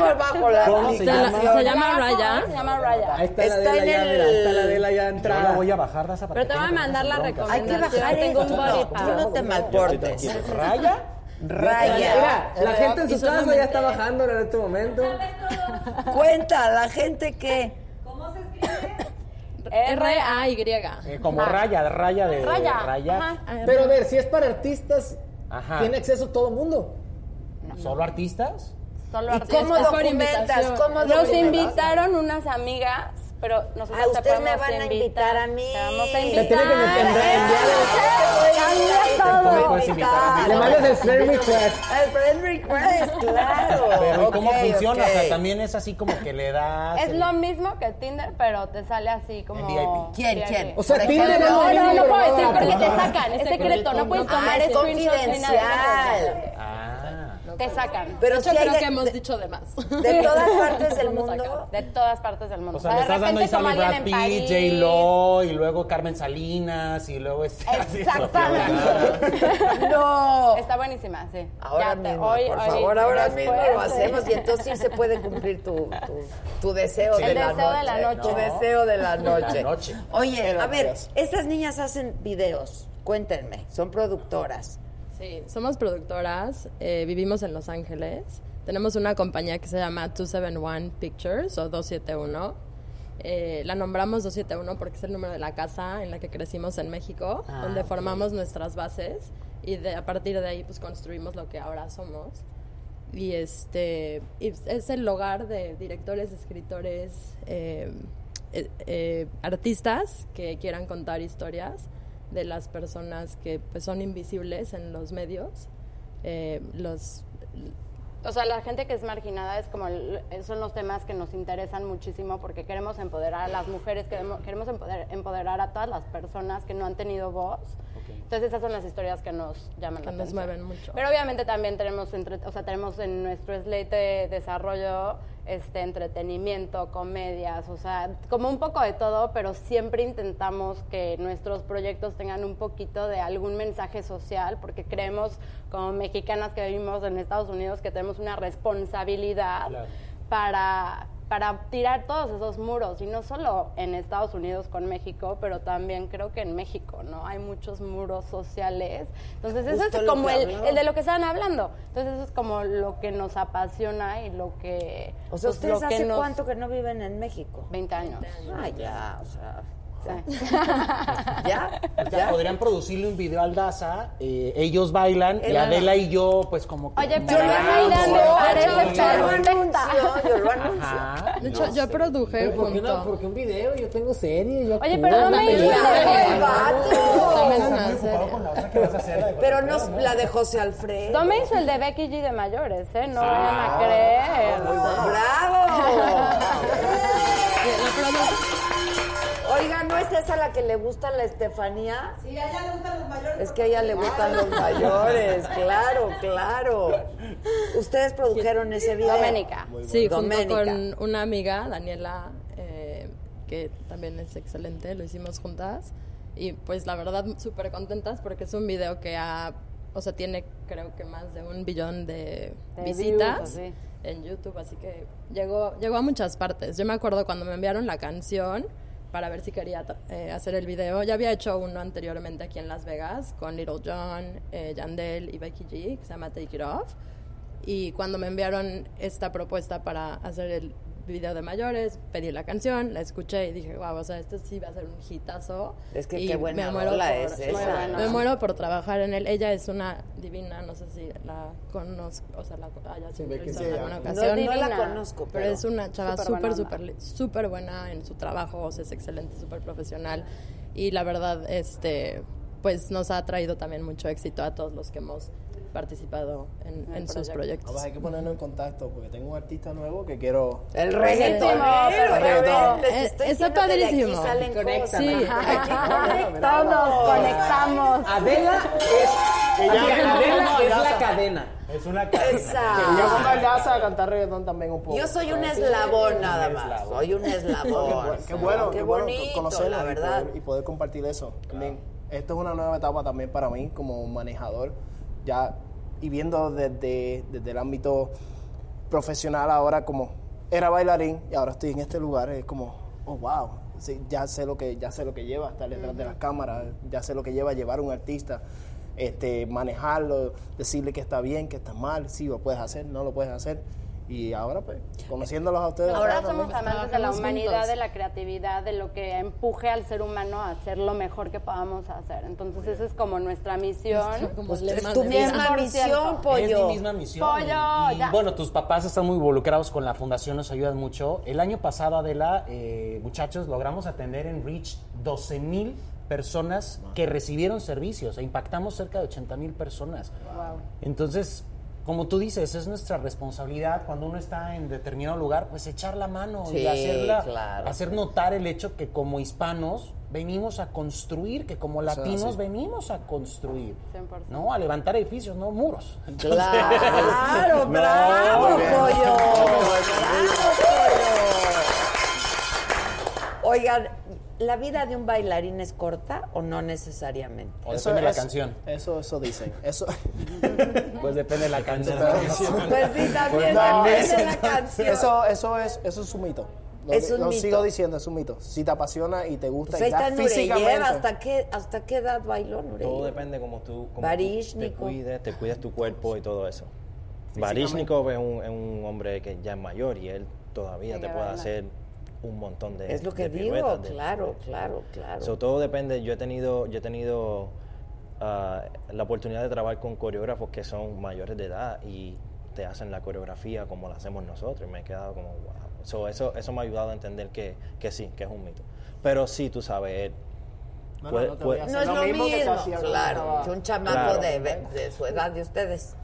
A: bajo la
H: ¿Cómo se
A: aplicación?
H: llama?
I: ¿Se llama Raya? Se llama Raya.
B: Ahí está,
A: Está
B: la de
A: en
B: la ya,
A: el-
B: mira, está la de la ya
H: Yo
B: entrada.
H: la voy a bajar, Daza, para
I: Pero te
H: que
I: voy a
H: no tengas
I: mandar la
H: broncas.
A: Hay que
I: recomendación.
A: bajar
I: Tengo un
A: esto.
I: body
A: Tú no te malportes.
H: ¿Raya?
A: Raya.
B: La gente en su casa ya está bajándola en este momento.
A: Cuenta, la gente que...
I: R-A-Y.
H: Eh, como
I: Ah,
H: raya, raya de.
I: Raya.
H: Raya.
I: ajá.
B: Pero a ver, si es para artistas,
E: Ah.
H: Ajá.
B: tiene acceso todo el mundo.
H: ¿Solo artistas?
I: Solo
A: ¿Y
I: artistas.
A: cómo
I: Es por
A: documentas?
I: invitación.
A: ¿Cómo
I: Nos
A: documentas?
I: invitaron unas amigas, pero nosotros te
A: Ah, ustedes me
I: podemos
A: van a invitar a mí.
I: Te vamos a
A: Me
I: invitar.
B: tienen que meter-
H: puedes invitar
B: Le mandas el friend
I: pues.
B: request.
A: El friend request, claro.
H: Pero ¿y cómo
A: Ok,
H: funciona? O
A: ok.
H: sea, también es así como que le das.
I: Es
H: el-
I: lo mismo que Tinder, pero te sale así como.
H: En VIP.
A: ¿Quién,
I: VIP.
A: quién?
B: O sea,
A: Por
B: Tinder
A: ejemplo,
B: es lo
I: No, no,
B: mismo,
I: no
B: pero
I: puedo decir
B: no va a
I: porque te
B: probar.
I: sacan. Es secreto, no puedes
A: Ah,
I: tomar
A: es
I: screenshots ni nada,
A: confidencial.
H: Ah.
I: no puedes. Te sacan.
A: Pero sí hay de- de-
I: dicho de más.
A: de todas partes del
I: Nos
A: mundo.
I: sacan. De todas partes del mundo.
H: O sea, le estás dando ahí Sally
I: como
H: Brad
I: alguien en
H: Pitt,
I: París.
H: J-Lo, y luego Carmen Salinas, y luego este. así,
I: Exactamente.
A: No.
I: Está buenísima, sí.
A: Ahora
I: Ya te-
A: mismo,
I: hoy-
A: por
I: hoy-
A: favor, ahora
I: después,
A: mismo lo
I: sí.
A: hacemos y entonces sí se puede cumplir tu, tu, tu deseo,
H: Sí.
A: de,
H: El
A: la
I: deseo
A: noche,
I: de la
A: Tu
I: noche.
A: deseo de la
H: la
A: noche.
H: noche.
A: Oye, a ver,
G: Gracias.
A: estas niñas hacen videos, cuéntenme, son productoras.
J: Sí, somos productoras, eh, vivimos en Los Ángeles, tenemos una compañía que se llama 271 Pictures o 271. Eh, la nombramos 271 porque es el número de la casa en la que crecimos en México,
A: Ah,
J: donde formamos nuestras bases y de, a partir de ahí pues construimos lo que ahora somos. Y este y es el hogar de directores, escritores, eh, eh, eh, artistas que quieran contar historias de las personas que pues, son invisibles en los medios. Eh, los
I: O sea, la gente que es marginada es como el- eh, son los temas que nos interesan muchísimo porque queremos empoderar a las mujeres, queremos, queremos empoder- empoderar a todas las personas que no han tenido voz. Entonces esas son las historias que nos llaman
J: Que
I: la
J: nos
I: atención.
J: mueven mucho.
I: Pero obviamente también tenemos entre- o sea, tenemos en nuestro slate de desarrollo este entretenimiento, comedias, o sea, como un poco de todo, pero siempre intentamos que nuestros proyectos tengan un poquito de algún mensaje social porque creemos como mexicanas que vivimos en Estados Unidos que tenemos una responsabilidad para para tirar todos esos muros, y no solo en Estados Unidos con México, pero también creo que en México, ¿no? Hay muchos muros sociales. Entonces, eso
K: Justo
I: es
K: lo
I: como
K: que
I: el,
K: hablaba.
I: el de lo que estaban hablando. Entonces, eso es como lo que nos apasiona y lo que...
A: O sea,
I: pues,
A: ¿ustedes
I: lo que
A: hace
I: nos-
A: cuánto que no viven en México?
I: 20 años.
A: Ah, ya, o sea... ya.
E: Ya podrían producirle un video al Daza, eh, ellos bailan, y
A: Era-
E: Adela y yo, pues como que...
I: Oye,
E: Yo
I: pero
E: la
I: Adela y
E: amo.
I: me parece
E: Yo la
I: perfecta.
E: anuncio, yo lo anuncio.
B: Ajá.
J: De hecho, yo produje
B: ¿Por qué
J: junto.
B: no? Porque un video, yo tengo serie, yo
I: Oye,
B: actúo,
I: pero no
B: una
I: me
B: película.
I: digas. ¡Ay,
A: Pero no la de José Alfredo.
I: No me hizo el de Becky G de mayores, ¿eh? No vayan a creer.
A: Oiga, ¿no es esa la que le gusta a la Estefanía?
D: Sí, a ella le gustan los mayores.
A: Es que a ella le gustan los mayores, claro, claro. Ustedes produjeron ese video.
J: Doménica. Sí, junto
A: Doménica.
J: con una amiga, Daniela, eh, que también es excelente, lo hicimos juntas. Y pues la verdad, súper contentas porque es un video que ha, o sea, tiene creo que más de un billón de,
I: De
J: visitas
I: views, así.
J: en YouTube, así que llegó, llegó a muchas partes. Yo me acuerdo cuando me enviaron la canción para ver si quería tra- eh, hacer el video. Ya había hecho uno anteriormente aquí en Las Vegas con Little John, eh, Yandel y Becky G, que se llama Take It Off. Y cuando me enviaron esta propuesta para hacer el video de mayores, pedí la canción, la escuché y dije, wow, o sea, esto sí va a ser un hitazo.
A: Es que
J: Y
A: qué buena
J: me muero
A: rola
J: por-
A: es
J: me
A: esa,
J: muero-
A: ¿no?
J: Me muero por trabajar en él. Ella es una divina, no sé si la conozco, o sea, la hayas entrevistado en
A: sí,
J: alguna
A: ya.
J: ocasión.
A: No, no la conozco, pero
J: es una chava
A: súper buena
J: súper, súper, li- súper buena en su trabajo, o sea, es excelente, súper profesional. Y la verdad, este, pues nos ha traído también mucho éxito a todos los que hemos participado en, en sus proyectos.
G: Ahora hay que ponernos en contacto porque tengo un artista nuevo que quiero.
A: El
J: reggaetonero,
G: El reggaetón.
J: rebelde. Eh, está padrísimo. Sí.
I: Todos conectamos.
B: Adela es...
G: Ella-
B: Así, Adela
G: Adela
B: es la
G: Daza.
B: cadena.
H: Es una
A: Esa.
G: Y yo con Baldaza a cantar reggaetón también un poco.
A: Yo soy un
G: Sí.
A: eslabón nada más. Soy un eslabón.
G: Qué bueno,
A: Qué
G: qué bueno
A: bonito,
G: conocerlo
A: la
G: y
A: verdad.
G: poder- Y poder compartir eso. También, esto es una nueva etapa también para mí como manejador. Ya, y viendo desde, desde el ámbito profesional ahora como era bailarín y ahora estoy en este lugar, es como, oh wow, sí, ya sé lo que, ya sé lo que lleva estar detrás de las cámaras, ya sé lo que lleva llevar un artista, este, manejarlo, decirle que está bien, que está mal, sí lo puedes hacer, no lo puedes hacer. Y ahora pues, conociéndolos a ustedes.
I: Ahora
G: también.
I: somos amantes de la
J: Trabajamos
I: humanidad,
J: juntos.
I: de la creatividad, de lo que empuje al ser humano a hacer lo mejor que podamos hacer. Entonces, esa es como nuestra misión.
J: como
A: Pues
J: lema
A: es tu
J: de
A: misma
I: vida.
A: misión,
E: Es mi
A: pollo.
E: misma misión.
I: Pollo,
E: Y,
I: ya.
E: bueno, tus papás están muy involucrados con la fundación, nos ayudan mucho. El año pasado, Adela, eh, muchachos, logramos atender en Reach 12 mil personas que recibieron servicios e impactamos cerca de 80 mil personas. Entonces, como tú dices, es nuestra responsabilidad cuando uno está en determinado lugar, pues echar la mano
A: Sí,
E: y hacerla,
A: claro.
E: hacer notar el hecho que como hispanos venimos a construir, que como
G: sea,
E: latinos
G: sí.
E: venimos a construir,
I: 100%.
E: ¿no? A levantar edificios, no muros. Entonces-
A: Claro, bravo,
E: muy bien.
A: pollo. Bravo, pollo. Oigan, ¿la vida de un bailarín es corta o no necesariamente?
E: O depende de la
G: es-
E: canción.
G: Eso, eso dicen. Eso.
E: Pues depende de la canción.
A: Pues sí, también
G: No,
A: depende de la
G: eso-
A: canción.
G: Eso, eso es, eso es un mito. Lo,
A: Es
G: que-
A: un
G: lo
A: mito.
G: sigo diciendo, es un mito. Si te apasiona y te gusta
A: Pues ahí
G: y ya
A: está
G: físicamente.
A: Nureyev, ¿hasta qué, ¿hasta qué edad bailó
F: Todo
A: Nureyev?
F: depende como tú, como tú te
A: Varishnikov.
F: cuides, te cuides tu cuerpo y todo eso. Varishnikov es un, es un hombre que ya es mayor y él todavía
I: Hay
F: te
I: que
F: puede
I: verla.
F: hacer un montón de
A: Es lo que
F: de piruetas,
A: digo,
F: de-
A: claro, claro, claro.
F: So, todo depende. Yo he tenido, yo he tenido ah, la oportunidad de trabajar con coreógrafos que son mayores de edad y te hacen la coreografía como la hacemos nosotros. Y me he quedado como, wow. So, eso, eso me ha ayudado a entender que, que sí, que es un mito. Pero sí, tú sabes, él
G: No, no,
F: puede-
G: no te
F: puede-
G: voy a
A: No es
G: Lo
A: lo
G: mismo que tú
A: mismo,
G: hacías cuando
A: claro,
G: estaba-
A: que un chamaco
F: Claro.
A: de, ve- de su edad de ustedes,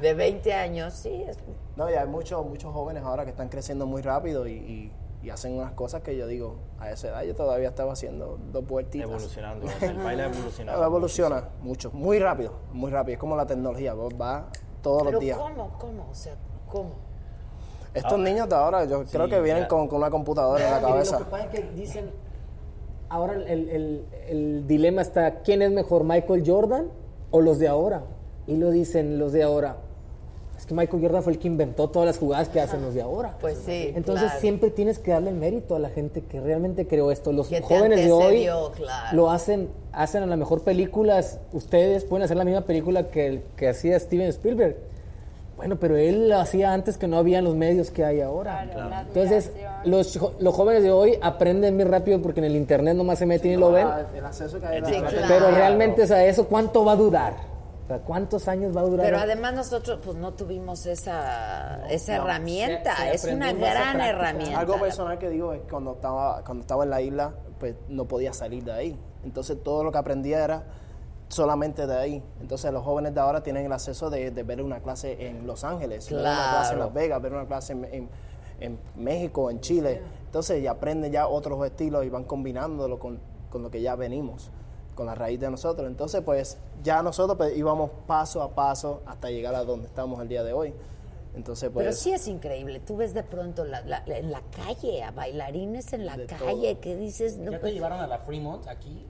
A: de 20 años, sí, es
G: No, y hay muchos, muchos jóvenes ahora que están creciendo muy rápido y, y- y hacen unas cosas que yo digo, a esa edad yo todavía estaba haciendo dos vueltitas.
F: evolucionando. El baile ha evolucionado.
G: Ah, Evoluciona mucho, muy rápido, muy rápido. Es como la tecnología, vos vas todos
A: Pero
G: los días.
A: ¿cómo? ¿Cómo? O sea, ¿cómo?
G: Estos niños de ahora, yo creo que vienen
F: ya.
G: con, con una computadora en la
B: Mira,
G: cabeza.
B: Lo que pasa es que dicen, ahora el, el- el dilema está, ¿quién es mejor, Michael Jordan o los de ahora? Y lo dicen los de ahora. Es que Michael Jordan fue el que inventó todas las jugadas que hacen los de ahora.
A: Pues sí.
B: Entonces
A: claro.
B: siempre tienes que darle el mérito a la gente que realmente creó esto. Los
A: Que te
B: jóvenes de hoy
A: antecedió, claro.
B: lo hacen, hacen a la mejor películas. Ustedes pueden hacer la misma película que, el, que hacía Steven Spielberg. Bueno, pero él lo hacía antes que no había los medios que hay ahora.
I: Claro. la
B: Entonces, los, jo- los jóvenes de hoy aprenden muy rápido porque en el internet nomás se meten y lo ven.
G: Ah, El acceso que hay a la- la-
B: Pero realmente, o sea, eso, ¿cuánto va a durar? O sea, ¿cuántos años va a durar?
A: Pero además nosotros pues no tuvimos esa, esa
G: no.
A: herramienta,
G: Se- se
A: es una
G: aprendió en base a
A: gran
G: práctica.
A: herramienta.
G: Algo personal que digo es que cuando estaba, cuando estaba en la isla, pues no podía salir de ahí. Entonces todo lo que aprendía era solamente de ahí. Entonces los jóvenes de ahora tienen el acceso de, de ver una clase en Los Ángeles, ver una clase en
A: Claro.
G: Las Vegas, ver una clase en, en- en México, en Chile. Entonces ya aprenden ya otros estilos y van combinándolo con, con lo que ya venimos, con la raíz de nosotros. Entonces pues ya nosotros pues, íbamos paso a paso hasta llegar a donde estamos el día de hoy. Entonces pues...
A: Pero sí es increíble. Tú ves de pronto la- la- la- en la calle, a bailarines en la calle, que dices, no,
H: ¿Ya te
A: pues,
H: llevaron a la Fremont aquí?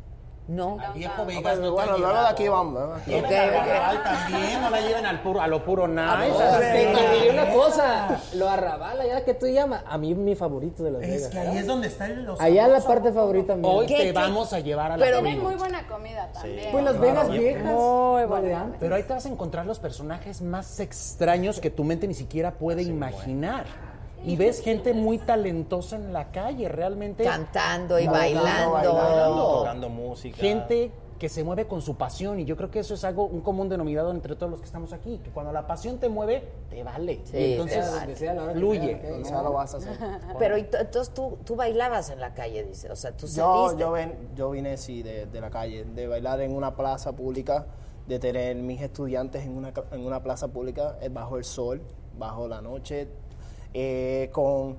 A: no.
H: Al viejo
G: Ah,
H: Vegas.
G: pues,
H: no te
G: bueno,
H: han
G: luego de
H: llevado.
G: aquí vamos. luego de aquí
H: Lleven
G: vamos.
H: a Arrabal también, no la lleven al puro, a lo puro nice.
B: Te diré una cosa, lo arrabala ya que tú llamas, a mí mi favorito de Las
H: Es
B: Vegas. ¿eh?
H: que ahí es donde están los...
B: Allá la parte favorita mía.
H: Hoy
A: ¿Qué,
H: te
A: qué?
H: vamos a llevar a la
I: Pero tienen
H: Fremont.
I: muy buena comida también.
B: Pues Las Vegas viejas.
I: Muy
B: lo de
I: buena.
B: antes.
H: Pero ahí te vas a encontrar los personajes más extraños que tu mente ni siquiera puede imaginar. Y ves gente muy talentosa en la calle, realmente.
A: Cantando y
G: Bailando,
A: bailando.
G: bailando.
F: Tocando música.
H: Gente que se mueve con su pasión. Y yo creo que eso es algo, un común denominador entre todos los que estamos aquí. Que cuando la pasión te mueve, te vale.
A: Sí,
H: y
A: te
H: entonces
A: vale.
H: fluye.
G: O sea, lo vas a hacer.
A: Pero y tú- entonces tú, tú bailabas en la calle, dice. O sea, tú
G: Yo,
A: saliste.
G: yo, ven- yo vine sí, de, de la calle, de bailar en una plaza pública, de tener mis estudiantes en una, ca- en una plaza pública, eh, bajo el sol, bajo la noche, eh, con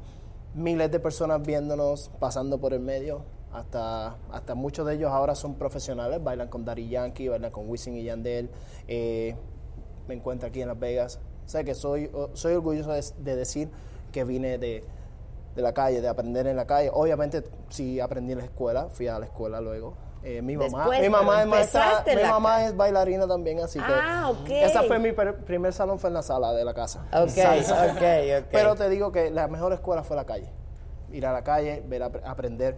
G: miles de personas viéndonos, pasando por el medio. Hasta, hasta muchos de ellos ahora son profesionales, bailan con Daddy Yankee, bailan con Wisin y Yandel. eh, me encuentro aquí en Las Vegas. O sea que soy, o- soy orgulloso de, de decir que vine de, de la calle, de aprender en la calle. Obviamente sí aprendí en la escuela, fui a la escuela luego. Eh, mi mamá,
A: Después,
G: mi mamá,
A: pero
G: es, maestra,
A: empezaste en
G: mi
A: la
G: mamá
A: calle.
G: es bailarina también, así que...
A: Ah, ok.
G: Esa fue mi per- primer salón, fue en la sala de la casa.
A: Ok,
G: Salsa.
A: ok, ok.
G: Pero te digo que la mejor escuela fue la calle. Ir a la calle, ver, ap- aprender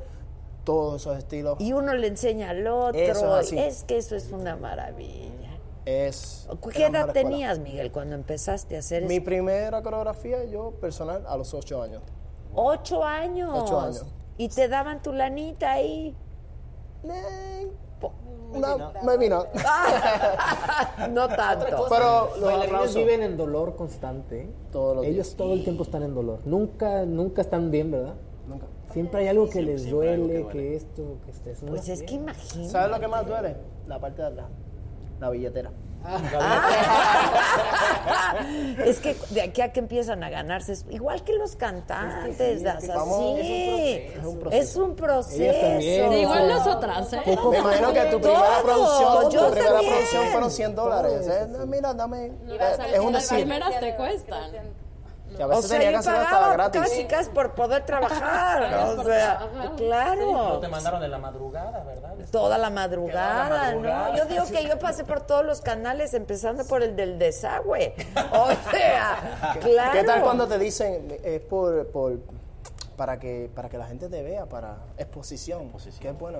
G: todos esos estilos.
A: Y uno le enseña al otro.
G: Eso es así.
A: es que eso es una maravilla.
G: Es
A: ¿Qué
G: la mejor
A: edad
G: escuela.
A: tenías, Miguel, cuando empezaste a hacer
G: Mi
A: eso?
G: primera coreografía, yo personal, a los ocho años.
A: Ocho años.
G: Ocho años.
A: Y te daban tu lanita ahí.
G: Eh, po- No, maybe not.
A: No tanto.
G: Pero
B: Los
G: los
B: bailarines
G: aplausos.
B: viven en dolor constante. ¿eh?
G: Todos los
B: Ellos
G: días.
B: todo el tiempo están en dolor. Nunca, nunca están bien, ¿verdad?
G: Nunca.
B: Siempre hay algo que les
F: siempre hay algo
B: duele, que,
F: que duele.
B: esto, que este, eso no
A: Pues
B: está
A: es que
B: bien.
A: imagínate.
G: ¿Sabes lo que más duele? La parte de atrás. La billetera.
A: Ah. es que de aquí a que empiezan a ganarse, es igual que los cantantes, das
G: vamos,
A: así.
G: es un
A: Es un proceso.
B: Ellas también,
J: Sí, igual nosotras, ¿eh?
G: Me imagino que tu
A: Todo.
G: primera producción,
A: Yo
G: tu primera
A: también.
G: producción fueron 100 dólares. ¿eh? No, Mira, dame. eh, Es un
J: Las
G: decir.
J: primeras te cuestan.
G: Que a
A: O
G: veces
A: sea,
G: tenía que
A: yo
G: hacerlo hasta
A: pagaba
G: gratis.
A: casi casi por poder trabajar. o sea,
H: No
A: claro.
H: te mandaron en la madrugada, ¿verdad?
A: Toda la madrugada, ¿no?
H: madrugada.
A: Yo digo que yo pasé por todos los canales, empezando por el del desagüe. O sea, claro.
G: ¿Qué tal cuando te dicen eh, es por, por para que para que la gente te vea para exposición? Que es bueno.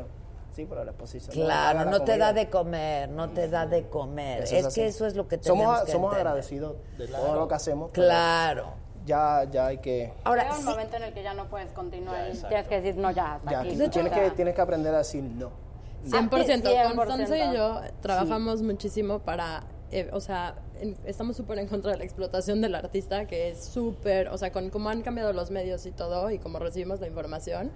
G: Sí, pero la exposición. no paga
A: Claro,
G: la
A: no te da
G: comida.
A: de comer, no te da de comer.
G: Eso
A: es
G: así.
A: que eso es lo que tenemos
G: somos a-
A: que
G: somos
A: entender.
G: agradecidos de todo lo que hacemos. pero
A: Claro.
G: Ya ya hay que
A: Ahora,
I: Llega un
A: sí,
I: momento en el que ya no puedes continuar y tienes que decir, no, ya, hasta
G: ya,
I: aquí.
G: tú tienes
I: O sea,
G: que tienes que aprender a decir no.
I: Ah,
J: 100%.
I: 100%.
J: Constanza y yo trabajamos muchísimo para, eh, o sea, en- estamos súper en contra de la explotación del artista, que es súper, o sea, con cómo han cambiado los medios y todo, y cómo recibimos la información,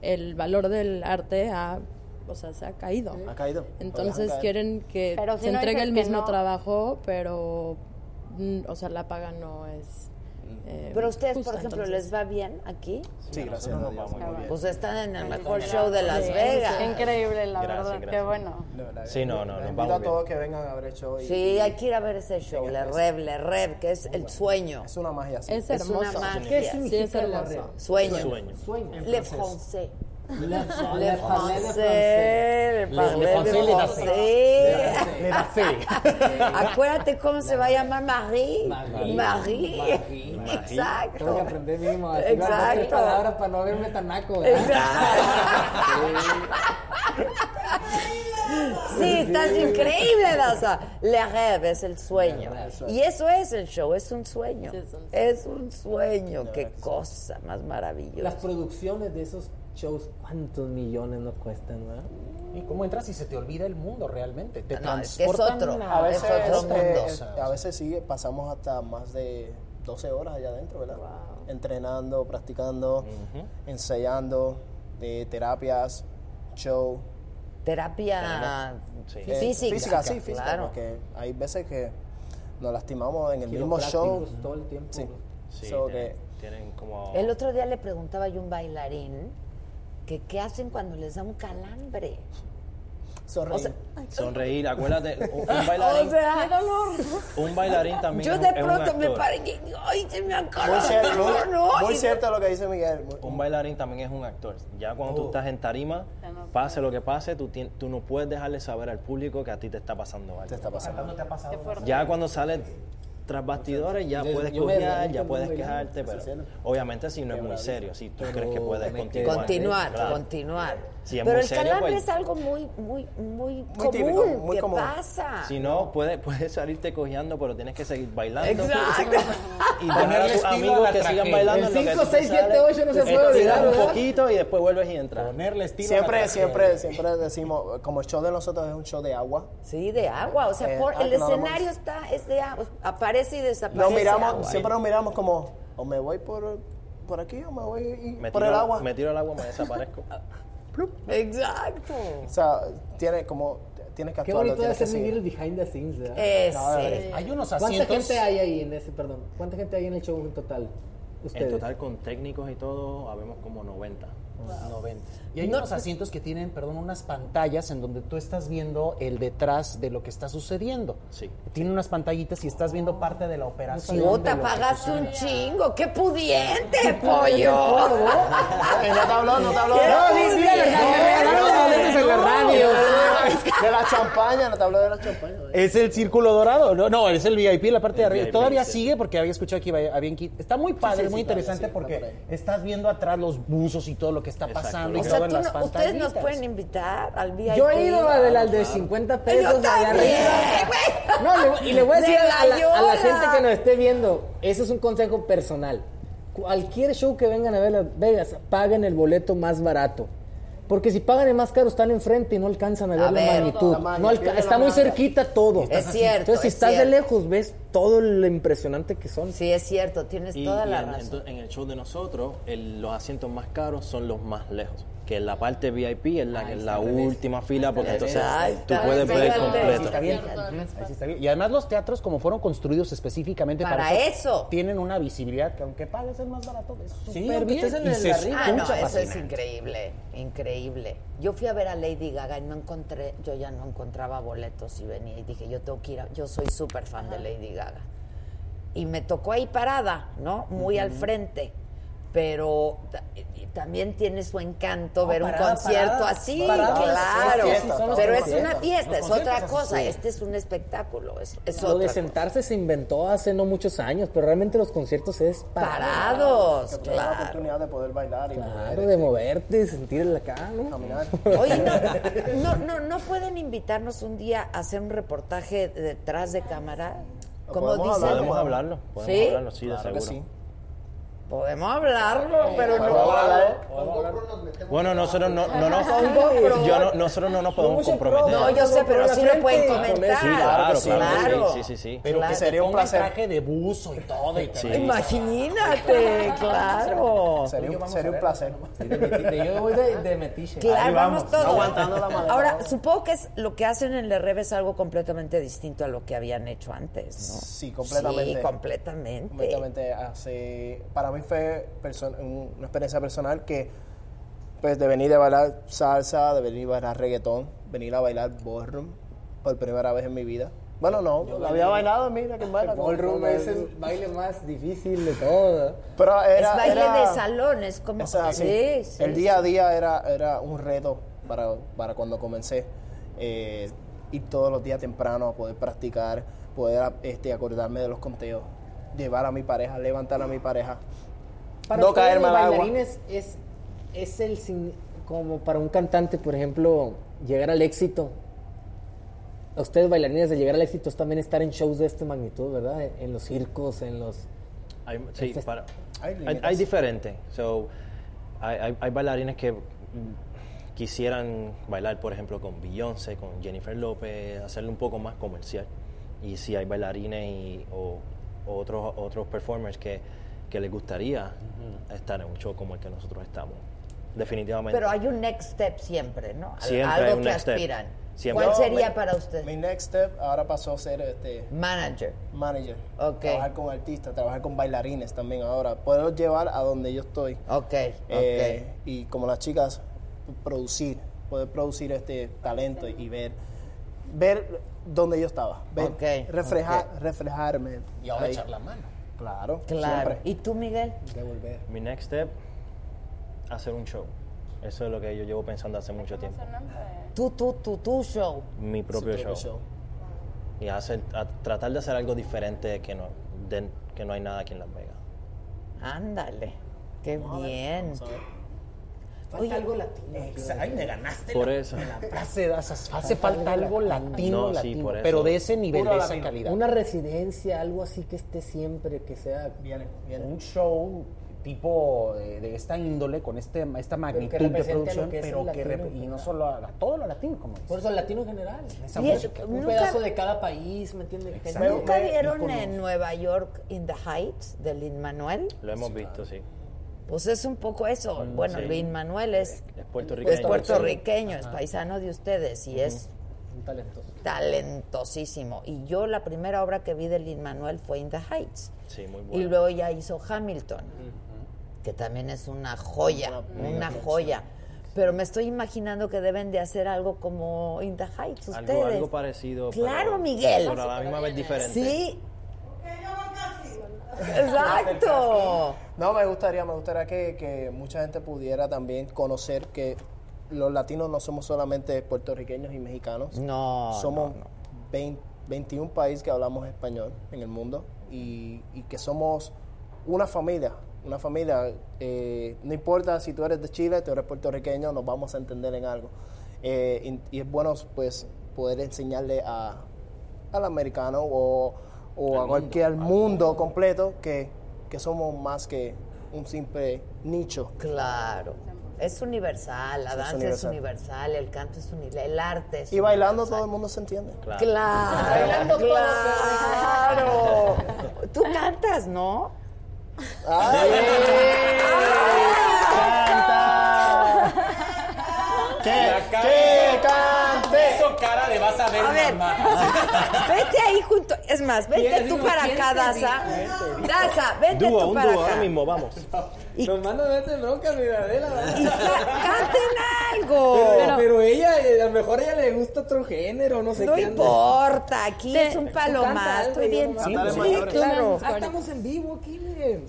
J: el valor del arte ha, o sea, se ha caído.
G: Ha caído. Lo dejan
J: Entonces
G: caer.
J: quieren que
I: Pero si
J: se
I: no
J: entregue
I: dices
J: el
I: que
J: mismo
I: no.
J: trabajo, pero, mm, o sea, la paga no es...
G: Mm.
J: eh,
A: pero ustedes,
J: justa,
A: por ejemplo,
J: entonces.
A: ¿les va bien aquí?
G: Sí, gracias a Dios.
A: Pues están en el mejor show de Las Vegas.
I: Increíble, la
F: Gracias,
I: verdad. Qué
F: gracias.
I: bueno.
G: De verdad.
F: Sí, no, no,
G: Les
F: nos
G: invito
F: vamos
G: a todos que vengan a ver el show y-
A: Sí, hay que ir a ver ese show, Le Rev, Le Rev, que es el sueño.
G: es una magia así.
J: Es
A: Es
J: hermoso.
A: una magia.
J: Sí, es hermoso.
A: Sueño.
F: Sueño.
A: Le Francés. Le
D: le
A: français, le
D: Le- le
A: parler
D: français,
A: de
D: le
A: français.
D: français. Le
A: Acuérdate cómo se va a llamar Marie.
B: Marie.
A: Marie. Exacto.
B: Tengo que aprender mínimo a decir las tres
A: Exacto.
B: palabras para no verme tan naco. ¿verdad?
A: Sí, estás increíble, Daza. Le rêve es el sueño. Y eso es el show, es un sueño. Es un sueño. Qué cosa más
B: Las
A: maravillosa.
B: producciones de esos shows, ¿cuántos millones nos cuestan, verdad?
E: ¿Y cómo entras y se te olvida el mundo realmente? Te
B: No, es que
E: transportan
B: es otro,
E: a veces,
G: este,
E: este,
G: a veces sí, pasamos hasta más de 12 horas allá adentro, ¿verdad? Entrenando, practicando, ensayando, de terapias, show.
A: Terapia
G: Sí.
A: física,
G: eh, física, sí, física,
A: claro.
G: porque hay veces que nos lastimamos en el mismo show.
B: Quiroprácticos todo el tiempo,
G: Sí.
B: ¿no?
F: Sí,
G: So
F: tienen, tienen como...
A: El otro día le preguntaba yo a un bailarín que qué hacen cuando les da un calambre.
G: Sonreír.
F: Sonreír, acuérdate, un un bailarín,
A: O sea,
F: un bailarín también
A: Yo
F: es
A: de
F: un- es un
A: pronto me
F: actor.
A: paré y ay, se me
G: Muy cierto,
A: acabó.
G: muy-
A: ¿no?
G: muy
A: Y-
G: cierto lo que dice Miguel. muy-
F: Un bailarín también es un actor. Ya cuando tú estás en tarima, pase lo que pase, tú, tien- tú no puedes dejarle saber al público que a ti te está pasando algo.
H: ¿Cuándo te ha pasado?
F: Ya cuando sales tras bastidores, ya
H: Yo-
F: puedes
H: yo me
F: cojear,
H: derrito
F: ya puedes
H: cuando bailamos,
F: quejarte, pero
H: sí, sí, no.
F: obviamente si no es muy serio, si tú crees que ¿eh? puedes continuar.
A: Continuar,
F: Claro.
A: continuar.
F: Si es
A: Pero
F: muy
A: el
F: serio,
A: calambre
F: pues-
A: es algo muy, muy, muy, común.
F: típico, muy
A: ¿Qué
F: común.
A: pasa?
F: Si no, puedes, puedes salirte cojeando, pero tienes que seguir bailando.
A: Exacto.
F: Y poner a tus amigos que sigan bailando.
B: El
F: en lo que
B: 5,
F: tú
B: 6, 7,
F: sales,
B: 8 no
F: te
B: se puede
F: estiras
B: olvidar,
F: un
B: ¿verdad?
F: poquito y después vuelves y entras.
H: Ponerle estilo
G: Siempre, siempre, siempre decimos, como el show de nosotros es un show de agua.
A: Sí, de agua. O sea,
B: Eh, ah,
A: por- el escenario está, es de agua. Aparece y desaparece. Ah,
G: Nos miramos,
A: agua.
G: siempre nos miramos como, o me voy por, por aquí o me voy y-
F: Me
G: por
F: tiro-
G: el agua.
F: Me tiro al agua, me desaparezco.
A: Exacto.
G: O sea, tiene como, tienes que
B: Qué
G: actuar.
B: bonito debe
G: tienes que
B: ser vivir
G: seguir.
B: el behind the scenes, ¿verdad?
G: Ese. No, eh,
F: hay unos
B: ¿Cuánta
F: asientos-
B: gente hay ahí en ese, perdón? ¿Cuánta gente hay en el show en total? Ustedes.
F: En total, con técnicos y todo, habemos como 90.
H: 90. Y hay unos asientos que tienen, perdón, unas pantallas en donde tú estás viendo el detrás de lo que está sucediendo. Sí. Tiene unas pantallitas y estás viendo parte de la operación. de
A: Puta,
H: lo que
A: pagaste
H: sucede.
A: un chingo. ¡Qué pudiente, pollo!
G: Eh, no te habló, no te habló.
A: Qué pudiente.
G: De la champaña, no te habló de la champaña.
H: Es el círculo dorado, no, no, es el VIP, la parte de arriba.
G: VIP,
H: Todavía
G: sí.
H: sigue porque había escuchado que iba a habían quit- Está muy padre,
G: Sí, sí,
H: muy
G: sí, todavía
H: interesante
G: sigue, está
H: porque estás viendo atrás los buzos y todo lo que está pasando
A: O
H: y
A: sea,
H: todo en
A: tú
H: las
A: no- ustedes nos
H: pantallitas.
A: pueden invitar al VIP.
B: Yo he ido a de las de 50 pesos de allá arriba. No, le- y le voy a
A: De
B: decir a la, a la- a la
A: Loyola.
B: gente que nos esté viendo, eso es un consejo personal. Cualquier show que vengan a ver Las Vegas, paguen el boleto más barato. Porque si pagan el más caro, están enfrente y no alcanzan a ver
A: A
B: la
A: ver,
B: magnitud.
A: la magnitud,
B: No alca-
A: la
B: está muy
A: magnitud.
B: cerquita todo.
A: Es cierto,
B: Entonces, si
A: es
B: estás de
A: cierto.
B: lejos, ves todo lo impresionante que son.
A: Sí, es cierto, tienes
F: Y-
A: toda
F: y
A: la
F: en,
A: razón.
F: ento- en el show de nosotros, el- los asientos más caros son los más lejos. Que la parte VIP es la, que es la última fila, porque entonces tú puedes ver el completo.
H: Está bien. Ahí sí está bien. Y además los teatros, como fueron construidos específicamente para,
A: Para eso,
H: tienen una visibilidad que aunque pagues el más barato, es súper
A: aunque
H: bien.
A: estés en
H: y
A: el
H: se
A: barril. Ah, no,
H: escucha
A: eso es
H: fascinante.
A: increíble, increíble. Yo fui a ver a Lady Gaga y no encontré, yo ya no encontraba boletos y venía y dije, yo tengo que ir, a- yo soy súper fan de Lady Gaga. Y me tocó ahí parada, ¿no? Muy al frente. Pero ta- y también tiene su encanto ver
B: Oh, parada,
A: un concierto
B: parada,
A: así,
B: parada,
A: claro.
B: sí, sí, son los
A: pero es
B: conciertos.
A: una fiesta,
B: Los
A: es
B: conciertos
A: otra
B: así
A: cosa.
B: son.
A: Este es un espectáculo, es, es
B: Lo de
A: otra cosa.
B: sentarse se inventó hace no muchos años, pero realmente los conciertos es
A: Parados,
G: Que tuvimos la
A: claro.
G: oportunidad de poder bailar este, y
B: Claro, de moverte, sentir el acá, ¿no?
G: Caminar.
A: Oye, no, no, no, no pueden invitarnos un día a hacer un reportaje detrás de cámara. Como
F: podemos
A: dicen.
F: hablar, podemos hablarlo, podemos
A: ¿Sí?
F: hablarlo, sí, de
G: Claro que
F: seguro.
A: Podemos hablarlo, pero no.
G: Podemos hablar.
F: Bueno, nosotros no, no nos,
A: Con GoPro.
F: yo no- nosotros no nos podemos comprometer.
A: No, yo sé, pero sí lo pueden comentar.
F: Sí, claro,
A: Sí,
F: claro, que
A: claro.
F: sí, sí, sí, sí.
H: Pero
A: Claro.
H: que sería
G: Sería un
H: un
G: placer.
H: traje de buzo y todo. Y
F: Sí.
A: Imagínate, claro.
G: Sería un, sería un placer.
B: Yo voy de, de metiche.
A: Claro, vamos, todos.
G: aguantando la madre.
A: Ahora, supongo que es lo que hacen en la Reve es algo completamente distinto a lo que habían hecho antes, ¿no?
G: Sí, completamente.
A: Sí, completamente.
G: completamente hace para mí fue perso- un- una experiencia personal que pues de venir a bailar salsa de venir a bailar reggaetón venir a bailar ballroom por primera vez en mi vida Bueno, no,
B: Yo
G: había
B: bailé.
G: bailado, mira que baila.
B: Ballroom es el baile más difícil de todo.
G: Pero era,
A: es baile
G: era-
A: de salón, es como...
G: O sea, Ah, sí,
A: Sí, sí,
G: el día a
A: sí.
G: día era, era un reto para, para cuando comencé. eh, ir todos los días temprano a poder practicar, poder a- este, acordarme de los conteos, llevar a mi pareja, levantar a mi pareja,
B: Para
G: no
B: ustedes,
G: caerme
B: los
G: al agua.
B: bailarines es, es el sin- como para un cantante, por ejemplo, llegar al éxito. A ustedes bailarines de llegar al éxito es también estar en shows de esta magnitud, ¿verdad? En, en los circos, en los
F: Hay, sí,
B: Este es-
F: para-
G: hay,
F: hay,
B: límites.
F: diferente. So, hay, hay- hay bailarines que mm, quisieran bailar, por ejemplo, con Beyoncé, con Jennifer López, hacerlo un poco más comercial. Y si hay bailarines y- o, o otros, otros performers que, que les gustaría estar en un show como el que nosotros estamos. Definitivamente.
A: Pero hay un next step siempre, ¿no? Al-
F: Siempre hay
A: Algo
F: un
A: que
F: next step.
A: aspiran.
F: Siempre.
A: ¿Cuál
F: No,
A: sería
F: me-
A: para usted?
G: Mi next step ahora pasó a ser este
A: manager.
G: Manager.
A: Ok.
G: Trabajar con artistas, trabajar con bailarines también ahora. Poder llevar a donde yo estoy.
A: Ok.
G: Eh, Y como las chicas, producir, poder producir este talento y ver ver donde yo estaba. Ver,
A: Ok,
G: reflejar, reflejarme.
E: Y ahora
G: ahí.
E: echar la mano.
G: Claro,
A: Claro.
G: siempre.
A: ¿Y tú, Miguel?
G: Devolver.
F: Mi next step, hacer un show. Eso es lo que yo llevo pensando hace mucho tiempo.
A: Tú, tú, tú, tú, show.
F: Mi propio, show.
A: propio show.
F: Y hacer, a- tratar de hacer algo diferente que no, de- que no hay nada aquí en Las Vegas.
A: Ándale. Qué bien. Oye, algo latino.
H: Ay, me ganaste
F: Por
H: la-
F: eso.
H: la frase, de esas- hace falta algo latino,
F: No, sí,
H: latino,
F: por eso.
H: pero de ese nivel,
F: Puro
H: de esa
F: latino.
H: calidad.
B: una residencia, algo así que esté siempre, que sea
H: un show tipo de, de esta índole, con este, esta magnitud de
B: represente a lo
H: producción,
B: que es el
H: pero que
B: latino
H: rep-
B: en
H: y no solo a, a todo lo latino, como dices.
B: Por eso el latino en general.
H: Esa
A: Y es-
H: música.
B: Un
A: Nunca-
B: pedazo de cada país, ¿me entiendes?
A: Pues ¿Nunca vieron
B: Íconos.
A: en Nueva York In the Heights de Lin Manuel?
F: Lo hemos visto, sí.
A: Pues es un poco eso.
F: Mm,
A: bueno,
F: sí.
A: Lin Manuel es,
F: Es puertorriqueño.
A: es puertorriqueño, es paisano de ustedes y es
B: Un talentoso.
A: talentosísimo. Y yo la primera obra que vi de Lin Manuel fue In the Heights.
F: Sí, muy
A: Y
F: bueno.
A: luego ya hizo Hamilton, que también es una joya, una joya. Pero me estoy imaginando que deben de hacer algo como In the Heights ustedes.
F: algo, algo parecido.
A: Claro,
F: pero-
A: Miguel.
F: Pero a la misma vez diferente.
A: Sí. Exacto.
G: No, me gustaría, me gustaría que, que mucha gente pudiera también conocer que los latinos no somos solamente puertorriqueños y mexicanos.
A: No,
G: Somos 20 21 países que hablamos español en el mundo y, y que somos una familia. Una familia, eh, no importa si tú eres de Chile, tú eres puertorriqueño, nos vamos a entender en algo. Eh, y, y es bueno, pues, poder enseñarle a, al americano o, o a cualquier al mundo, completo que, que somos más que un simple nicho.
A: Claro. Es universal, la
G: Es
A: danza es
G: universal.
A: universal, el canto es universal, el arte es
G: Y bailando todo el mundo se entiende.
F: Claro.
A: Claro,
G: Bailando todos
A: claro. Tú cantas, ¿no?
G: ¡Que cante!
E: Eso cara de vas a ver,
A: A ver, vete ahí junto. Es más, vete
B: ¿Quién?
A: tú
B: Digo,
A: para
B: ¿quién
A: acá,
B: te dijo?
A: Daza.
B: ¿Quién te dijo?
A: Daza, vete
F: Dúo,
A: tú
F: un
A: para
F: dúo
A: acá.
F: ahora mismo, vamos.
B: Nos mandan a este bronca, Mirabela.
A: Y ca- canten algo.
B: Pero, pero ella, eh, a lo mejor a ella le gusta otro género, no sé
A: no
B: qué.
A: importa, aquí
J: Te-
A: es un
J: tú
B: canta
A: palomar.
B: algo,
A: Estoy
B: yo
A: bien,
B: no
A: sí,
B: me
G: acuerdo.
A: sí,
G: Canta,
A: claro.
B: Ah, estamos en vivo aquí, miren.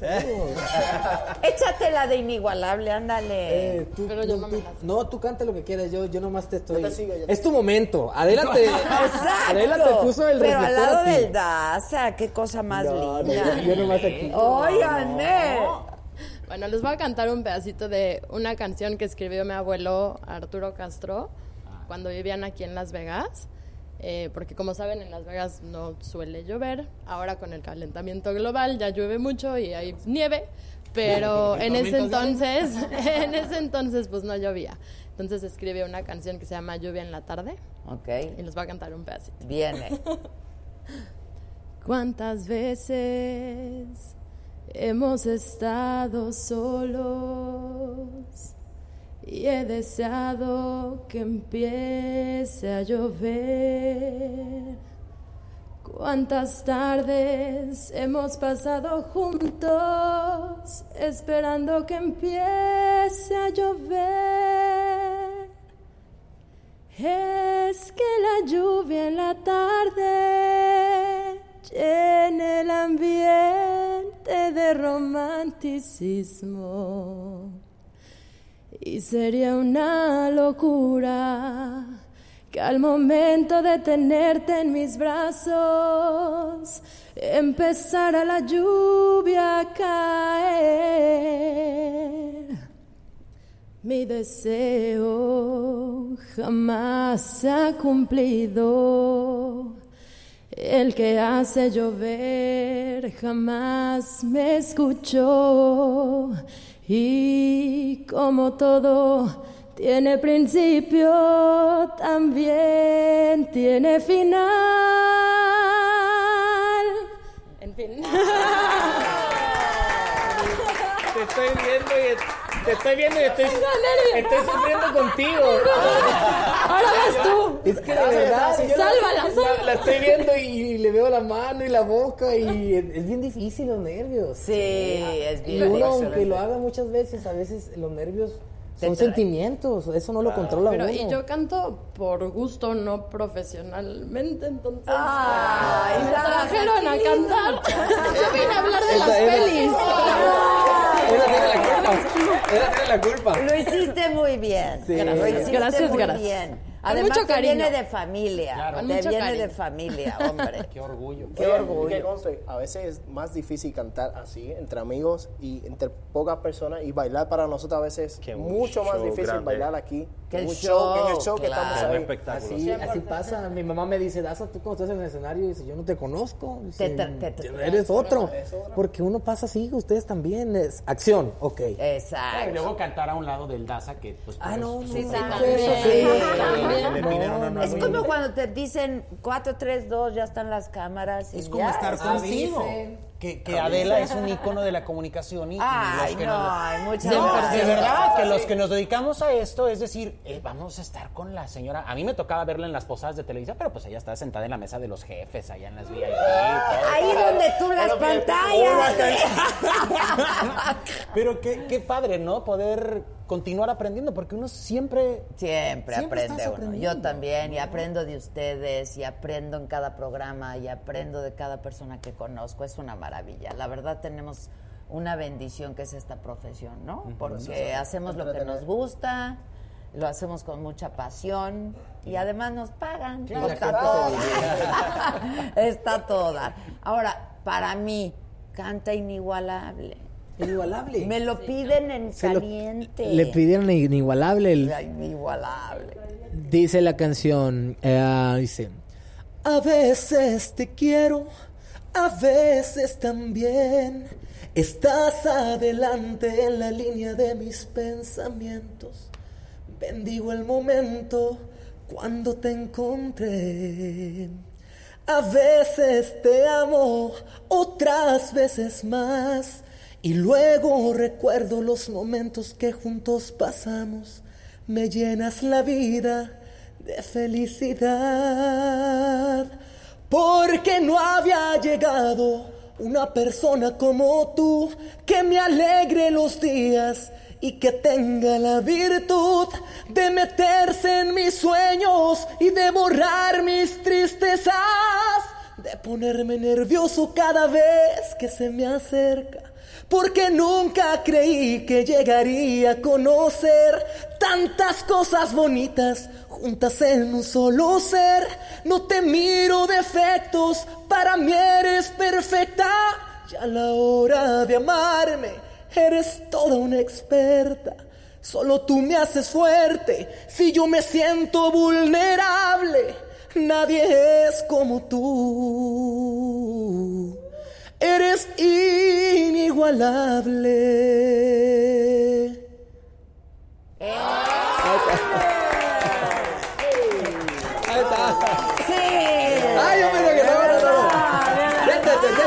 A: Échate la de inigualable, ándale.
B: Eh, tú-
J: Pero yo
B: tú-
J: no me
B: tú-
J: la sé.
B: no, tú canta lo que quieras, yo, yo nomás te estoy.
G: Yo te sigo, yo te
B: es tu momento. Adela te,
A: Exacto.
B: Adela te puso el
A: Pero
B: reflector
A: al lado
B: a ti.
A: del Daza, qué cosa más
B: No, no,
A: linda.
B: yo nomás aquí.
A: Óyame.
J: Bueno, les voy a cantar un pedacito de una canción que escribió mi abuelo Arturo Castro cuando vivían aquí en Las Vegas. Eh, porque como saben, en Las Vegas no suele llover. Ahora con el calentamiento global ya llueve mucho y hay nieve. Pero en ese entonces, en ese entonces pues no llovía. Entonces escribe una canción que se llama Lluvia en la tarde y
A: Ok,
J: les voy a cantar un pedacito.
A: viene.
J: ¿Cuántas veces hemos estado solos? Y he deseado que empiece a llover. ¿Cuántas tardes hemos pasado juntos esperando que empiece a llover? He
K: Antes que la lluvia en la tarde llene el ambiente de romanticismo. Y sería una locura que al momento de tenerte en mis brazos empezara la lluvia a caer. Mi deseo jamás se ha cumplido. El que hace llover jamás me escuchó. Y como todo tiene principio, también tiene final. En fin.
B: Te estoy viendo y te estoy viendo y estoy,
K: Tengo nervios.
B: estoy sufriendo contigo.
K: Ahora ves tú.
C: Es que de verdad.
K: Sálvala,
C: la,
K: sálvala.
C: la estoy viendo y, y le veo la mano y la boca y es, es bien difícil los nervios. Eh,
A: Sí, es bien
C: Y uno,
A: difícil.
C: aunque lo haga muchas veces, a veces los nervios
A: Te
C: son
A: traen.
C: sentimientos. Eso no lo controla
J: Pero,
C: uno.
J: y yo canto por gusto, no profesionalmente, entonces.
K: Ay,
J: me
K: ya,
J: trajeron a
K: qué
J: cantar. Yo vine a hablar de
K: Esta
J: las
K: era-
J: pelis.
B: la culpa.
A: Lo hiciste muy bien.
K: Sí.
A: Lo hiciste
J: Gracias,
A: muy
J: gracias.
A: bien.
J: Con
A: Además,
J: mucho
A: te viene
J: cariño.
A: de familia.
G: Claro.
A: Te
G: Con
A: viene
G: mucho
A: de
G: cariño.
A: familia, hombre.
G: Qué orgullo.
A: Qué orgullo.
G: a veces es más difícil cantar así, entre amigos y entre pocas personas, y bailar para nosotros a veces es
L: un
G: mucho más
L: show
G: difícil
L: grande.
G: bailar aquí
L: Que el
G: un show, que en el
L: show,
G: show que
L: claro.
G: estamos
L: Que un
G: ahí.
L: espectáculo.
C: Así, así pasa. Mi mamá me dice, Daza, tú cuando estás en el escenario, dice, yo no te conozco. Dice,
A: Te tra- te tra-
C: eres otro. Porque uno pasa así, ustedes también. Es acción, ok.
A: Este.
B: Y
A: Exacto.
B: luego cantar a un lado del Daza que pues
C: Ah, no,
B: pues,
C: no,
B: sí,
C: no,
B: sí,
C: no,
B: sí,
C: eso
B: sí,
E: pues,
C: sí.
B: sí.
C: También.
B: Le pidieron a una
A: Es
B: muy-
A: como cuando te dicen 4, 3, 2, ya están las cámaras. y
E: Es como
A: ya.
E: estar consigo.
A: Avisen.
E: Que, que Adela es un ícono de la comunicación y, y
A: Ay,
E: los que
A: no,
E: nos-
A: ay, muchas
E: de,
A: gracias.
E: de verdad que los que nos dedicamos a esto, es decir, eh, vamos a estar con la señora. A mí me tocaba verla en las posadas de televisión, pero pues ella estaba sentada en la mesa de los jefes, allá en las VIP. todo.
A: Ahí donde tú las pantallas.
E: Pero qué, qué padre, ¿no? Poder continuar aprendiendo, porque uno siempre.
A: Siempre,
E: Siempre
A: aprende
E: estás
A: uno. Yo
E: aprendiendo.
A: también, y aprendo de ustedes, y aprendo en cada programa, y aprendo de cada persona que conozco. Es una maravilla. La verdad, tenemos una bendición que es esta profesión, ¿no? Porque hacemos lo que nos gusta, lo hacemos con mucha pasión, y además nos pagan.
E: Claro.
A: Está
E: Claro.
A: toda. Está toda. Ahora, para mí, canta inigualable.
C: Inigualable.
A: Me lo piden en
C: Se lo-
A: caliente.
C: Le pidieron inigualable. el-
A: Ay, Inigualable.
C: dice la canción, eh, dice, a veces te quiero, a veces también. Estás adelante en la línea de mis pensamientos. Bendigo el momento cuando te encontré. A veces te amo, otras veces más. Y luego recuerdo los momentos que juntos pasamos. Me llenas la vida de felicidad. Porque no había llegado una persona como tú que me alegre los días y que tenga la virtud de meterse en mis sueños y de borrar mis tristezas, de ponerme nervioso cada vez que se me acerca. Porque nunca creí que llegaría a conocer tantas cosas bonitas juntas en un solo ser. No te miro defectos, para mí eres perfecta. Y a la hora de amarme, eres toda una experta. Solo tú me haces fuerte si yo me siento vulnerable. Nadie es como tú. Eres inigualable. Ahí está.
A: Sí.
C: Ay, yo pensé que
A: De
C: estaba
A: verdad, de
C: Siéntese,
A: Ah. verdad.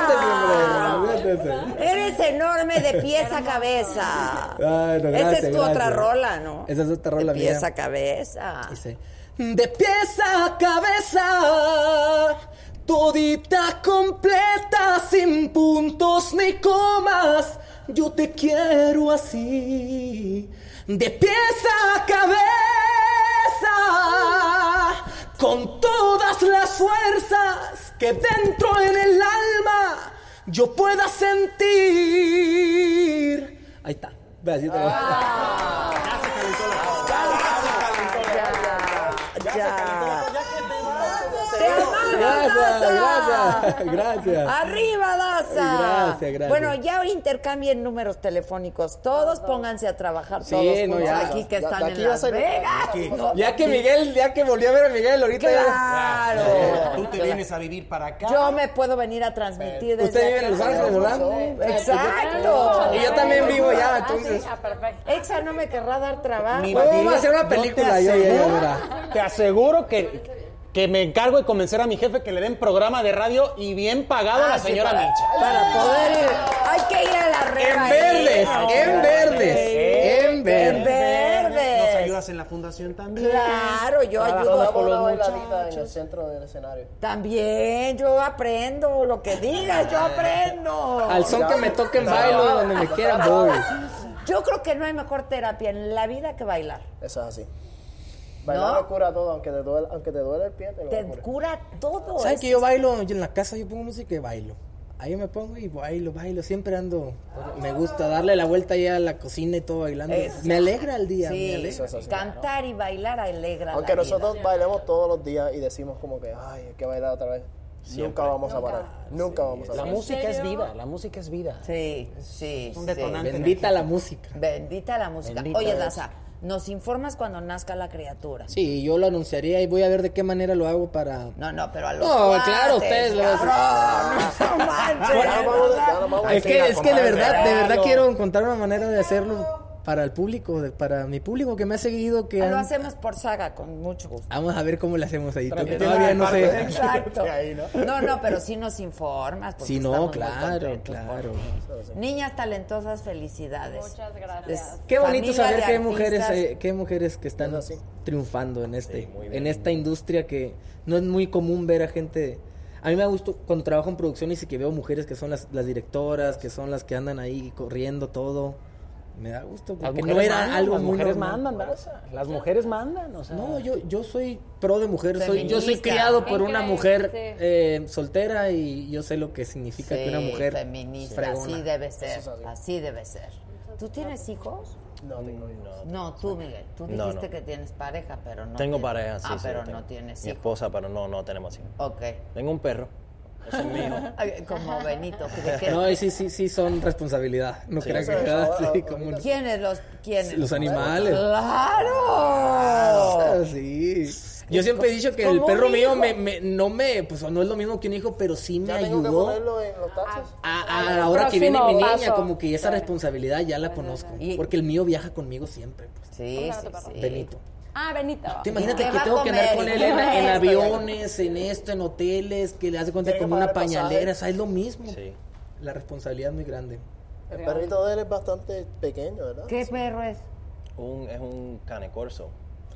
C: siéntese, hombre. Siéntese.
A: Eres enorme de pies a cabeza.
C: Ay, no, gracias,
A: Esa es tu
C: gracias.
A: otra rola, ¿no?
C: Esa es otra rola
A: de
C: mía.
A: pies a cabeza.
C: Dice, de pies a cabeza, todita completa, sin puntos ni comas, yo te quiero así. De pies a cabeza,
B: Con todas las fuerzas que dentro en el alma yo pueda sentir. Ahí está. Ve así te va. Ah.
A: Daza!
B: Gracias, gracias.
A: ¡Arriba, Daza!
B: Gracias, gracias. Ah.
A: Bueno, ya intercambien números telefónicos. Todos pónganse a trabajar
B: Sí,
A: todos
B: no,
A: juntos
B: ya.
A: aquí que
B: Ya-
A: están
B: de aquí
A: en
B: ya
A: Las
B: se-
A: Vegas.
B: aquí.
A: No,
B: Ya que
A: sí.
B: Miguel, ya que volví a ver a Miguel ahorita ya-
A: Claro.
M: Tú te vienes a vivir para acá.
A: Yo me puedo venir a transmitir desde
B: Usted vive en Los
A: acá.
B: Ángeles, ¿verdad?
A: Exacto. Ah,
B: Y yo también vivo ya, entonces.
A: Exa no me querrá dar trabajo.
E: Mi
B: No, va a ser
E: Yo
B: una
E: te
B: película. Yo, yo, yo,
E: aseguro-
B: mira.
E: Te aseguro que, que me encargo de convencer a mi jefe que le den programa de radio y bien pagado a
A: Ah,
E: la
A: sí,
E: señora
A: para-
E: Micha.
A: Para poder ir. Hay que ir a la red.
E: En verdes, en verdes,
B: en verdes.
A: En verdes.
M: Nos ayudas en la fundación también.
A: Claro, yo
G: Trabajando
A: ayudo
G: con
A: a
G: una
A: los
G: bailarina en el
A: muchachos.
G: centro del escenario.
A: También yo aprendo lo que digas, yo aprendo.
B: Al son que me toquen, bailo, donde me quiera, voy.
A: Yo creo que no hay mejor terapia en la vida que bailar.
G: Eso es así. Bailar
A: ¿No?
G: lo cura todo, aunque te duele, aunque te duele el pie, te lo
A: Te
G: cura.
A: cura todo.
B: ¿Saben
A: ¿Sabes
B: que yo bailo? Yo en la casa yo pongo música y bailo. Ahí me pongo y bailo, bailo. Siempre ando. Me gusta darle la vuelta ahí a la cocina y todo bailando.
A: Eso.
B: Me alegra el día. me
A: Sí,
B: alegra.
A: cantar y bailar alegra.
G: Aunque
A: la vida.
G: nosotros bailemos todos los días y decimos como que, ay, hay que bailar otra vez. Nunca vamos a parar. Nunca vamos a
E: La
G: parar.
E: música es vida, la música es vida.
A: Sí, sí.
E: un
A: sí.
E: detonante
B: Bendita la música.
A: Bendita la música.
B: Bendita
A: Oye,
B: es.
A: Daza, nos informas cuando nazca la criatura.
B: Sí, yo lo anunciaría y voy a ver de qué manera lo hago para.
A: No, no, pero a los
B: No, claro,
A: cuates,
B: ustedes lo hacen.
A: cabrón, no manches.
B: Ya no vamos-
G: ya no vamos a
B: Es
G: decir,
B: que, es que de
G: compadre.
B: verdad, de verdad
G: Claro.
B: quiero encontrar una manera de hacerlo para el público, de- para mi público que me ha seguido. que
A: Ah, Lo
B: han-
A: hacemos por saga, con mucho gusto.
B: Vamos a ver cómo le hacemos ahí.
A: Para que
B: Todavía no sé.
A: Exacto. No, no, pero sí nos informas. porque
B: Sí, no,
A: estamos muy
B: claro,
A: contentos.
B: claro.
A: Niñas talentosas, felicidades. Muchas gracias.
B: Qué bonito saber que hay mujeres, eh, que hay mujeres que están triunfando en este, en esta industria que no es muy común ver a gente. A mí me gusta cuando trabajo en producciones y que veo mujeres que son las, las directoras, que son las que andan ahí corriendo todo. Me da gusto
E: Las
B: porque
E: mujeres
B: no era
E: mandan,
B: algo
E: las
B: muy
E: mujeres
B: normal.
E: mandan, ¿verdad? Las mujeres mandan, o sea.
B: No, yo, yo soy pro de mujeres. soy- yo soy criado por una mujer eh, soltera y yo sé lo que significa que una mujer
A: feminista,
B: fregona.
A: así debe ser, así debe ser. ¿Tú tienes hijos?
G: No, tengo
B: Mm,
A: No, tú, Miguel, tú
F: No,
A: dijiste
F: no.
A: que tienes pareja, pero no
F: Tengo
A: tienes-
F: pareja, sí.
A: Ah,
F: sí,
A: pero
F: yo tengo.
A: no tienes
F: Mi
A: hijos.
F: esposa, pero no, no tenemos hijos.
A: Ok.
F: Tengo un perro. Ese es mío.
A: Ay, Como Benito. ¿de qué?
B: No, y sí, sí, sí, son responsabilidad. No
F: Sí.
B: crean que
F: Eso es,
B: cada-
F: ahora-
B: sí, como-
A: ¿Quiénes los quiénes?
B: Los animales.
A: ¡Claro!
B: Ah, sí. Yo siempre he dicho que el
A: Como un
B: perro mío
A: hijo.
B: me, me- no me, pues no es lo mismo que un hijo, pero sí me
G: Ya tengo que
B: ayudó.
G: ponerlo en los tachos.
B: A, a la hora que viene
G: Próximo
B: mi niña,
G: paso.
B: como que esa responsabilidad ya la conozco. Porque el mío viaja conmigo siempre. pues.
A: Sí, sí, sí.
B: Benito.
I: Ah, Benito.
B: Te imagínate
I: ¿Qué
B: que
I: va a
B: tengo que
I: comer?
B: andar con
I: ¿Y
B: él
I: qué
B: en,
I: va
B: en
I: esto?
B: aviones, en esto, en hoteles, que le hace cuenta
G: Tiene que
B: como una
G: pagar el pasaje.
B: pañalera, o sea, es lo mismo. La responsabilidad es muy grande.
G: El perrito de él es bastante pequeño, ¿verdad?
A: ¿Qué perro es?
F: Un, es un cane corso.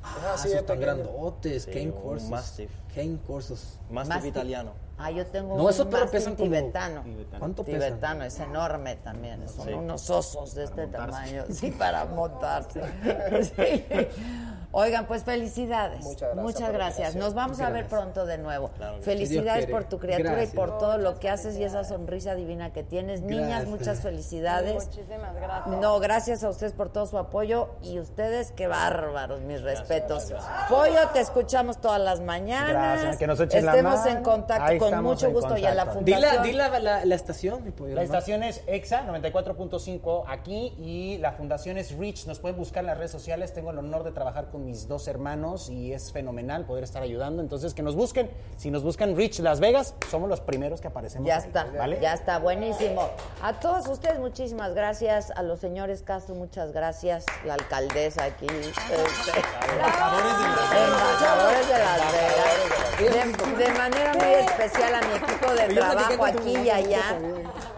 B: Ah,
G: sí,
B: esos
G: es
B: tan
G: pequeño.
B: grandotes,
F: Sí,
B: Cane
F: un
B: Corsos.
F: Mastiff.
B: Cane Corsos.
F: Mastiff, italiano.
A: Ah, yo tengo
B: No,
A: un
B: esos perros
A: mastín
B: pesan como-
A: tibetano.
B: ¿Cuánto pesan?
A: tibetano, es enorme también. Son
B: Sí.
A: unos osos de este
B: montarse.
A: tamaño. Sí, para montarse. Sí. Oigan, pues felicidades. Muchas gracias. Nos vamos
B: Muchas
A: a ver
B: gracias.
A: pronto de nuevo.
B: Claro que sí.
A: Felicidades
B: Si Dios
A: por
B: quiere.
A: tu criatura y por
B: Gracias.
A: todo lo que haces y esa sonrisa divina que tienes. Niñas,
B: Gracias.
A: muchas felicidades.
I: Muchísimas gracias.
A: No, gracias a ustedes por todo su apoyo y ustedes, qué bárbaros, mis respetos. Pollo, te escuchamos todas las mañanas.
E: Gracias, que nos echen la
A: Estemos
E: mano.
A: en contacto
E: Ahí
A: con
E: estamos
A: mucho
E: en
A: gusto y a la
E: contacto.
A: fundación.
E: Dila-
B: Dila la, la- la estación, mi pollo.
E: La
B: hermano.
E: estación es EXA 94.5 aquí y la fundación es Reach. Nos pueden buscar en las redes sociales. Tengo el honor de trabajar con mis dos hermanos y es fenomenal poder estar ayudando. Entonces, que nos busquen. Si nos buscan Reach Las Vegas, somos los primeros que aparecemos.
A: Ya
E: ahí,
A: está,
E: ¿vale?
A: ya está, buenísimo. A todos ustedes, muchísimas gracias. A los señores Castro, muchas gracias. La alcaldesa aquí. este, Embajadores de Las Vegas. De, de manera muy especial a mi equipo de
B: Yo platicé
A: trabajo
B: con tu
A: aquí y
B: mamá,
A: allá.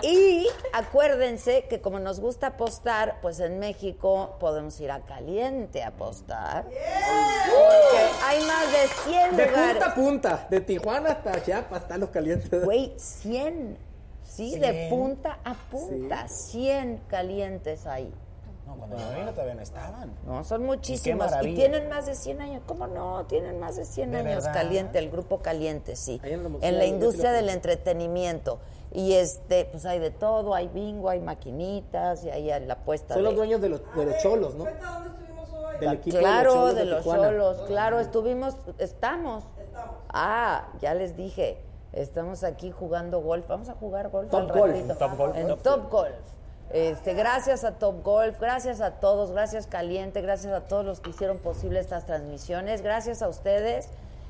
A: Y acuérdense que como nos gusta apostar, pues en México podemos ir a caliente a apostar. Porque hay más de 100
B: De
A: lugares.
B: punta a punta, de Tijuana hasta Chiapas, están los calientes.
A: Güey, 100. Sí, de
B: Cien.
A: punta a punta. 100 calientes ahí.
E: No, cuando yo vine todavía no estaban.
A: No, son
E: Qué
A: muchísimos.
E: maravilla.
A: Y tienen más de 100 años. ¿Cómo no? Tienen más de 100
E: ¿De
A: años
E: verdad?
A: caliente, el grupo caliente, sí. En,
E: museo,
A: la
E: yo sí
A: industria
E: lo
A: del
E: conozco.
A: entretenimiento. Y este, pues hay de todo, hay bingo, hay maquinitas, y hay la apuesta
B: Son
A: de-
B: los dueños de los, de los cholos, ¿no? Del equipo
A: Ah, claro, de
B: de
A: los
B: Tijuana.
A: solos, claro, estuvimos, estamos. Ah, ya les dije, estamos aquí jugando golf, vamos a jugar golf
E: Top
A: al
E: golf,
A: ratito.
E: en Top golf,
A: En
E: ¿no?
A: Top Golf. Este, gracias a Top Golf, gracias a todos, gracias Caliente, gracias a todos los que hicieron posible estas transmisiones, gracias a ustedes.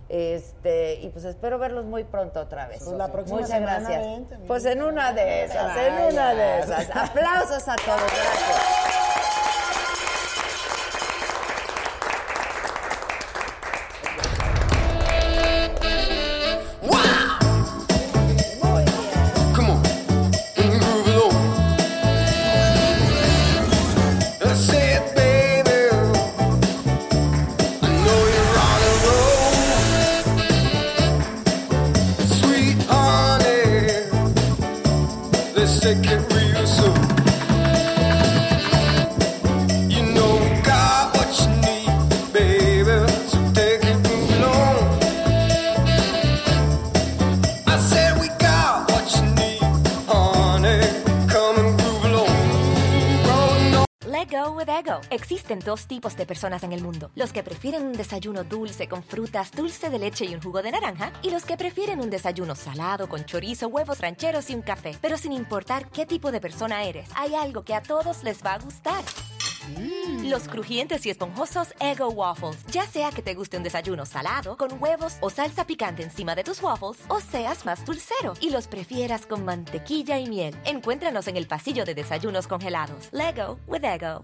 A: Este, y pues espero verlos muy pronto otra vez.
G: Pues la próxima
A: Muchas
G: semana
A: gracias.
G: vente, mi
A: pues en una de esas, en
G: Vaya.
A: una de esas. Aplausos a todos, gracias.
C: Come on, and groove it on. I said, baby, I know you're on a roll. Sweet honey, let's take it real slow. You know we got what you need, baby, so take it moving on. I said we got what you need, honey. Come and groove along, rolling on.
N: Let go with ego. Existen dos tipos de personas en el mundo: los que prefieren un desayuno dulce con frutas, dulce de leche y un jugo de naranja, y los que prefieren un desayuno salado con chorizo, huevos rancheros y un café. Pero sin importar qué tipo de persona eres, hay algo que a todos les va a gustar. Los crujientes y esponjosos Ego Waffles. Ya sea que te guste un desayuno salado, con huevos o salsa picante encima de tus waffles, o seas más dulcero y los prefieras con mantequilla y miel. Encuéntranos en el pasillo de desayunos congelados. Lego with Ego.